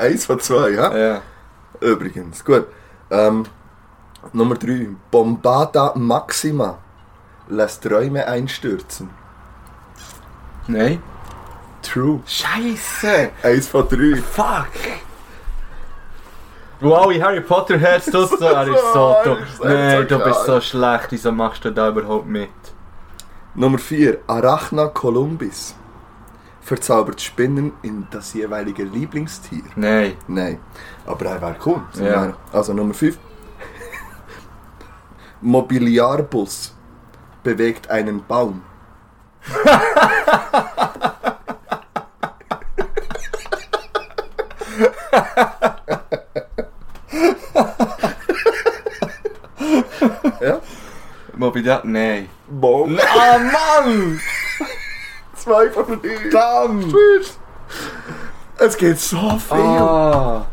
S2: Eins von zwei, Ah, ja?
S1: Ja.
S2: Übrigens, gut. Ähm, Nummer 3. Bombada Maxima lässt Räume einstürzen.
S1: Nein.
S2: True.
S1: Scheiße!
S2: Eins von drei.
S1: Fuck! Wow, ich Harry Potter Herz, du so, er ist so
S2: er
S1: dumm.
S2: ist so
S1: Nein, du
S2: klar.
S1: bist so schlecht, wieso machst du da überhaupt mit?
S2: Nummer 4. Arachna columbis. Verzaubert Spinnen in das jeweilige Lieblingstier.
S1: Nein.
S2: Nein. Aber er wäre cool.
S1: Ja.
S2: Wäre- Also Nummer 5. Mobiliarbus bewegt einen Baum. ja?
S1: Moby Dick? Nein.
S2: Baum.
S1: Ah, Mann!
S2: Zwei von dir.
S1: Damn!
S2: Es geht so viel.
S1: Ah.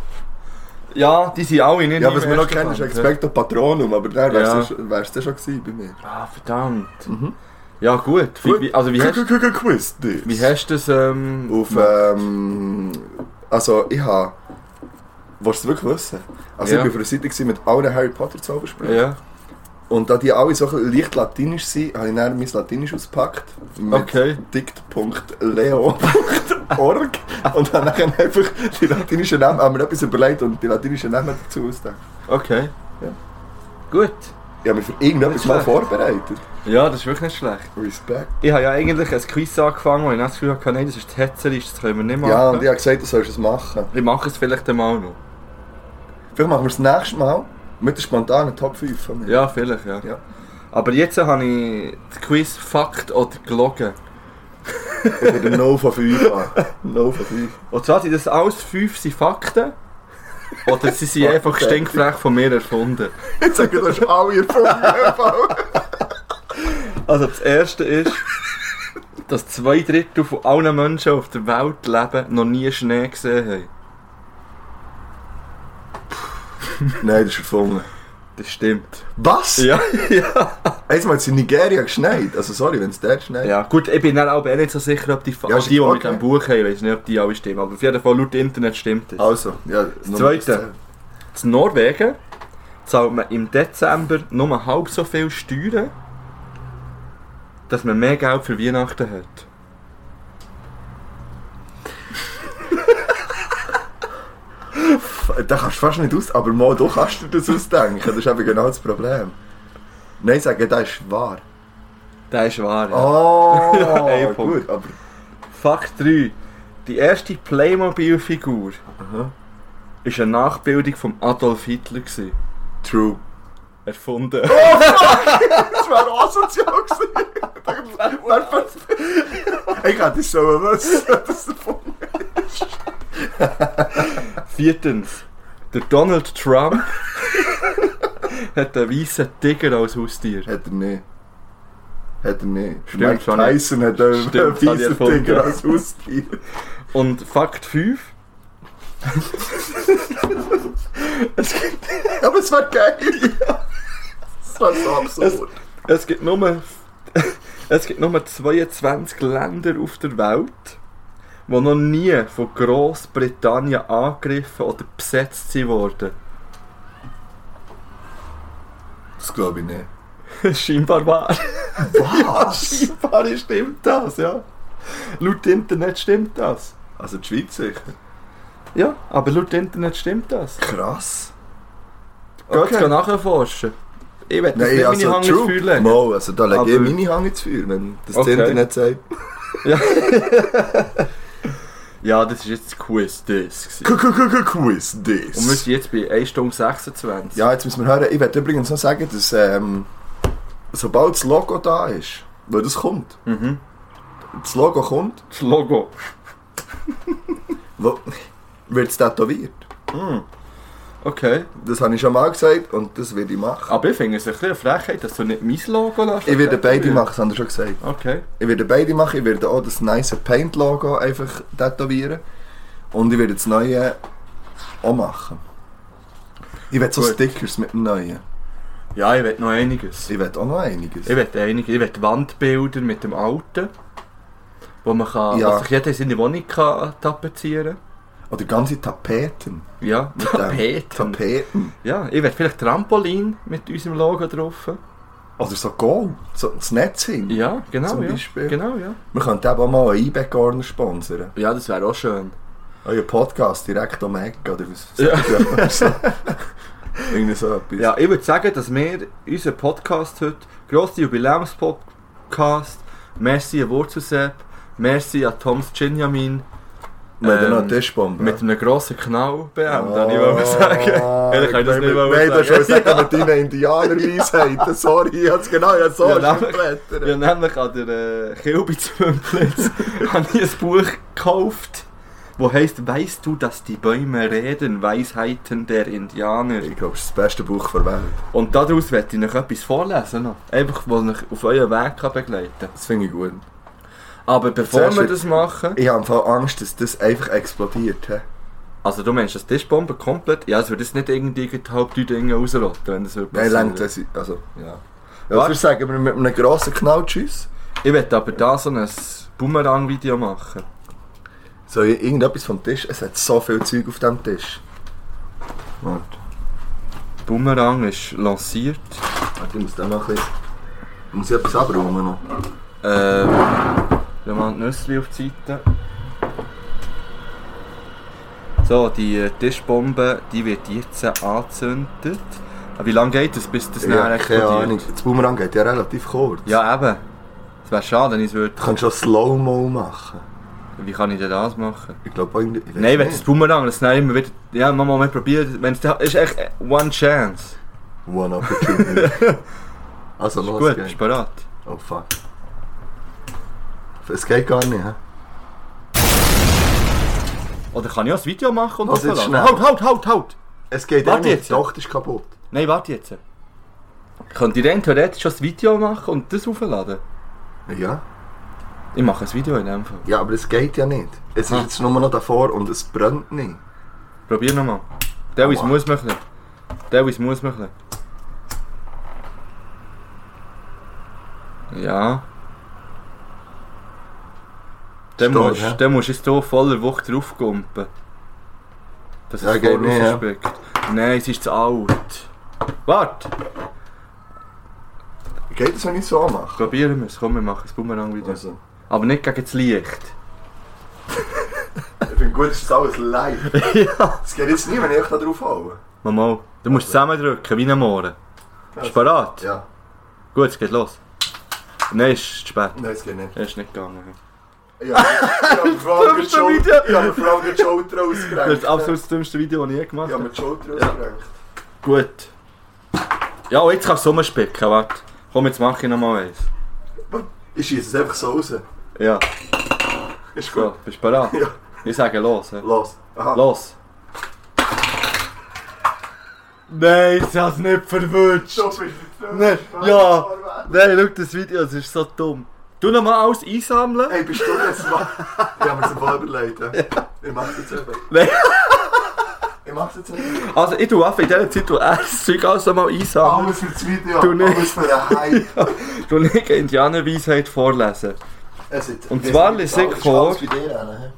S1: Ja, die sind alle nicht
S2: Ja,
S1: im
S2: was wir noch
S1: ersten
S2: kennen, ist
S1: Band.
S2: Expecto Patronum, aber der
S1: Ja.
S2: wär's ja. wär's dann schon gewesen bei mir.
S1: Ah, verdammt. Mhm. Ja, gut. Wie, wie, also, wie hast,
S2: Quiz
S1: wie hast du das, ähm...
S2: Auf, ähm, also ich habe... Willst du es wirklich wissen? Also
S1: Ja.
S2: ich war auf einer Seite gewesen mit allen Harry Potter Zaubersprüchen.
S1: Ja.
S2: Und da die alle so ein bisschen leicht latinisch sind, habe ich dann mein Latinisch ausgepackt. Mit
S1: Okay.
S2: dict.leo.org und habe dann einfach die latinischen Namen, haben mir etwas überlegt und die latinischen Namen dazu ausgedacht.
S1: Okay.
S2: Ja.
S1: Gut.
S2: Ich habe mich für irgendetwas
S1: Nicht
S2: mal
S1: schlecht.
S2: vorbereitet.
S1: Ja, das ist wirklich nicht schlecht.
S2: Respekt.
S1: Ich habe ja eigentlich ein Quiz angefangen, wo ich dann das Gefühl hatte, nein, das ist die Hetzerliste, das können wir nicht machen.
S2: Ja, und ich habe gesagt, du sollst es machen.
S1: Ich mache es vielleicht einmal noch.
S2: Vielleicht machen wir es nächstes Mal mit der spontanen Top 5 von mir.
S1: Ja, vielleicht, ja.
S2: Ja.
S1: Aber jetzt habe ich das Quiz Fakt oder gelogen.
S2: Oder der No von 5 an. No von 5.
S1: Und zwar sind das alles fünf sind Fakten. Oder sie sind einfach
S2: Fakten.
S1: stinkfrech von mir erfunden.
S2: Jetzt sagen wir, das ist alle erfunden.
S1: Also das erste ist, dass zwei Drittel von allen Menschen auf der Welt leben, noch nie Schnee gesehen haben.
S2: Nein, das ist erfunden.
S1: Das stimmt.
S2: Was?
S1: Ja, ja.
S2: Jetzt mal, es in Nigeria geschneit. Also sorry, wenn es dort schneit.
S1: Ja, gut, ich bin dann auch eh nicht so sicher, ob die, Fa-
S2: Ja,
S1: die, die
S2: okay.
S1: mit dem Buch haben, weiss nicht, ob die alle stimmen. Aber auf jeden Fall laut Internet stimmt es.
S2: Also, ja. Das
S1: Zweite. In Norwegen zahlt man im Dezember nur halb so viel Steuern, dass man mehr Geld für Weihnachten hat.
S2: Da kannst du fast nicht aus, aber mal, du kannst dir das ausdenken. Das ist eben genau das Problem. Nein, sagen, das ist wahr.
S1: Das ist wahr. Ja.
S2: Oh,
S1: Ja, ein Punkt.
S2: gut, aber
S1: Fakt 3. Die erste Playmobil-Figur
S2: Aha.
S1: ist eine Nachbildung von Adolf Hitler. Gewesen.
S2: true.
S1: Erfunden.
S2: Das wäre asozial gewesen. ich hätte es schon wissen, dass der Punkt
S1: Viertens. Der Donald Trump hat einen weißen Tiger als Haustier.
S2: Hat er nicht. Hat er nicht.
S1: Stimmt,
S2: Mike
S1: schon
S2: Tyson hat
S1: Stimmt,
S2: einen
S1: das hab ich
S2: fiesen
S1: erfunden.
S2: Tiger als Haustier.
S1: Und Fakt 5.
S2: Aber es war geil. Es war so absurd.
S1: Es gibt nur, es gibt nur 22 Länder auf der Welt, die noch nie von Großbritannien angegriffen oder besetzt sind worden.
S2: Das glaube ich nicht.
S1: Scheinbar wahr.
S2: Was?
S1: Scheinbar stimmt das, ja. Laut Internet stimmt das.
S2: Also die Schweiz sicher.
S1: Ja, aber laut Internet stimmt das.
S2: Krass.
S1: Okay. Geht nachforschen. Ich werde
S2: Nein,
S1: nicht
S2: also
S1: meine Hand ins Feuer
S2: true.
S1: legen.
S2: Mal, also da lege ich
S1: Aber-
S2: meine Hand ins Feuer, wenn das
S1: Okay.
S2: Internet sagt.
S1: Ja. ja, das ist jetzt Quiz das. gewesen.
S2: K- k- k- Quiz this.
S1: Und wir sind jetzt bei 1 Stunde 26.
S2: Ja, jetzt müssen wir hören. Ich werde übrigens noch sagen, dass ähm, sobald das Logo da ist, weil das kommt,
S1: Mhm.
S2: das Logo kommt,
S1: Das Logo.
S2: wird es tätowiert.
S1: Okay.
S2: Das habe ich schon mal gesagt und das werde ich machen.
S1: Aber ich finde es ein bisschen eine Frechheit, dass du nicht mein Logo lässt.
S2: Ich werde beide machen, das haben wir schon gesagt.
S1: Okay.
S2: Ich werde beide machen, ich werde auch das nice Paint-Logo einfach tätowieren. Und ich werde das neue auch machen. Ich werde so
S1: Gut.
S2: Stickers mit dem neuen.
S1: Ja, ich will noch einiges. Ich
S2: Ich werde auch noch einiges.
S1: will einiges. Ich will Wandbilder mit dem Alten, wo man kann,
S2: Ja.
S1: was sich jeder in seine Wohnung kann tapezieren
S2: Oder ganze Tapeten.
S1: Ja,
S2: Mit dem-
S1: Tapeten.
S2: Tapeten.
S1: Ja, ich werde vielleicht Trampolin mit unserem Logo drauf.
S2: Oder so Goal. So das Netzing.
S1: Ja, genau.
S2: Zum
S1: ja.
S2: Beispiel.
S1: Genau, ja.
S2: Wir könnten eben auch mal einen Einbeck-Corner sponsern.
S1: Ja, das wäre auch schön.
S2: Euer Podcast direkt am Eck oder was. Also,
S1: Ja.
S2: Irgendwie so etwas.
S1: Ja, ich würde sagen, dass wir unseren Podcast heute, grosse Jubiläumspodcast, merci an Wurzelsepp, merci an Toms Chinjamin,
S2: Mit
S1: Ähm,
S2: einer Tischbombe. Ah,
S1: mit einem grossen Knall beenden, oh, ich wollte sagen. Ehrlich, kann ich das nicht mal
S2: Nein, du
S1: sagen.
S2: hast schon gesagt, mit deinen Indianerweisheiten. Sorry, ich hab's genau, ich hab's so
S1: Ja,
S2: ja,
S1: nein.
S2: verblättert.
S1: Ja, nämlich an der äh, Kilbitzmümplitz habe ich ein Buch gekauft, wo heisst «Weißt du, dass die Bäume reden? Weisheiten der Indianer».
S2: Ich glaube, es ist das beste Buch der Welt.
S1: Und daraus werde ich euch etwas vorlesen noch. Einfach, was euch auf euren Weg kann begleiten kann.
S2: Das finde ich gut.
S1: Aber bevor
S2: Zuerst
S1: wir
S2: wird-
S1: das machen...
S2: Ich habe im Fall Angst, dass das einfach explodiert. hä?
S1: Also du meinst, dass die Tischbombe komplett... Ja, es würde jetzt nicht irgendwie die halb drei Dinge rausrotten, wenn das würde
S2: Nein,
S1: passieren.
S2: längt das. Also, ja.
S1: Warte.
S2: Ja, wir sagen wir mit einem grossen Knall Tschüss.
S1: Ich werde aber da so ein Boomerang-Video machen.
S2: So, ir- irgendetwas vom Tisch. Es hat so viel Zeug auf dem Tisch. Warte,
S1: Boomerang ist lanciert.
S2: warte ich muss da noch ein bisschen. Muss ich etwas abräumen noch?
S1: Ähm... Wir machen die Nüsse auf die Seite. So, die äh, Tischbombe, die wird jetzt angezündet. Aber wie lange geht es, bis das
S2: Ich
S1: nachher
S2: habe keine
S1: explodiert?
S2: Ahnung. Das Boomerang geht ja relativ kurz.
S1: Ja, eben. Es wäre schade, wenn ich es würde.
S2: Du kannst schon Slow-Mo machen.
S1: Wie kann ich denn das machen?
S2: Ich glaube auch irgendwie. ich weiss
S1: Nein, wenn
S2: nicht.
S1: das Boomerang, das dann immer wieder. Ja, Mama, mal probieren. Wenn es da ist, echt äh, one chance.
S2: One opportunity. also los
S1: Gut, bist
S2: geht's.
S1: du bereit?
S2: Oh fuck. Es geht gar nicht, hä?
S1: Oder kann ich auch ein Video machen und
S2: Was, jetzt
S1: hochladen?
S2: schnell?
S1: Halt, halt, halt, halt!
S2: Es geht
S1: Warte
S2: auch nicht.
S1: jetzt.
S2: Die Tochter ist kaputt.
S1: Nein, warte jetzt. Könnt ihr dann theoretisch schon ein Video machen und das hochladen?
S2: Ja?
S1: Ich mache ein Video in dem Fall.
S2: Ja, aber es geht ja nicht. Es ist
S1: Ah.
S2: jetzt nur noch davor und es brennt nicht.
S1: Probier nochmal. Teilweise
S2: Aua.
S1: muss man ein bisschen. Teilweise muss man ein bisschen. Ja. Dann
S2: Steht,
S1: musst,
S2: hä?
S1: dann musst du jetzt hier voller Wucht draufgumpen. Das
S2: Ja,
S1: ist
S2: geht
S1: voll
S2: nicht, ja.
S1: ausgespickt. Nein, es ist zu alt. Warte,
S2: Geht es, wenn ich so mache?
S1: probieren wir es. Komm, wir machen es Bumerang wieder.
S2: Also.
S1: Aber nicht gegen das Licht.
S2: Ich bin gut, es ist alles live. ja. Es geht jetzt nicht, wenn ich euch da drauf haue.
S1: Mama, du musst zusammendrücken, wie ein Mohren. Bist du bereit?
S2: Also. Ja.
S1: Gut, es geht los. Nein, es ist zu spät.
S2: Nein, es geht nicht.
S1: Er ist nicht gegangen.
S2: Ja. Ich habe mir vor allem gerade die
S1: Fünfte Video.
S2: Schulter- ich habe mir vor allem gerade die Schulter
S1: Das ist
S2: ausgerenkt.
S1: das absolut das dümmste Video, das ich je gemacht
S2: Ich habe mir
S1: habe.
S2: die Schulter ausgerenkt.
S1: Gut. Ja, und jetzt kannst du rumspicken, warte. Komm, jetzt mache ich nochmal eins.
S2: Ich schieße es einfach so raus.
S1: Ja,
S2: Ist gut.
S1: so, bist du bereit?
S2: Ja.
S1: Ich sage los. hä?
S2: Los. Aha.
S1: Los. Nein, sie hat es nicht verwünscht.
S2: Schau, bist du zurück.
S1: Nein,
S2: Fahr-
S1: ja.
S2: fahr weg.
S1: Nein, schau das Video, es ist so dumm. Du nochmal alles einsammeln?
S2: Hey, bist du jetzt mal? Ich habe mir das voll überlegt. Ja. Ich mach's jetzt einfach.
S1: Nein.
S2: Ich mach's jetzt nicht.
S1: Also, ich tue einfach in dieser Zeit, wo er das Zeug alles nochmal einsammeln.
S2: Alles für das Video,
S1: Du nicht.
S2: alles für den Hype.
S1: Du nicht Indianerweisheit vorlesen.
S2: Es ist-
S1: Und
S2: es
S1: zwar
S2: ist-
S1: lese ich
S2: es ist
S1: vor-
S2: alles bei dir, Anne.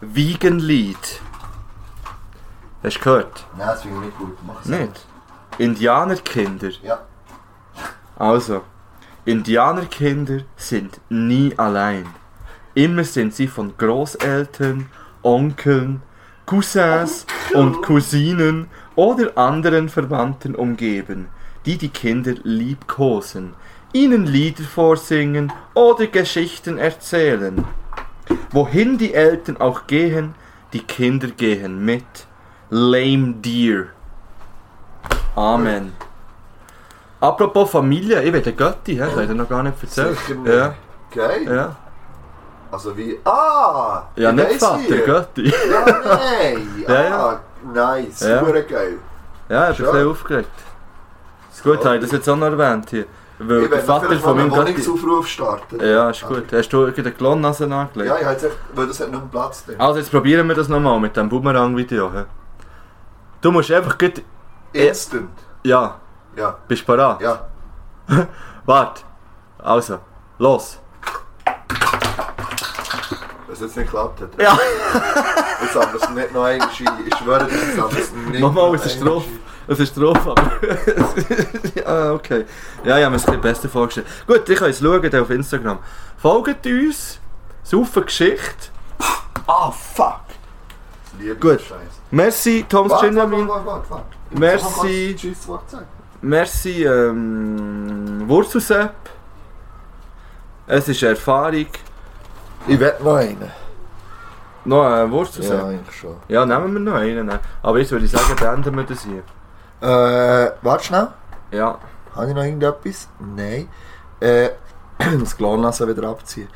S1: Wiegenlied. Hast du gehört?
S2: Nein, das finde ich nicht gut. Mach's
S1: Nicht? Indianerkinder.
S2: Ja.
S1: Also, Indianerkinder sind nie allein. Immer sind sie von Großeltern, Onkeln, Cousins und Cousinen oder anderen Verwandten umgeben, die die Kinder liebkosen, ihnen Lieder vorsingen oder Geschichten erzählen. Wohin die Eltern auch gehen, die Kinder gehen mit. Lame Deer. Amen. Apropos Familie, ich will den Götti, hä, das habe ich dir noch gar nicht erzählt.
S2: Sicher nicht.
S1: Ja,
S2: Okay.
S1: ja.
S2: Also wie. Ah!
S1: Ja,
S2: ich
S1: nicht
S2: weiss
S1: Vater,
S2: wie.
S1: Götti.
S2: Ja, nein!
S1: Ja,
S2: Ah, nice.
S1: Ja.
S2: Super geil.
S1: Ja, ich bin
S2: Schön.
S1: sehr aufgeregt. Ist gut, habe ich das jetzt auch noch erwähnt hier. Weil
S2: Ich
S1: der
S2: werde
S1: Vater
S2: vielleicht
S1: von
S2: mal einen
S1: meinem Götti...
S2: Wohnungsaufruf starten.
S1: Ja, ist gut. Hast du irgendeinen Klonnase angelegt?
S2: Ja, ich habe jetzt echt. Weil das hat noch einen Platz drin.
S1: Also jetzt probieren wir das nochmal mit dem Boomerang-Video. hä. Du musst einfach gut...
S2: Instant.
S1: Ja,
S2: Ja.
S1: bist du bereit?
S2: Ja.
S1: Warte. Also, los.
S2: Dass es jetzt nicht geklappt hat.
S1: Ja.
S2: Ich sammle es nicht noch einmal ein. Ich schwöre, dir, ich sammle es nicht.
S1: Nochmal,
S2: noch
S1: es ist
S2: einmal
S1: drauf. Es ist drauf, aber. ja, okay. Ja, ich habe mir es ein bisschen besser vorgestellt. Gut, ich kann es schauen dann auf Instagram. Folgt uns. Saufen Geschichte. Ah, fuck.
S2: ein. Liebe
S1: Gut.
S2: Scheiße.
S1: Merci, Tom's
S2: Warte, warte,
S1: Gentleman.
S2: warte, warte, warte.
S1: Merci.
S2: Ich muss noch kurz Tschüss, Wort sagen.
S1: Merci, ähm, Wurzelsepp. Es ist Erfahrung.
S2: Ich will noch einen.
S1: Noch ein Wurzelsepp.
S2: eigentlich schon.
S1: Ja. nehmen wir noch einen. Aber jetzt würde ich sagen, beenden wir das hier.
S2: Äh, warte schnell.
S1: Ja.
S2: Habe ich noch irgendetwas? Nein. Äh, ich muss die Lohnnasse wieder abziehen.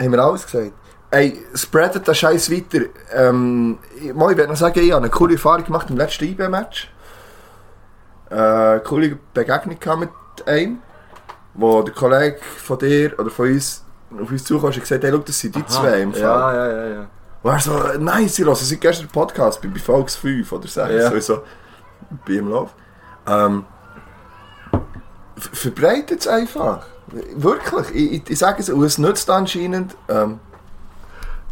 S2: Haben wir alles gesagt? Ey, spreadet den Scheiß weiter. Ähm, ich, mal, ich will noch sagen, ich habe eine coole Erfahrung gemacht im letzten E IB-Match. Äh, coole Begegnung gehabt mit einem, wo der Kollege von dir oder von uns auf uns zukam und gesagt hat, hey, schau, das sind die zwei im Fall.
S1: Ah, Ja, ja, ja, ja.
S2: Und er so, nice, ich höre seit gestern den Podcast, bin bei Folge 5 oder 6,
S1: Ja.
S2: ja. so, so, bin im Lauf. Ähm, ver- verbreitet es einfach. Wirklich, ich, ich, ich sage es, und es nützt anscheinend. Ähm,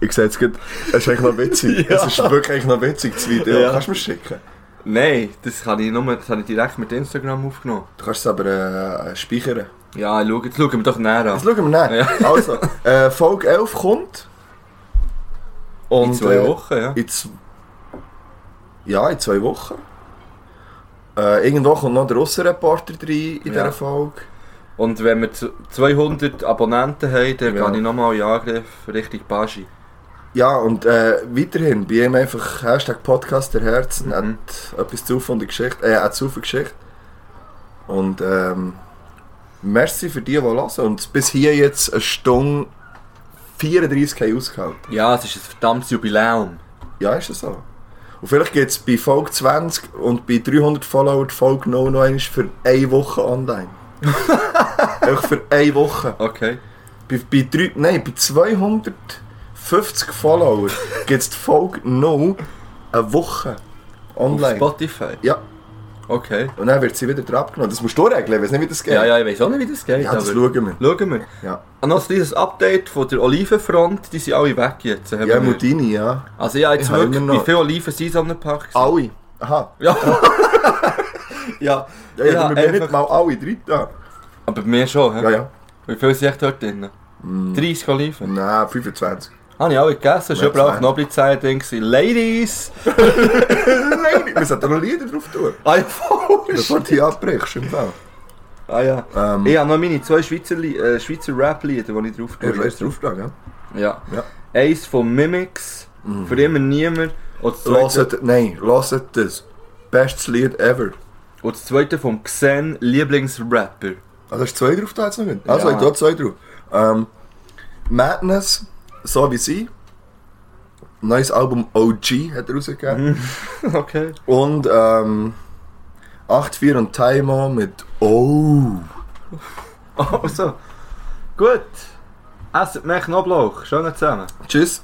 S2: ich sehe jetzt gerade, es ist eigentlich noch witzig,
S1: Ja.
S2: es ist wirklich eigentlich noch witzig, das Video,
S1: Ja.
S2: kannst du mir schicken?
S1: Nein, das kann ich nur, das habe ich direkt mit Instagram aufgenommen.
S2: Du kannst es aber äh, speichern.
S1: Ja, schau, jetzt schauen wir doch näher an.
S2: Das schauen wir nach.
S1: Ja.
S2: Also, äh, Folge 11 kommt. Und,
S1: In zwei
S2: äh,
S1: Wochen, ja.
S2: In z- ja, in zwei Wochen. Äh, irgendwo kommt noch der Russenreporter rein in
S1: Ja.
S2: dieser Folge.
S1: Und wenn wir zu- 200 Abonnenten haben, dann
S2: Ja.
S1: gehe ich nochmal in Angriff Richtung Baschi.
S2: Ja, und äh, weiterhin bei ihm einfach Hashtag Podcast der Herzen
S1: Mhm.
S2: hat etwas zu von der Geschichte, äh, hat zu viel Geschichte. Und ähm, merci für die, die hören. Und bis hier jetzt eine Stunde 34 haben ausgehalten.
S1: Ja, es ist ein verdammtes Jubiläum.
S2: Ja, ist das so. Und vielleicht geht es bei Folge 20 und bei 300 Follower die Folge noch, noch einmal für eine Woche online. Einfach für eine Woche.
S1: Okay.
S2: Bei, bei, drei, nein, bei 250 Follower gibt es die Folge noch eine Woche
S1: Auf
S2: online.
S1: Spotify.
S2: Ja,
S1: Okay.
S2: und dann wird sie wieder drauf genommen. Das musst du regeln, ich weiß nicht, wie das geht.
S1: Ja, ja, ich weiß auch nicht, wie das geht.
S2: Ja, das schauen wir.
S1: schauen wir.
S2: Ja,
S1: Und noch dieses Update von der Olivenfront, die sind alle weg jetzt. haben wir-
S2: ja Mutini, ja.
S1: Also ja, jetzt
S2: Ich habe
S1: wirklich,
S2: immer noch-
S1: wie viele Oliven sind es am Park?
S2: Alle. Aha.
S1: Ja. ja.
S2: Ja, ja,
S1: Ja,
S2: aber wir haben
S1: einfach-
S2: nicht mal alle drei da.
S1: Aber bei mir schon, hä?
S2: Ja, ja.
S1: Wie viel sind echt dort drin? 30 Oliven.
S2: Nein, 25.
S1: Habe ich alle gegessen, es war
S2: Ja,
S1: überall
S2: zwei.
S1: Knoblauchzehen drin. gewesen. Ladies!
S2: Nein, wir sollten noch Lieder drauf tun.
S1: Ah ja, voll.
S2: Bevor du hier abbrichst, im Fall.
S1: ah, ja.
S2: Ähm,
S1: Ich habe noch meine zwei Schweizer, Li- äh, Schweizer Rap-Lieder, die ich drauf
S2: Ja,
S1: tue.
S2: du weißt drauf ja.
S1: Ja.
S2: Ja. Mm.
S1: Eins von Mimics, für immer niemand. Und das zweite,
S2: Loset, nein, loset das. Bestes Lied ever.
S1: und das zweite von Xen, Lieblingsrapper.
S2: Also hast du zwei drauf da jetzt noch nicht? Also,
S1: Ja.
S2: ich da zwei drauf. Ähm, Madness, so wie sie. Neues Album OG hat er rausgegeben.
S1: Okay.
S2: Und ähm, 8-4 und Taimo mit Oh.
S1: Also, gut. Esset mehr Knoblauch. Schön zusammen.
S2: Tschüss.